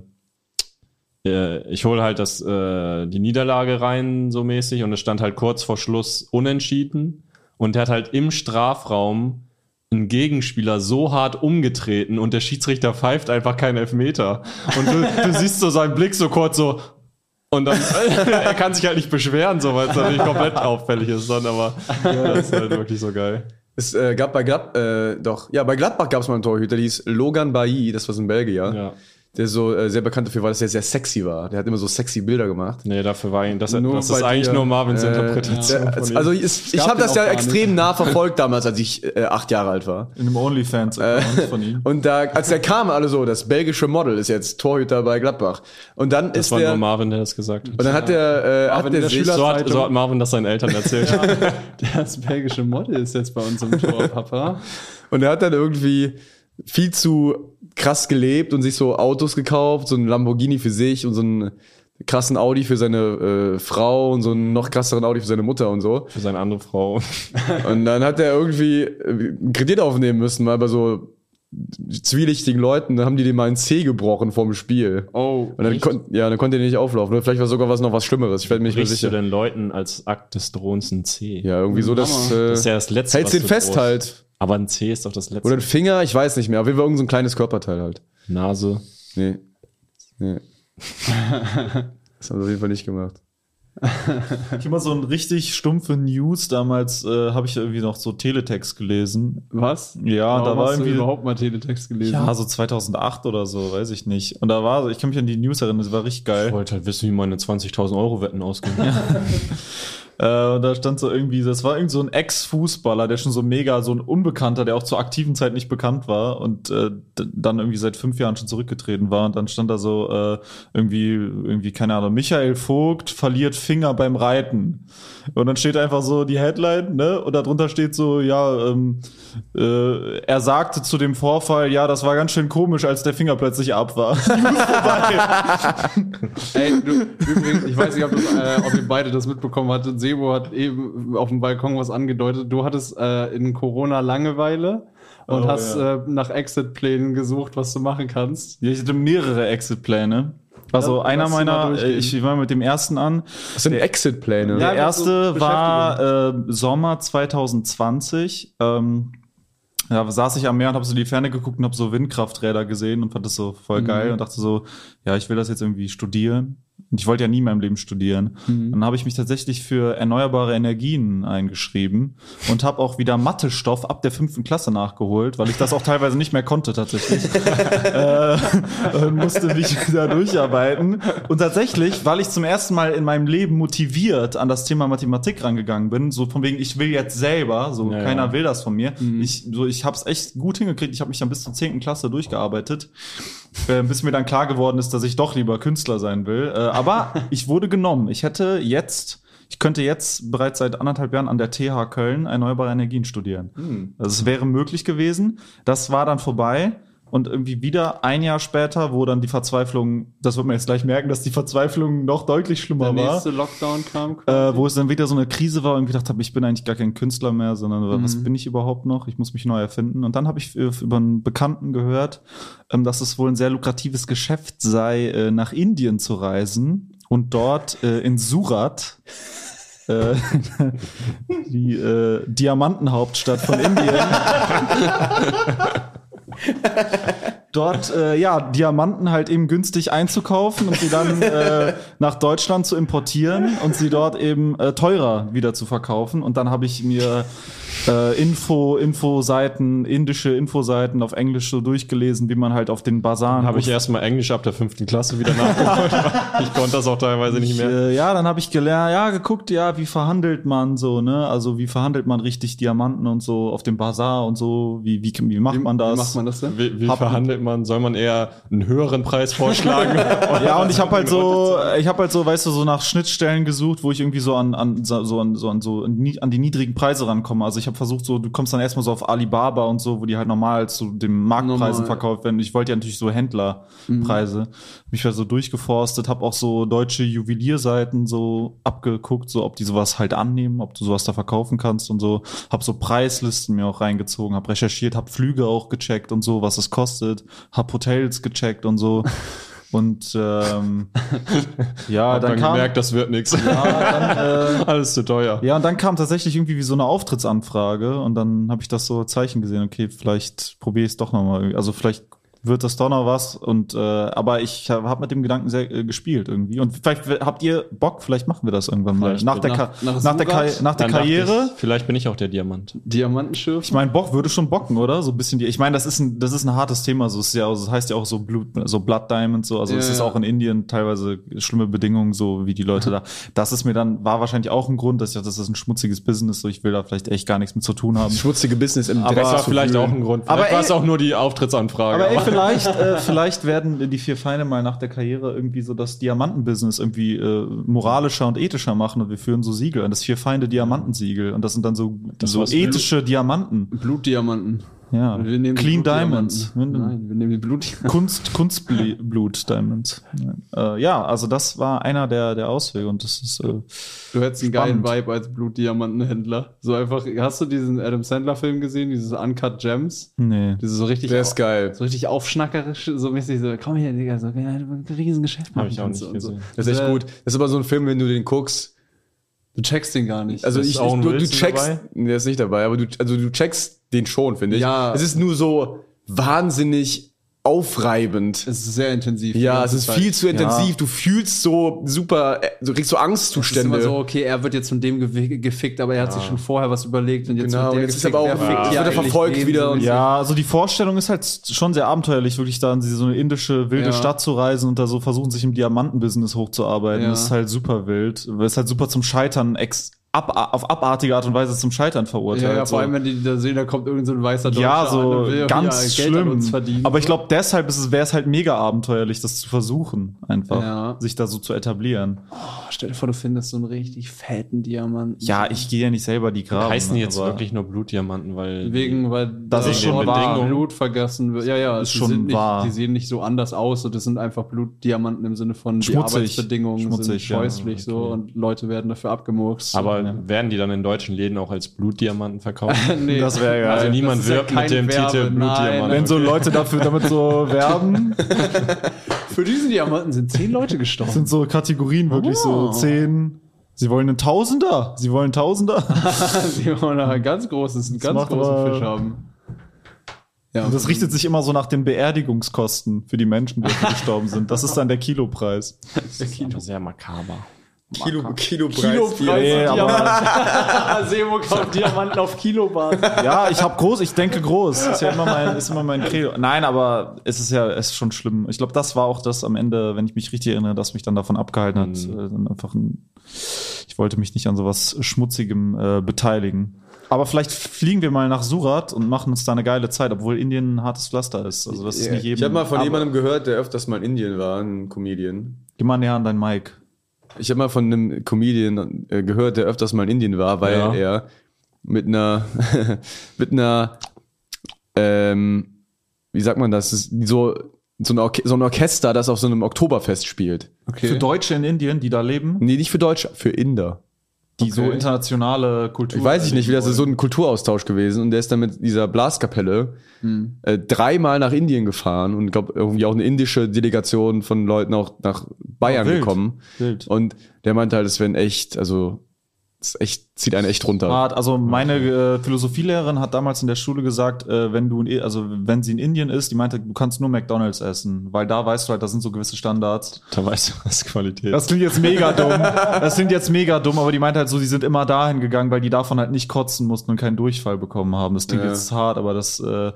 Speaker 1: äh, ich hol halt das, äh, die Niederlage rein, so mäßig. Und es stand halt kurz vor Schluss unentschieden. Und der hat halt im Strafraum einen Gegenspieler so hart umgetreten und der Schiedsrichter pfeift einfach keinen Elfmeter. Und du, du siehst so seinen Blick so kurz so, und dann, er kann sich halt nicht beschweren, so, weil es natürlich komplett auffällig ist dann, aber das ist halt wirklich so geil.
Speaker 2: Es äh, gab bei Glad äh, doch, ja, bei Gladbach gab es mal einen Torhüter, der hieß Logan Bailly, das war so ein Belgier,
Speaker 1: Ja.
Speaker 2: der so äh, sehr bekannt dafür war, dass er sehr sexy war. Der hat immer so sexy Bilder gemacht.
Speaker 1: Nee, dafür war ihn, das,
Speaker 2: Nur
Speaker 1: das ist
Speaker 2: bei
Speaker 1: eigentlich
Speaker 2: dir.
Speaker 1: nur Marvins
Speaker 2: Äh,
Speaker 1: Interpretation.
Speaker 2: der-
Speaker 1: von ihm.
Speaker 2: also ich, ich
Speaker 7: gab
Speaker 2: habe
Speaker 7: den
Speaker 2: das
Speaker 7: auch
Speaker 2: ja
Speaker 7: gar nicht.
Speaker 2: extrem nah verfolgt damals, als ich äh, acht Jahre alt war.
Speaker 3: In einem OnlyFans-Account von ihm.
Speaker 2: Und da, als der kam, alle so, das belgische Model ist jetzt Torhüter bei Gladbach. Und dann
Speaker 1: das
Speaker 2: ist
Speaker 1: war
Speaker 2: der,
Speaker 1: nur
Speaker 2: und
Speaker 1: Marvin, der das gesagt hat.
Speaker 2: dann hat der, äh, hat der,
Speaker 7: der
Speaker 2: sich-
Speaker 7: Schüler-
Speaker 1: So hat, so hat Marvin das seinen Eltern erzählt.
Speaker 4: Das belgische Model ist jetzt bei uns im Tor, Papa.
Speaker 2: und er hat dann irgendwie viel zu krass gelebt und sich so Autos gekauft, so ein Lamborghini für sich und so einen krassen Audi für seine äh, Frau und so einen noch krasseren Audi für seine Mutter und so.
Speaker 1: Für seine andere Frau.
Speaker 2: Und dann hat er irgendwie äh, einen Kredit aufnehmen müssen, mal bei so zwielichtigen Leuten, dann haben die dem mal einen Zeh gebrochen vorm Spiel.
Speaker 4: Oh,
Speaker 2: Und dann, kon ja, dann konnte er nicht auflaufen. Oder vielleicht war sogar was noch was Schlimmeres. Ich werde mir nicht mehr
Speaker 1: Brichst du
Speaker 2: sicher.
Speaker 1: den Leuten als Akt des Drohens ein C?
Speaker 2: Ja, irgendwie so, dass. Äh,
Speaker 1: Das ist ja das Letzte,
Speaker 2: hältst
Speaker 1: was
Speaker 2: den
Speaker 1: du
Speaker 2: fest
Speaker 1: drohst.
Speaker 2: halt.
Speaker 1: Aber ein C ist doch das letzte.
Speaker 2: Oder ein Finger, ich weiß nicht mehr. Auf jeden Fall irgendein so ein kleines Körperteil halt.
Speaker 1: Nase.
Speaker 2: Nee. Nee. das haben sie auf jeden Fall nicht gemacht.
Speaker 3: Ich immer so ein richtig stumpfe News damals äh, habe ich irgendwie noch so Teletext gelesen.
Speaker 4: was?
Speaker 3: Ja,
Speaker 4: Warum
Speaker 3: da war
Speaker 4: hast du
Speaker 3: irgendwie
Speaker 4: überhaupt mal Teletext gelesen?
Speaker 3: ja so 2008 oder so, weiß ich nicht. Und da war, ich kann mich an die News erinnern, das war richtig
Speaker 1: Ich
Speaker 3: geil.
Speaker 1: wollte halt wissen, wie meine 20.000 Euro Wetten ausgehen.
Speaker 3: Äh, und da stand so irgendwie, das war irgend so ein Ex-Fußballer, der schon so mega, so ein Unbekannter, der auch zur aktiven Zeit nicht bekannt war und äh, d- dann irgendwie seit fünf Jahren schon zurückgetreten war. Und dann stand da so äh, irgendwie, irgendwie, keine Ahnung, Michael Vogt verliert Finger beim Reiten. Und dann steht einfach so die Headline, ne? Und darunter steht so, ja, ähm, äh, er sagte zu dem Vorfall, ja, das war ganz schön komisch, als der Finger plötzlich ab war.
Speaker 4: Ey, du, übrigens, ich weiß nicht, ob, das, äh, ob ihr beide das mitbekommen hattet. Sebo hat eben auf dem Balkon was angedeutet. Du hattest äh, in Corona Langeweile und
Speaker 3: Oh,
Speaker 4: hast
Speaker 3: ja.
Speaker 4: äh, nach Exit-Plänen gesucht, was du machen kannst.
Speaker 3: Ja, ich hatte mehrere Exit-Pläne. Also
Speaker 4: Ja,
Speaker 3: einer
Speaker 4: lass sie mal
Speaker 3: meiner,
Speaker 4: durchgehen.
Speaker 3: ich war mit dem ersten an.
Speaker 2: Das sind Exit-Pläne.
Speaker 3: Der
Speaker 4: Ja, einfach so
Speaker 3: erste war äh, Sommer 2020. Ähm, da saß ich am Meer und habe so in die Ferne geguckt und habe so Windkrafträder gesehen und fand das so
Speaker 4: Mhm.
Speaker 3: voll geil und dachte so, ja, ich will das jetzt irgendwie studieren. Und ich wollte ja nie in meinem Leben studieren.
Speaker 4: Mhm.
Speaker 3: Dann habe ich mich tatsächlich für erneuerbare Energien eingeschrieben und habe auch wieder Mathe-Stoff ab der fünften Klasse nachgeholt, weil ich das auch teilweise nicht mehr konnte tatsächlich äh, und musste mich da durcharbeiten. Und tatsächlich, weil ich zum ersten Mal in meinem Leben motiviert an das Thema Mathematik rangegangen bin, so von wegen, ich will jetzt selber, so
Speaker 1: Ja, Mhm.
Speaker 3: keiner
Speaker 1: ja.
Speaker 3: will das von mir. Ich, so, ich habe es echt gut hingekriegt. Ich habe mich dann bis zur 10. Klasse durchgearbeitet. Äh, bis mir dann klar geworden ist, dass ich doch lieber Künstler sein will. Äh, aber ich wurde genommen. Ich hätte jetzt, ich könnte jetzt bereits seit anderthalb Jahren an der TH Köln erneuerbare Energien studieren. Also es wäre möglich gewesen. Das war dann vorbei. Und irgendwie wieder ein Jahr später, wo dann die Verzweiflung, das wird man jetzt gleich merken, dass die Verzweiflung noch deutlich schlimmer
Speaker 4: Der
Speaker 3: war.
Speaker 4: nächste Lockdown kam.
Speaker 3: Äh, wo es dann wieder so eine Krise war und ich gedacht habe, ich bin eigentlich gar kein Künstler mehr, sondern was bin ich überhaupt noch? Ich muss mich neu erfinden. Und dann habe ich äh, über einen Bekannten gehört, ähm, dass es wohl ein sehr lukratives Geschäft sei, äh, nach Indien zu reisen und dort äh, in Surat, äh, die äh, Diamantenhauptstadt von Indien, dort äh, ja Diamanten halt eben günstig einzukaufen und sie dann äh, nach Deutschland zu importieren und sie dort eben äh, teurer wieder zu verkaufen und dann habe ich mir äh, Info Infoseiten indische Infoseiten auf Englisch so durchgelesen wie man halt auf den Basaren
Speaker 1: Habe ich erstmal Englisch ab der fünften Klasse wieder nachgeholt. ich konnte das auch teilweise nicht mehr.
Speaker 3: Äh, ja, dann habe ich gelernt, ja, geguckt, ja, wie verhandelt man so, ne? Also wie verhandelt man richtig Diamanten und so auf dem Bazar und so, wie, wie, wie macht man das?
Speaker 4: Wie macht man das denn?
Speaker 1: Wie, wie
Speaker 3: Hab-
Speaker 1: verhandelt wählt man, soll man eher einen höheren Preis vorschlagen?
Speaker 3: Ja, und ich habe halt so, ich habe halt so, weißt du, so nach Schnittstellen gesucht, wo ich irgendwie so an, an so an so an so ni- an die niedrigen Preise rankomme. Also ich habe versucht, so du kommst dann erstmal so auf Alibaba und so, wo die halt normal zu den Marktpreisen
Speaker 7: Normal.
Speaker 3: verkauft werden. Ich wollte ja natürlich so Händlerpreise. Mich war so durchgeforstet, habe auch so deutsche Juwelierseiten so abgeguckt, so ob die sowas halt annehmen, ob du sowas da verkaufen kannst und so. Habe so Preislisten mir auch reingezogen, habe recherchiert, habe Flüge auch gecheckt und so, was es kostet, habe Hotels gecheckt und so. Und ähm, ja,
Speaker 1: Hab
Speaker 3: dann,
Speaker 1: dann
Speaker 3: kam äh,
Speaker 1: gemerkt, das wird nichts. Alles zu teuer.
Speaker 3: ja und dann kam tatsächlich irgendwie wie so eine Auftrittsanfrage und dann habe ich das so Zeichen gesehen. Okay, vielleicht probiere ich es doch nochmal. Also vielleicht wird das doch noch was. Und äh, aber ich habe mit dem Gedanken sehr äh, gespielt irgendwie. Und vielleicht w- habt ihr Bock. Vielleicht machen wir das irgendwann mal
Speaker 1: Vielleicht
Speaker 3: nach der Ka-
Speaker 7: nach- nach
Speaker 3: nach der Ka-
Speaker 7: Surat.
Speaker 3: nach der
Speaker 1: Dann dachte
Speaker 3: Karriere.
Speaker 1: Ich, vielleicht bin ich auch der Diamant.
Speaker 7: Diamantenschiff.
Speaker 3: Ich meine, Bock würde schon bocken, oder? So ein bisschen die. Ich meine, das ist ein, das ist ein hartes Thema. So es ist ja, auch- das heißt ja auch so Blut, so Blood Diamond, so. Also es
Speaker 7: Ja,
Speaker 3: ist
Speaker 7: ja.
Speaker 3: auch in Indien teilweise schlimme Bedingungen, so wie die Leute da. Das ist mir dann war wahrscheinlich auch ein Grund, dass ich dachte, das ist ein schmutziges Business. So ich will da vielleicht echt gar nichts mit zu tun haben.
Speaker 2: Schmutzige Business im
Speaker 3: Aber
Speaker 2: Dreck
Speaker 1: Das war
Speaker 2: zu
Speaker 1: vielleicht
Speaker 2: fühlen.
Speaker 1: auch ein Grund.
Speaker 3: Aber
Speaker 1: Vielleicht war es
Speaker 3: ey-
Speaker 1: auch nur die Auftrittsanfrage.
Speaker 3: Aber ey,
Speaker 1: aber-
Speaker 3: vielleicht, äh, vielleicht werden die vier Feine mal nach der Karriere irgendwie so das Diamantenbusiness irgendwie äh, moralischer und ethischer machen und wir führen so Siegel an. Das vier Feinde Diamantensiegel und das sind dann so, so
Speaker 1: war's.
Speaker 3: ethische Diamanten.
Speaker 7: Blutdiamanten.
Speaker 3: Ja.
Speaker 7: Wir nehmen die
Speaker 3: Clean Diamonds.
Speaker 7: Blutdiamanten. Nein, wir nehmen die Blutdiamanten.
Speaker 3: Kunst, Kunstblut Diamonds. Ja. Äh, ja, also das war einer der, der Auswege und das ist äh,
Speaker 7: Du hättest einen geilen
Speaker 3: Spannend.
Speaker 7: Vibe als Blutdiamantenhändler. So einfach, hast du diesen Adam Sandler-Film gesehen, dieses Uncut Gems?
Speaker 3: nee.
Speaker 7: Dieses so richtig,
Speaker 2: Der ist geil.
Speaker 7: so richtig aufschnackerisch, so mäßig, so, komm hier, Digga, so, wir haben ein Riesengeschäft
Speaker 1: Hab ich auch
Speaker 7: kannst
Speaker 1: nicht
Speaker 7: und so.
Speaker 1: gesehen.
Speaker 2: Das ist echt
Speaker 7: Äh,
Speaker 2: gut. Das ist aber so ein Film, wenn du den guckst.
Speaker 7: Du checkst den gar nicht.
Speaker 2: Also
Speaker 1: Ist
Speaker 2: ich, ich,
Speaker 1: Owen
Speaker 2: du, du
Speaker 1: Wilson
Speaker 2: checkst.
Speaker 1: dabei?
Speaker 2: Nee, der ist nicht dabei, aber du, also du checkst den schon, finde ich.
Speaker 7: Ja.
Speaker 2: Es ist nur so wahnsinnig aufreibend.
Speaker 7: es ist sehr intensiv. ne? die
Speaker 2: Ja, es
Speaker 7: ganze
Speaker 2: ist
Speaker 7: Zeit.
Speaker 2: viel zu intensiv. Du fühlst so super, äh, du kriegst so
Speaker 7: Es ist
Speaker 2: Angstzustände.
Speaker 7: immer so, okay, er wird jetzt von dem gewi- gefickt, aber er hat sich schon vorher was überlegt und jetzt
Speaker 2: Genau,
Speaker 7: wird der
Speaker 2: und jetzt ist
Speaker 7: gefickt,
Speaker 2: aber
Speaker 7: der
Speaker 2: auch- ja,
Speaker 7: fickt
Speaker 2: wird er
Speaker 7: eigentlich
Speaker 2: verfolgt
Speaker 7: den
Speaker 2: wieder
Speaker 7: so
Speaker 2: und-
Speaker 7: mäßig.
Speaker 3: Ja, also die Vorstellung ist halt schon sehr abenteuerlich, wirklich da in so eine indische wilde
Speaker 7: Ja.
Speaker 3: Stadt zu reisen und da so versuchen, sich im Diamantenbusiness hochzuarbeiten.
Speaker 7: Ja.
Speaker 3: Das ist halt super wild. Das ist halt super zum Scheitern, ex ab, auf abartige Art und Weise zum Scheitern verurteilt.
Speaker 7: Ja, ja,
Speaker 3: so.
Speaker 7: vor allem, wenn die da sehen, da kommt irgend so ein weißer Deutscher
Speaker 3: ja,
Speaker 7: an
Speaker 3: so
Speaker 7: und will
Speaker 3: ganz
Speaker 7: wieder Geld An uns
Speaker 3: schlimm.
Speaker 7: verdienen.
Speaker 3: Aber ich glaube, deshalb wäre es halt mega abenteuerlich, das zu versuchen, einfach
Speaker 7: Ja.
Speaker 3: sich da so zu etablieren.
Speaker 7: oh, stell dir vor, du findest so einen richtig fetten Diamanten.
Speaker 3: Ja, ich gehe ja nicht selber die graben.
Speaker 1: heißen die jetzt
Speaker 3: aber
Speaker 1: wirklich nur Blutdiamanten, weil
Speaker 7: Wegen, weil
Speaker 3: Das
Speaker 7: da
Speaker 3: ist schon
Speaker 7: Blut
Speaker 3: wahr.
Speaker 7: Blut vergessen wird. Ja, ja,
Speaker 3: Ist
Speaker 7: die
Speaker 3: schon
Speaker 7: sind nicht,
Speaker 3: wahr.
Speaker 7: Die sehen nicht so anders aus und das sind einfach Blutdiamanten im Sinne von
Speaker 3: Schmutzig.
Speaker 7: die Arbeitsbedingungen sind
Speaker 3: Schmutzig, ja.
Speaker 7: scheußlich so
Speaker 3: Okay.
Speaker 7: und Leute werden dafür abgemurkst.
Speaker 1: Aber werden die dann in deutschen Läden auch als Blutdiamanten verkauft?
Speaker 7: nee,
Speaker 3: Das wäre ja.
Speaker 1: Also
Speaker 3: geil.
Speaker 1: niemand
Speaker 7: das ist ja
Speaker 1: wirbt
Speaker 7: kein
Speaker 1: mit dem
Speaker 7: Werbe,
Speaker 1: Titel
Speaker 7: nein.
Speaker 1: Blutdiamant.
Speaker 3: wenn so Leute dafür damit so werben,
Speaker 7: für diesen Diamanten sind zehn Leute gestorben.
Speaker 3: sind so Kategorien wirklich so
Speaker 1: Oh.
Speaker 3: zehn. Sie wollen einen Tausender. Sie wollen einen Tausender.
Speaker 7: Sie wollen da ein ganz großes, einen ganz
Speaker 3: macht
Speaker 7: großen
Speaker 3: aber-
Speaker 7: Fisch haben. Ja,
Speaker 3: Und das richtet sich immer so nach den Beerdigungskosten für die Menschen, die dafür gestorben sind. Das ist dann der Kilopreis.
Speaker 1: Kino. Sehr makaber.
Speaker 2: Kilo, Kilopreis.
Speaker 7: Kilopreis.
Speaker 3: Nee,
Speaker 7: Diamant. Sebo Ah, kauft Diamanten auf Kilobasis.
Speaker 3: Ja, ich hab groß, ich denke groß. Ist ja immer mein, ist immer mein Credo. Nein, aber es ist ja, es ist schon schlimm. Ich glaube, das war auch das am Ende, wenn ich mich richtig erinnere, das mich dann davon abgehalten hat.
Speaker 2: Mhm.
Speaker 3: Äh, dann einfach ein, ich wollte mich nicht an sowas Schmutzigem äh, beteiligen. Aber vielleicht fliegen wir mal nach Surat und machen uns da eine geile Zeit, obwohl Indien ein hartes Pflaster ist. Also das ist nicht jedem.
Speaker 2: Ich habe mal von
Speaker 3: Aber-
Speaker 2: jemandem gehört, der öfters mal in Indien war, ein Comedian.
Speaker 3: Geh mal näher an dein Mic.
Speaker 2: Ich habe mal von einem Comedian äh, gehört, der öfters mal in Indien war, weil
Speaker 1: Ja.
Speaker 2: er mit einer, mit einer, ähm, wie sagt man das, das ist so, so, ein Orche- so ein Orchester, das auf so einem Oktoberfest spielt.
Speaker 3: Für
Speaker 7: Okay.
Speaker 3: Deutsche in Indien, die da leben,
Speaker 2: Nee, nicht für Deutsche, für Inder.
Speaker 3: die so internationale Kultur.
Speaker 2: Ich weiß ich nicht, wie das ist
Speaker 3: erleben
Speaker 2: so ein Kulturaustausch gewesen und der ist dann mit dieser Blaskapelle
Speaker 3: Hm.
Speaker 2: äh, dreimal nach Indien gefahren und glaube irgendwie auch eine indische Delegation von Leuten auch nach Bayern
Speaker 3: Oh, wild.
Speaker 2: gekommen.
Speaker 3: Wild.
Speaker 2: Und der meinte halt, es wären echt, also es ist echt zieht einen echt runter.
Speaker 3: Art. Also meine äh, Philosophielehrerin hat damals in der Schule gesagt, äh, wenn du, in, also wenn sie in Indien ist, die meinte, du kannst nur McDonald's essen, weil da weißt du halt, da sind so gewisse Standards.
Speaker 1: Da weißt du, was Qualität
Speaker 3: Das klingt jetzt mega dumm. Das klingt jetzt mega dumm, aber die meinte halt so, die sind immer dahin gegangen, weil die davon halt nicht kotzen mussten und keinen Durchfall bekommen haben. Das klingt jetzt hart, aber das äh,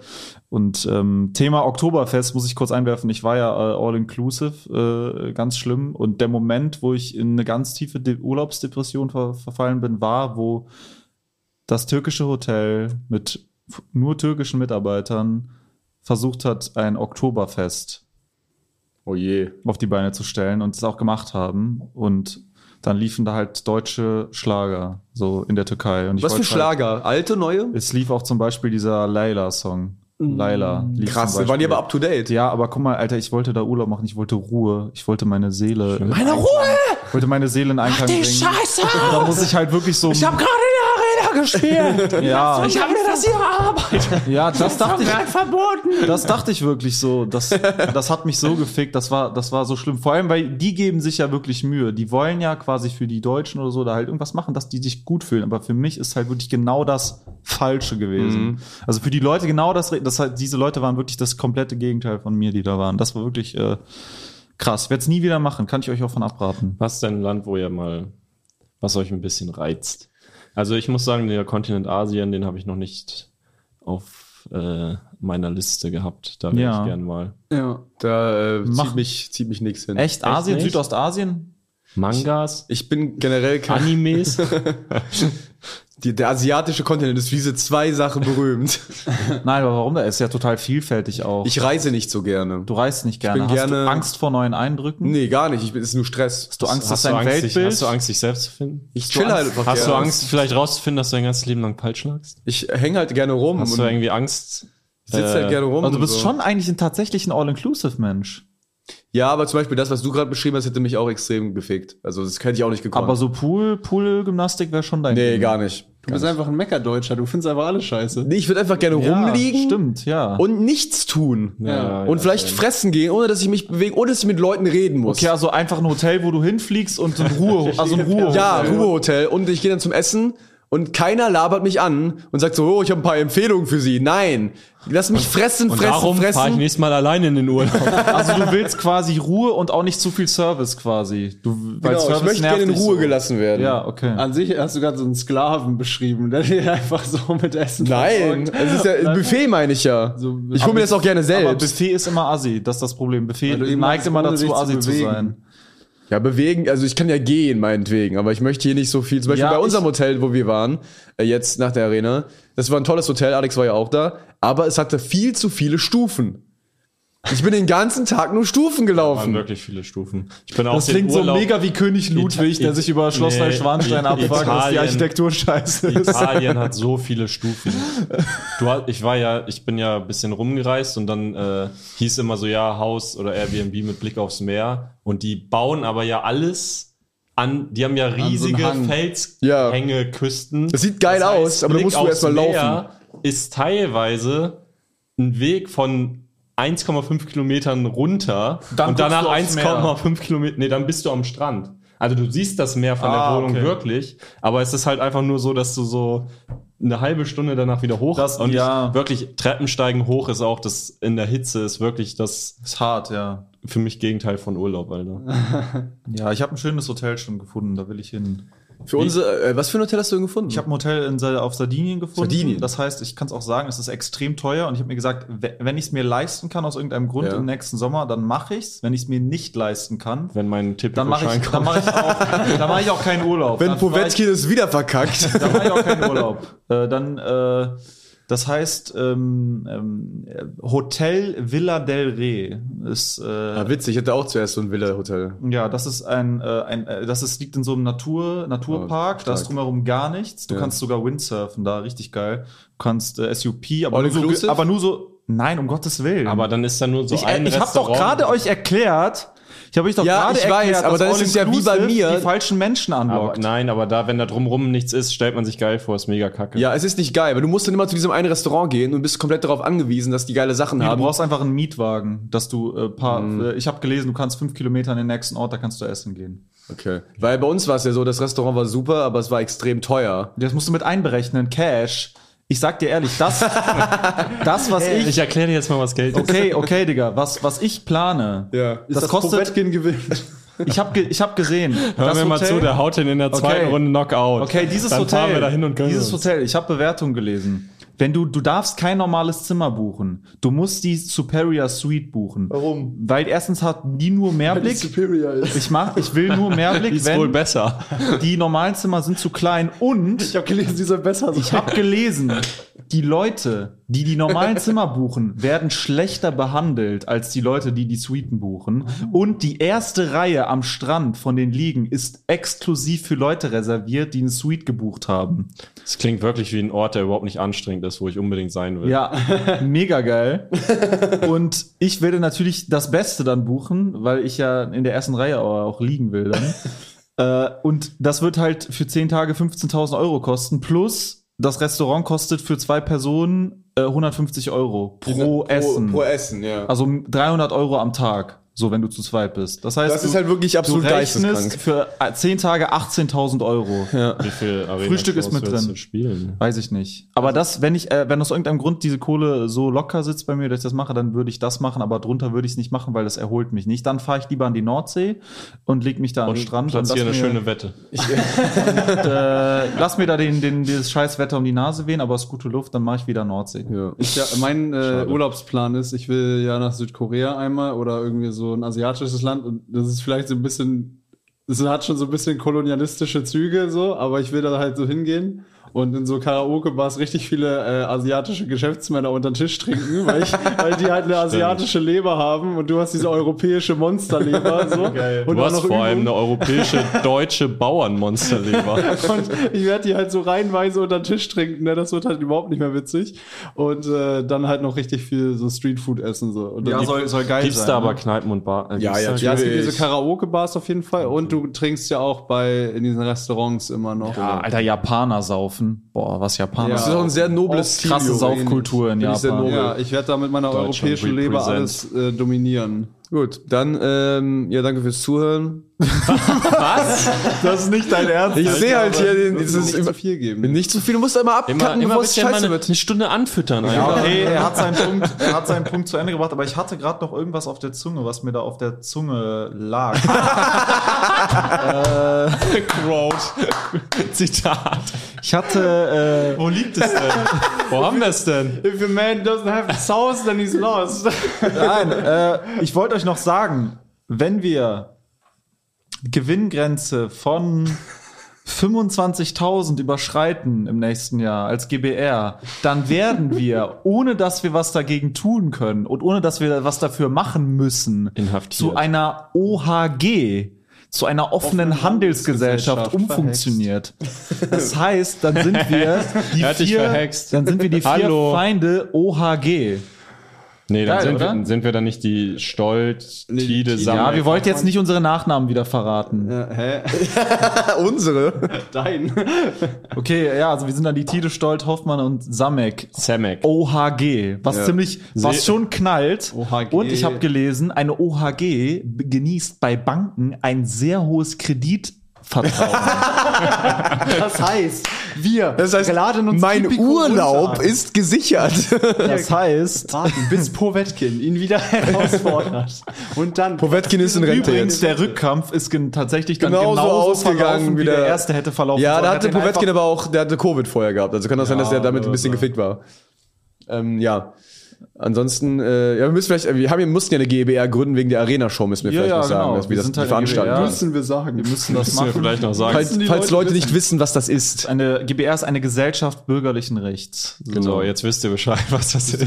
Speaker 3: und ähm, Thema Oktoberfest muss ich kurz einwerfen. Ich war ja äh, all inclusive, äh, ganz schlimm. Und der Moment, wo ich in eine ganz tiefe De Urlaubsdepression ver verfallen bin, war, wo das türkische Hotel mit f- nur türkischen Mitarbeitern versucht hat, ein Oktoberfest
Speaker 2: Oh je.
Speaker 3: auf die Beine zu stellen und es auch gemacht haben. Und dann liefen da halt deutsche Schlager so in der Türkei. Und ich
Speaker 2: Was für
Speaker 3: wollte
Speaker 2: Schlager? Alte, neue?
Speaker 3: Halt, es lief auch zum Beispiel dieser Laila-Song. Laila. lief
Speaker 2: Krass,
Speaker 3: zum
Speaker 2: wir waren die
Speaker 3: Beispiel.
Speaker 2: aber up to date.
Speaker 3: Ja, aber guck mal, Alter, ich wollte da Urlaub machen, ich wollte Ruhe, ich wollte meine Seele.
Speaker 9: Meine Ruhe!
Speaker 3: Ich wollte meine Seele in Einklang
Speaker 9: Die
Speaker 3: bringen.
Speaker 9: Scheiße!
Speaker 3: Und Da muss ich halt wirklich so.
Speaker 9: Ich habe gerade in der Arena gespielt!
Speaker 3: ja,
Speaker 9: Ich habe mir das hier erarbeitet!
Speaker 3: ja, das dachte ich,
Speaker 9: Rein verboten!
Speaker 3: das dachte ich wirklich so. Das, das hat mich so gefickt. Das war, das war so schlimm. Vor allem, weil die geben sich ja wirklich Mühe. Die wollen ja quasi für die Deutschen oder so da halt irgendwas machen, dass die sich gut fühlen. Aber für mich ist halt wirklich genau das Falsche gewesen. Also für die Leute genau das, das halt, diese Leute waren wirklich das komplette Gegenteil von mir, die da waren. Das war wirklich äh, krass. Werd's nie wieder machen. Kann ich euch auch von abraten.
Speaker 1: Was ist denn ein Land, wo ihr mal, was euch ein bisschen reizt? Also ich muss sagen, der Kontinent Asien, den habe ich noch nicht auf äh, meiner Liste gehabt. Da wäre
Speaker 3: Ja.
Speaker 1: ich gern mal.
Speaker 7: Ja.
Speaker 2: Da äh,
Speaker 3: Mach-
Speaker 2: zieht mich, zieht mich nichts hin.
Speaker 3: Echt? Asien?
Speaker 1: nicht?
Speaker 3: Südostasien?
Speaker 1: Mangas,
Speaker 2: Ich bin generell kein.
Speaker 1: Animes.
Speaker 2: Die, der asiatische Kontinent ist für diese zwei Sachen berühmt.
Speaker 3: Nein, aber warum? Da ist ja total vielfältig auch.
Speaker 2: Ich reise nicht so gerne.
Speaker 3: du reist nicht gerne.
Speaker 2: bin
Speaker 3: Hast du
Speaker 2: gerne-
Speaker 3: Angst vor neuen Eindrücken?
Speaker 2: Nee, gar nicht. Ich bin, es ist nur Stress.
Speaker 3: Hast du Angst, dass
Speaker 1: hast, du
Speaker 3: dein
Speaker 1: Angst dich,
Speaker 3: Weltbild...
Speaker 1: hast du Angst, dich selbst zu finden?
Speaker 2: Ich chill halt einfach
Speaker 1: Hast du
Speaker 2: gerne.
Speaker 1: Angst, vielleicht rauszufinden, dass du dein ganzes Leben lang falsch lagst?
Speaker 2: Ich hänge halt gerne rum
Speaker 1: Hast du
Speaker 2: und
Speaker 1: irgendwie Angst?
Speaker 2: sitze halt
Speaker 1: äh,
Speaker 2: gerne rum.
Speaker 3: Also du
Speaker 2: und
Speaker 3: bist
Speaker 2: so.
Speaker 3: schon eigentlich ein tatsächlich ein All-Inclusive-Mensch.
Speaker 2: Ja, aber zum Beispiel das, was du gerade beschrieben hast, hätte mich auch extrem gefickt. Also das hätte ich auch nicht gekonnt.
Speaker 3: Aber so Pool, Pool-Gymnastik wäre schon dein
Speaker 2: nee,
Speaker 3: Ding.
Speaker 2: gar nicht.
Speaker 4: Du bist einfach ein Meckerdeutscher, du findest einfach alles scheiße.
Speaker 2: Nee, ich würde einfach gerne
Speaker 3: Ja,
Speaker 2: rumliegen
Speaker 3: Stimmt, ja.
Speaker 2: und nichts tun. und vielleicht fressen gehen, ohne dass ich mich bewege, ohne dass ich mit Leuten reden muss.
Speaker 3: okay, also einfach ein Hotel, wo du hinfliegst und in Ruhe, also in Ruhe.
Speaker 2: Ja, Ruhehotel. Und ich gehe dann zum Essen und keiner labert mich an und sagt so, oh, ich habe ein paar Empfehlungen für Sie. Nein, lass mich fressen,
Speaker 1: Und
Speaker 2: fressen,
Speaker 1: darum fahre ich
Speaker 2: fressen.
Speaker 1: nächstes Mal alleine in den Urlaub.
Speaker 3: Also du willst quasi Ruhe und auch nicht zu viel Service quasi. Du, weil
Speaker 2: Genau, ich möchte gerne in
Speaker 3: dich
Speaker 2: Ruhe
Speaker 3: so.
Speaker 2: gelassen werden.
Speaker 3: Ja, okay.
Speaker 4: An sich hast du gerade so einen Sklaven beschrieben, der dir einfach so mit Essen
Speaker 2: Nein,
Speaker 4: versorgt.
Speaker 2: es ist ja Buffet, meine ich ja. Ich hole mir das auch gerne
Speaker 3: Aber
Speaker 2: selbst.
Speaker 3: Buffet ist immer assi, das ist das Problem. Buffet
Speaker 4: du eben
Speaker 3: neigt
Speaker 4: machst,
Speaker 3: immer
Speaker 4: ohne dich
Speaker 3: dazu,
Speaker 4: zu
Speaker 3: assi zu,
Speaker 4: bewegen.
Speaker 3: sein.
Speaker 2: Ja, bewegen, also ich kann ja gehen, meinetwegen, aber ich möchte hier nicht so viel. Zum Beispiel
Speaker 3: Ja,
Speaker 2: bei unserem
Speaker 3: ich-
Speaker 2: Hotel, wo wir waren, äh, jetzt nach der Arena. Das war ein tolles Hotel, Alex war ja auch da, aber es hatte viel zu viele Stufen. Ich bin den ganzen Tag nur Stufen
Speaker 1: waren
Speaker 2: gelaufen.
Speaker 1: wirklich viele Stufen. Ich bin auch
Speaker 3: Das klingt
Speaker 1: den Urlaub
Speaker 3: so mega wie König Ludwig,
Speaker 1: Ita-
Speaker 3: der sich über Schloss
Speaker 1: Nee,
Speaker 3: Neuschwanstein
Speaker 1: I-
Speaker 3: abfragt, dass die
Speaker 1: Italien.
Speaker 3: Architektur scheiße ist.
Speaker 1: Italien hat so viele Stufen. Du, hast- ich war ja, ich bin ja ein bisschen rumgereist und dann äh, hieß immer so, ja, Haus oder Airbnb mit Blick aufs Meer. Und die bauen aber ja alles an, die haben ja riesige
Speaker 4: Hang.
Speaker 2: Ja.
Speaker 1: Felshänge, Küsten.
Speaker 2: Das sieht geil aus, aber da
Speaker 1: Blick
Speaker 2: musst du
Speaker 1: aufs
Speaker 2: erst mal
Speaker 1: Meer
Speaker 2: laufen.
Speaker 1: Ist teilweise ein Weg von 1,5 Kilometern runter
Speaker 3: Dann
Speaker 1: und danach
Speaker 3: guckst du aufs Meer.
Speaker 1: 1,5 Kilometer, nee, dann bist du am Strand. Also du siehst das Meer von
Speaker 3: Ah,
Speaker 1: der Wohnung
Speaker 3: okay.
Speaker 1: wirklich, aber es ist halt einfach nur so, dass du so eine halbe Stunde danach wieder hoch
Speaker 3: Das-
Speaker 1: und
Speaker 3: ja.
Speaker 1: wirklich Treppensteigen hoch ist auch das in der Hitze ist wirklich das
Speaker 3: Ist hart, ja.
Speaker 1: für mich Gegenteil von Urlaub, Alter.
Speaker 3: Ja, ich habe ein schönes Hotel schon gefunden, da will ich hin.
Speaker 2: Für unsere, äh, was für ein Hotel hast du denn gefunden?
Speaker 3: Ich habe ein Hotel in, Sa- auf Sardinien gefunden.
Speaker 2: Sardinien.
Speaker 3: Das heißt, ich kann es auch sagen, es ist extrem teuer und ich habe mir gesagt, we- wenn ich es mir leisten kann aus irgendeinem Grund
Speaker 2: Ja.
Speaker 3: im nächsten Sommer, dann mache ich's. Wenn ich es mir nicht leisten kann,
Speaker 1: Wenn mein Tipp
Speaker 3: dann mache ich, dann mach ich, auch- dann mach ich auch keinen Urlaub.
Speaker 2: Wenn
Speaker 3: Dann fahr ich-
Speaker 2: Povetkin es wieder verkackt.
Speaker 3: dann mache ich auch keinen Urlaub. Äh, dann, äh, das heißt, ähm, ähm, Hotel Villa del Rey ist. Äh,
Speaker 2: Ah, witzig, ich hatte auch zuerst so ein Villa-Hotel.
Speaker 3: ja, das ist ein, äh, ein äh, das ist, liegt in so einem Natur, Naturpark, da ist
Speaker 2: Oh, stark.
Speaker 3: drumherum gar nichts. Du
Speaker 2: Ja.
Speaker 3: kannst sogar Windsurfen da, richtig geil. Du kannst äh, SUP, aber
Speaker 2: All
Speaker 3: nur, so,
Speaker 2: inclusive?
Speaker 3: aber nur so, nein, um Gottes Willen.
Speaker 1: aber dann ist da nur so
Speaker 3: ich
Speaker 1: ein
Speaker 3: äh, ich habe doch
Speaker 1: Restaurant.
Speaker 3: gerade euch erklärt, ich habe euch doch
Speaker 2: Ja,
Speaker 3: gerade
Speaker 2: ich weiß,
Speaker 3: erklärt,
Speaker 2: aber dann ist es ja wie bei
Speaker 3: All-Inclusive
Speaker 2: mir.
Speaker 3: die falschen Menschen
Speaker 1: aber,
Speaker 3: anlockt.
Speaker 1: nein, aber da, wenn da drumrum nichts ist, stellt man sich geil vor, ist mega kacke.
Speaker 2: Ja, es ist nicht geil, weil du musst dann immer zu diesem einen Restaurant gehen und bist komplett darauf angewiesen, dass die geile Sachen
Speaker 3: Nee, du
Speaker 2: haben.
Speaker 3: brauchst einfach einen Mietwagen, dass du äh, paar.
Speaker 2: Hm.
Speaker 3: Äh, ich habe gelesen, du kannst fünf Kilometer in den nächsten Ort, da kannst du essen gehen.
Speaker 2: Okay. Weil bei uns war es ja so, das Restaurant war super, aber es war extrem teuer.
Speaker 3: Das musst du mit einberechnen, Cash. Ich sag dir ehrlich, das, das was ich
Speaker 1: Ich erkläre dir jetzt mal, was Geld ist.
Speaker 3: Okay, okay, Digga. Was, was ich plane,
Speaker 2: Ja.
Speaker 3: das, kostet.
Speaker 4: Povetkin gewinnt.
Speaker 3: Ich habe ge, ich hab gesehen.
Speaker 1: Hör mir mal zu, der haut den in der zweiten
Speaker 3: Okay.
Speaker 1: Runde Knockout.
Speaker 3: Okay, dieses
Speaker 1: Dann
Speaker 3: Hotel.
Speaker 1: fahren wir dahin und gönnen
Speaker 3: dieses
Speaker 1: uns.
Speaker 3: Hotel, ich habe Bewertungen gelesen. Wenn du, du darfst kein normales Zimmer buchen. Du musst die Superior Suite buchen. Warum? Weil erstens hat die nur Mehrblick.
Speaker 4: Superior ist.
Speaker 3: Ich mach, ich will nur Mehrblick,
Speaker 1: ist wohl
Speaker 3: wenn
Speaker 1: besser.
Speaker 3: die normalen Zimmer sind zu klein und Also
Speaker 4: Ich habe gelesen, die soll besser sein.
Speaker 3: Ich habe gelesen, die Leute, Die die normalen Zimmer buchen, werden schlechter behandelt als die Leute, die die Suiten buchen. Und die erste Reihe am Strand von den Liegen ist exklusiv für Leute reserviert, die eine Suite gebucht haben.
Speaker 1: Das klingt wirklich wie ein Ort, der überhaupt nicht anstrengend ist, wo ich unbedingt sein will.
Speaker 3: Ja, mega geil. Und ich werde natürlich das Beste dann buchen, weil ich ja in der ersten Reihe auch liegen will dann. äh, und das wird halt für 10 Tage 15.000 Euro kosten, plus das Restaurant kostet für zwei Personen äh, 150 Euro pro Essen.
Speaker 2: Pro Essen, ja.
Speaker 3: also 300 Euro am Tag, so wenn du zu zweit bist. Das heißt,
Speaker 2: das
Speaker 3: du,
Speaker 2: ist halt wirklich
Speaker 3: du
Speaker 2: absolut
Speaker 3: rechnest
Speaker 2: geisteskrank.
Speaker 3: für äh, 10 Tage 18.000 Euro.
Speaker 1: Wie viel Arena
Speaker 3: Frühstück ist mit drin.
Speaker 1: Spielen?
Speaker 3: Weiß ich nicht. Aber das, wenn ich, äh, wenn aus irgendeinem Grund diese Kohle so locker sitzt bei mir, dass ich das mache, dann würde ich das machen, aber drunter würde ich es nicht machen, weil das erholt mich nicht. Dann fahre ich lieber an die Nordsee und leg mich da an
Speaker 1: Und
Speaker 3: den Strand. und
Speaker 1: platziere eine
Speaker 3: lass mir,
Speaker 1: schöne Wette.
Speaker 3: äh, lass mir da den, den, dieses scheiß Wetter um die Nase wehen, aber es ist gute Luft, dann mache ich wieder Nordsee.
Speaker 4: Ja. Ich, ja, mein äh, Urlaubsplan ist, ich will ja nach Südkorea einmal oder irgendwie so ein asiatisches Land und das ist vielleicht so ein bisschen, das hat schon so ein bisschen kolonialistische Züge so, aber ich will da halt so hingehen und in so Karaoke-Bars richtig viele äh, asiatische Geschäftsmänner unter den Tisch trinken, weil, ich, weil die halt eine asiatische Leber haben und du hast diese europäische Monsterleber so. Und
Speaker 1: Du
Speaker 4: auch
Speaker 1: hast vor allem eine europäische, deutsche Bauernmonsterleber.
Speaker 4: und ich werde die halt so reihenweise unter den Tisch trinken, ne? Das wird halt überhaupt nicht mehr witzig. Und äh, dann halt noch richtig viel so Streetfood essen. So. Und dann die-
Speaker 3: soll geil
Speaker 1: Gibt's da aber Kneipen und Bar? äh, gibt's da-
Speaker 4: ja, es gibt
Speaker 2: natürlich.
Speaker 4: diese Karaoke-Bars auf jeden Fall. Und du trinkst ja auch bei in diesen Restaurants immer noch.
Speaker 3: Ah, Alter, Japaner saufen. Boah, was Japaner
Speaker 4: Ja.
Speaker 2: Das ist auch ein sehr nobles Ziel.
Speaker 3: Krasse Saufkultur in
Speaker 2: Finde ich sehr
Speaker 3: Japan.
Speaker 2: nobel.
Speaker 4: Ja, ich werde da mit meiner
Speaker 1: Deutschland
Speaker 4: europäischen Leber alles
Speaker 1: represent.
Speaker 4: äh, dominieren.
Speaker 2: Gut, dann, ähm, ja, danke fürs Zuhören.
Speaker 3: Das ist nicht dein Ernst.
Speaker 2: Ich sehe halt hier, den,
Speaker 4: Es
Speaker 2: es
Speaker 4: ist
Speaker 2: ist
Speaker 4: nicht zu
Speaker 2: immer,
Speaker 4: viel geben.
Speaker 2: nicht zu viel, du musst immer
Speaker 1: Immer,
Speaker 2: abcutten,
Speaker 1: immer
Speaker 2: bevor es
Speaker 1: bisschen mal
Speaker 2: scheiße
Speaker 1: eine,
Speaker 2: wird.
Speaker 1: eine Stunde anfüttern.
Speaker 3: Ja,
Speaker 1: einfach.
Speaker 3: okay, er hat, seinen Punkt, er hat seinen Punkt zu Ende gebracht, aber ich hatte gerade noch irgendwas auf der Zunge, was mir da auf der Zunge lag. Äh,
Speaker 1: Zitat.
Speaker 3: Ich hatte, äh,
Speaker 1: Wo liegt es denn? Wo haben wir es denn?
Speaker 4: If a man doesn't have a house, then he's lost.
Speaker 3: äh, nein, äh, ich wollte euch noch sagen, wenn wir Gewinngrenze von 25.000 überschreiten im nächsten Jahr als GBR, dann werden wir, ohne dass wir was dagegen tun können und ohne dass wir was dafür machen müssen,
Speaker 1: Inhaftiert.
Speaker 3: zu einer OHG, zu einer offenen Handelsgesellschaft umfunktioniert. Das heißt, dann sind wir die
Speaker 1: Er hat dich
Speaker 3: vier,
Speaker 1: verhext.
Speaker 3: dann sind wir die vier
Speaker 1: Hallo.
Speaker 3: Feinde OHG.
Speaker 1: Nee, dann
Speaker 3: Geil,
Speaker 1: sind,
Speaker 3: oder?
Speaker 1: wir, sind wir dann nicht die Stolt, Tide,
Speaker 3: Ja,
Speaker 1: Sammel.
Speaker 3: wir wollten jetzt nicht unsere Nachnamen wieder verraten.
Speaker 4: Hä?
Speaker 2: Unsere.
Speaker 4: Dein.
Speaker 3: Okay, ja, also wir sind dann die Tide Stolt, Hoffmann und Samek.
Speaker 1: Samek.
Speaker 3: Oh, OHG, was ziemlich, was schon knallt.
Speaker 4: OHG.
Speaker 3: Und ich habe gelesen, eine OHG be- genießt bei Banken ein sehr hohes Kreditvertrauen.
Speaker 7: Das heißt, wir
Speaker 2: Das heißt,
Speaker 7: laden uns
Speaker 2: mein
Speaker 7: Tipico
Speaker 2: Urlaub
Speaker 7: runter.
Speaker 2: ist gesichert.
Speaker 3: Das heißt,
Speaker 7: Warten, bis Povetkin ihn wieder herausfordert. Und dann.
Speaker 2: Povetkin ist in Rente
Speaker 3: Übrigens,
Speaker 2: jetzt.
Speaker 3: der Rückkampf ist gen tatsächlich dann
Speaker 2: Genauso
Speaker 3: genauso,
Speaker 2: ausgegangen,
Speaker 3: verlaufen, wie
Speaker 2: wie
Speaker 3: der,
Speaker 2: der-
Speaker 3: erste hätte verlaufen
Speaker 2: Ja,
Speaker 3: sollen.
Speaker 2: da
Speaker 3: Er
Speaker 2: hatte
Speaker 3: hat den
Speaker 2: Povetkin
Speaker 3: einfach-
Speaker 2: aber auch, der hatte Covid vorher gehabt. Also kann auch sein, dass der damit ein bisschen gefickt war. Ähm, ja. Ansonsten, äh, ja, wir müssen vielleicht, wir haben, wir mussten ja eine GBR gründen wegen der Arena-Show, müssen wir
Speaker 3: Ja,
Speaker 2: vielleicht
Speaker 3: ja,
Speaker 2: noch sagen,
Speaker 3: genau.
Speaker 2: dass wir
Speaker 3: Wir
Speaker 2: das
Speaker 3: sind
Speaker 2: die
Speaker 3: halt eine
Speaker 2: veranstalten.
Speaker 3: GBR.
Speaker 2: Müssen-
Speaker 4: Müssen wir sagen. Wir müssen
Speaker 3: das
Speaker 1: müssen wir
Speaker 3: machen.
Speaker 1: vielleicht noch sagen.
Speaker 2: Falls,
Speaker 4: die
Speaker 2: falls
Speaker 4: Leute
Speaker 2: Leute nicht wissen, was das ist.
Speaker 3: Eine GBR ist eine Gesellschaft bürgerlichen Rechts.
Speaker 1: Genau, jetzt wisst ihr Bescheid, was das ist.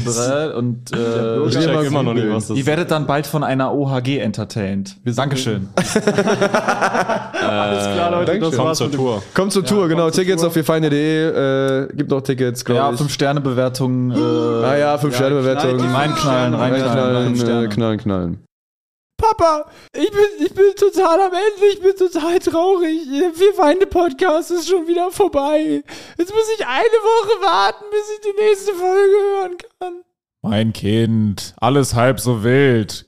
Speaker 3: Und äh,
Speaker 1: Ich
Speaker 2: mal
Speaker 1: check immer noch nicht, was das
Speaker 3: ihr
Speaker 1: ist.
Speaker 3: werdet dann bald von einer OHG entertained. Dankeschön.
Speaker 4: klar, Leute,
Speaker 2: Dankeschön.
Speaker 4: das
Speaker 1: Kommt
Speaker 4: war's
Speaker 1: zur
Speaker 4: mit dem
Speaker 1: Tour.
Speaker 2: Kommt zur Tour, genau. Tickets auf vierfeinde.de. Äh, gibt noch Tickets, glaube
Speaker 3: Ja,
Speaker 2: ich.
Speaker 3: 5-Sterne-Bewertungen. Äh,
Speaker 2: ah ja, fünf sterne bewertung
Speaker 4: knallt die
Speaker 3: Reinknallen, reinknallen,
Speaker 2: Reinknallen,
Speaker 3: fünf Sterne.
Speaker 2: äh, knallen, knallen.
Speaker 9: Papa, ich bin, ich bin total am Ende, ich bin total traurig. Der Vier-Feinde-Podcast ist schon wieder vorbei. Jetzt muss ich eine Woche warten, bis ich die nächste Folge hören kann.
Speaker 10: Mein Kind, alles halb so wild.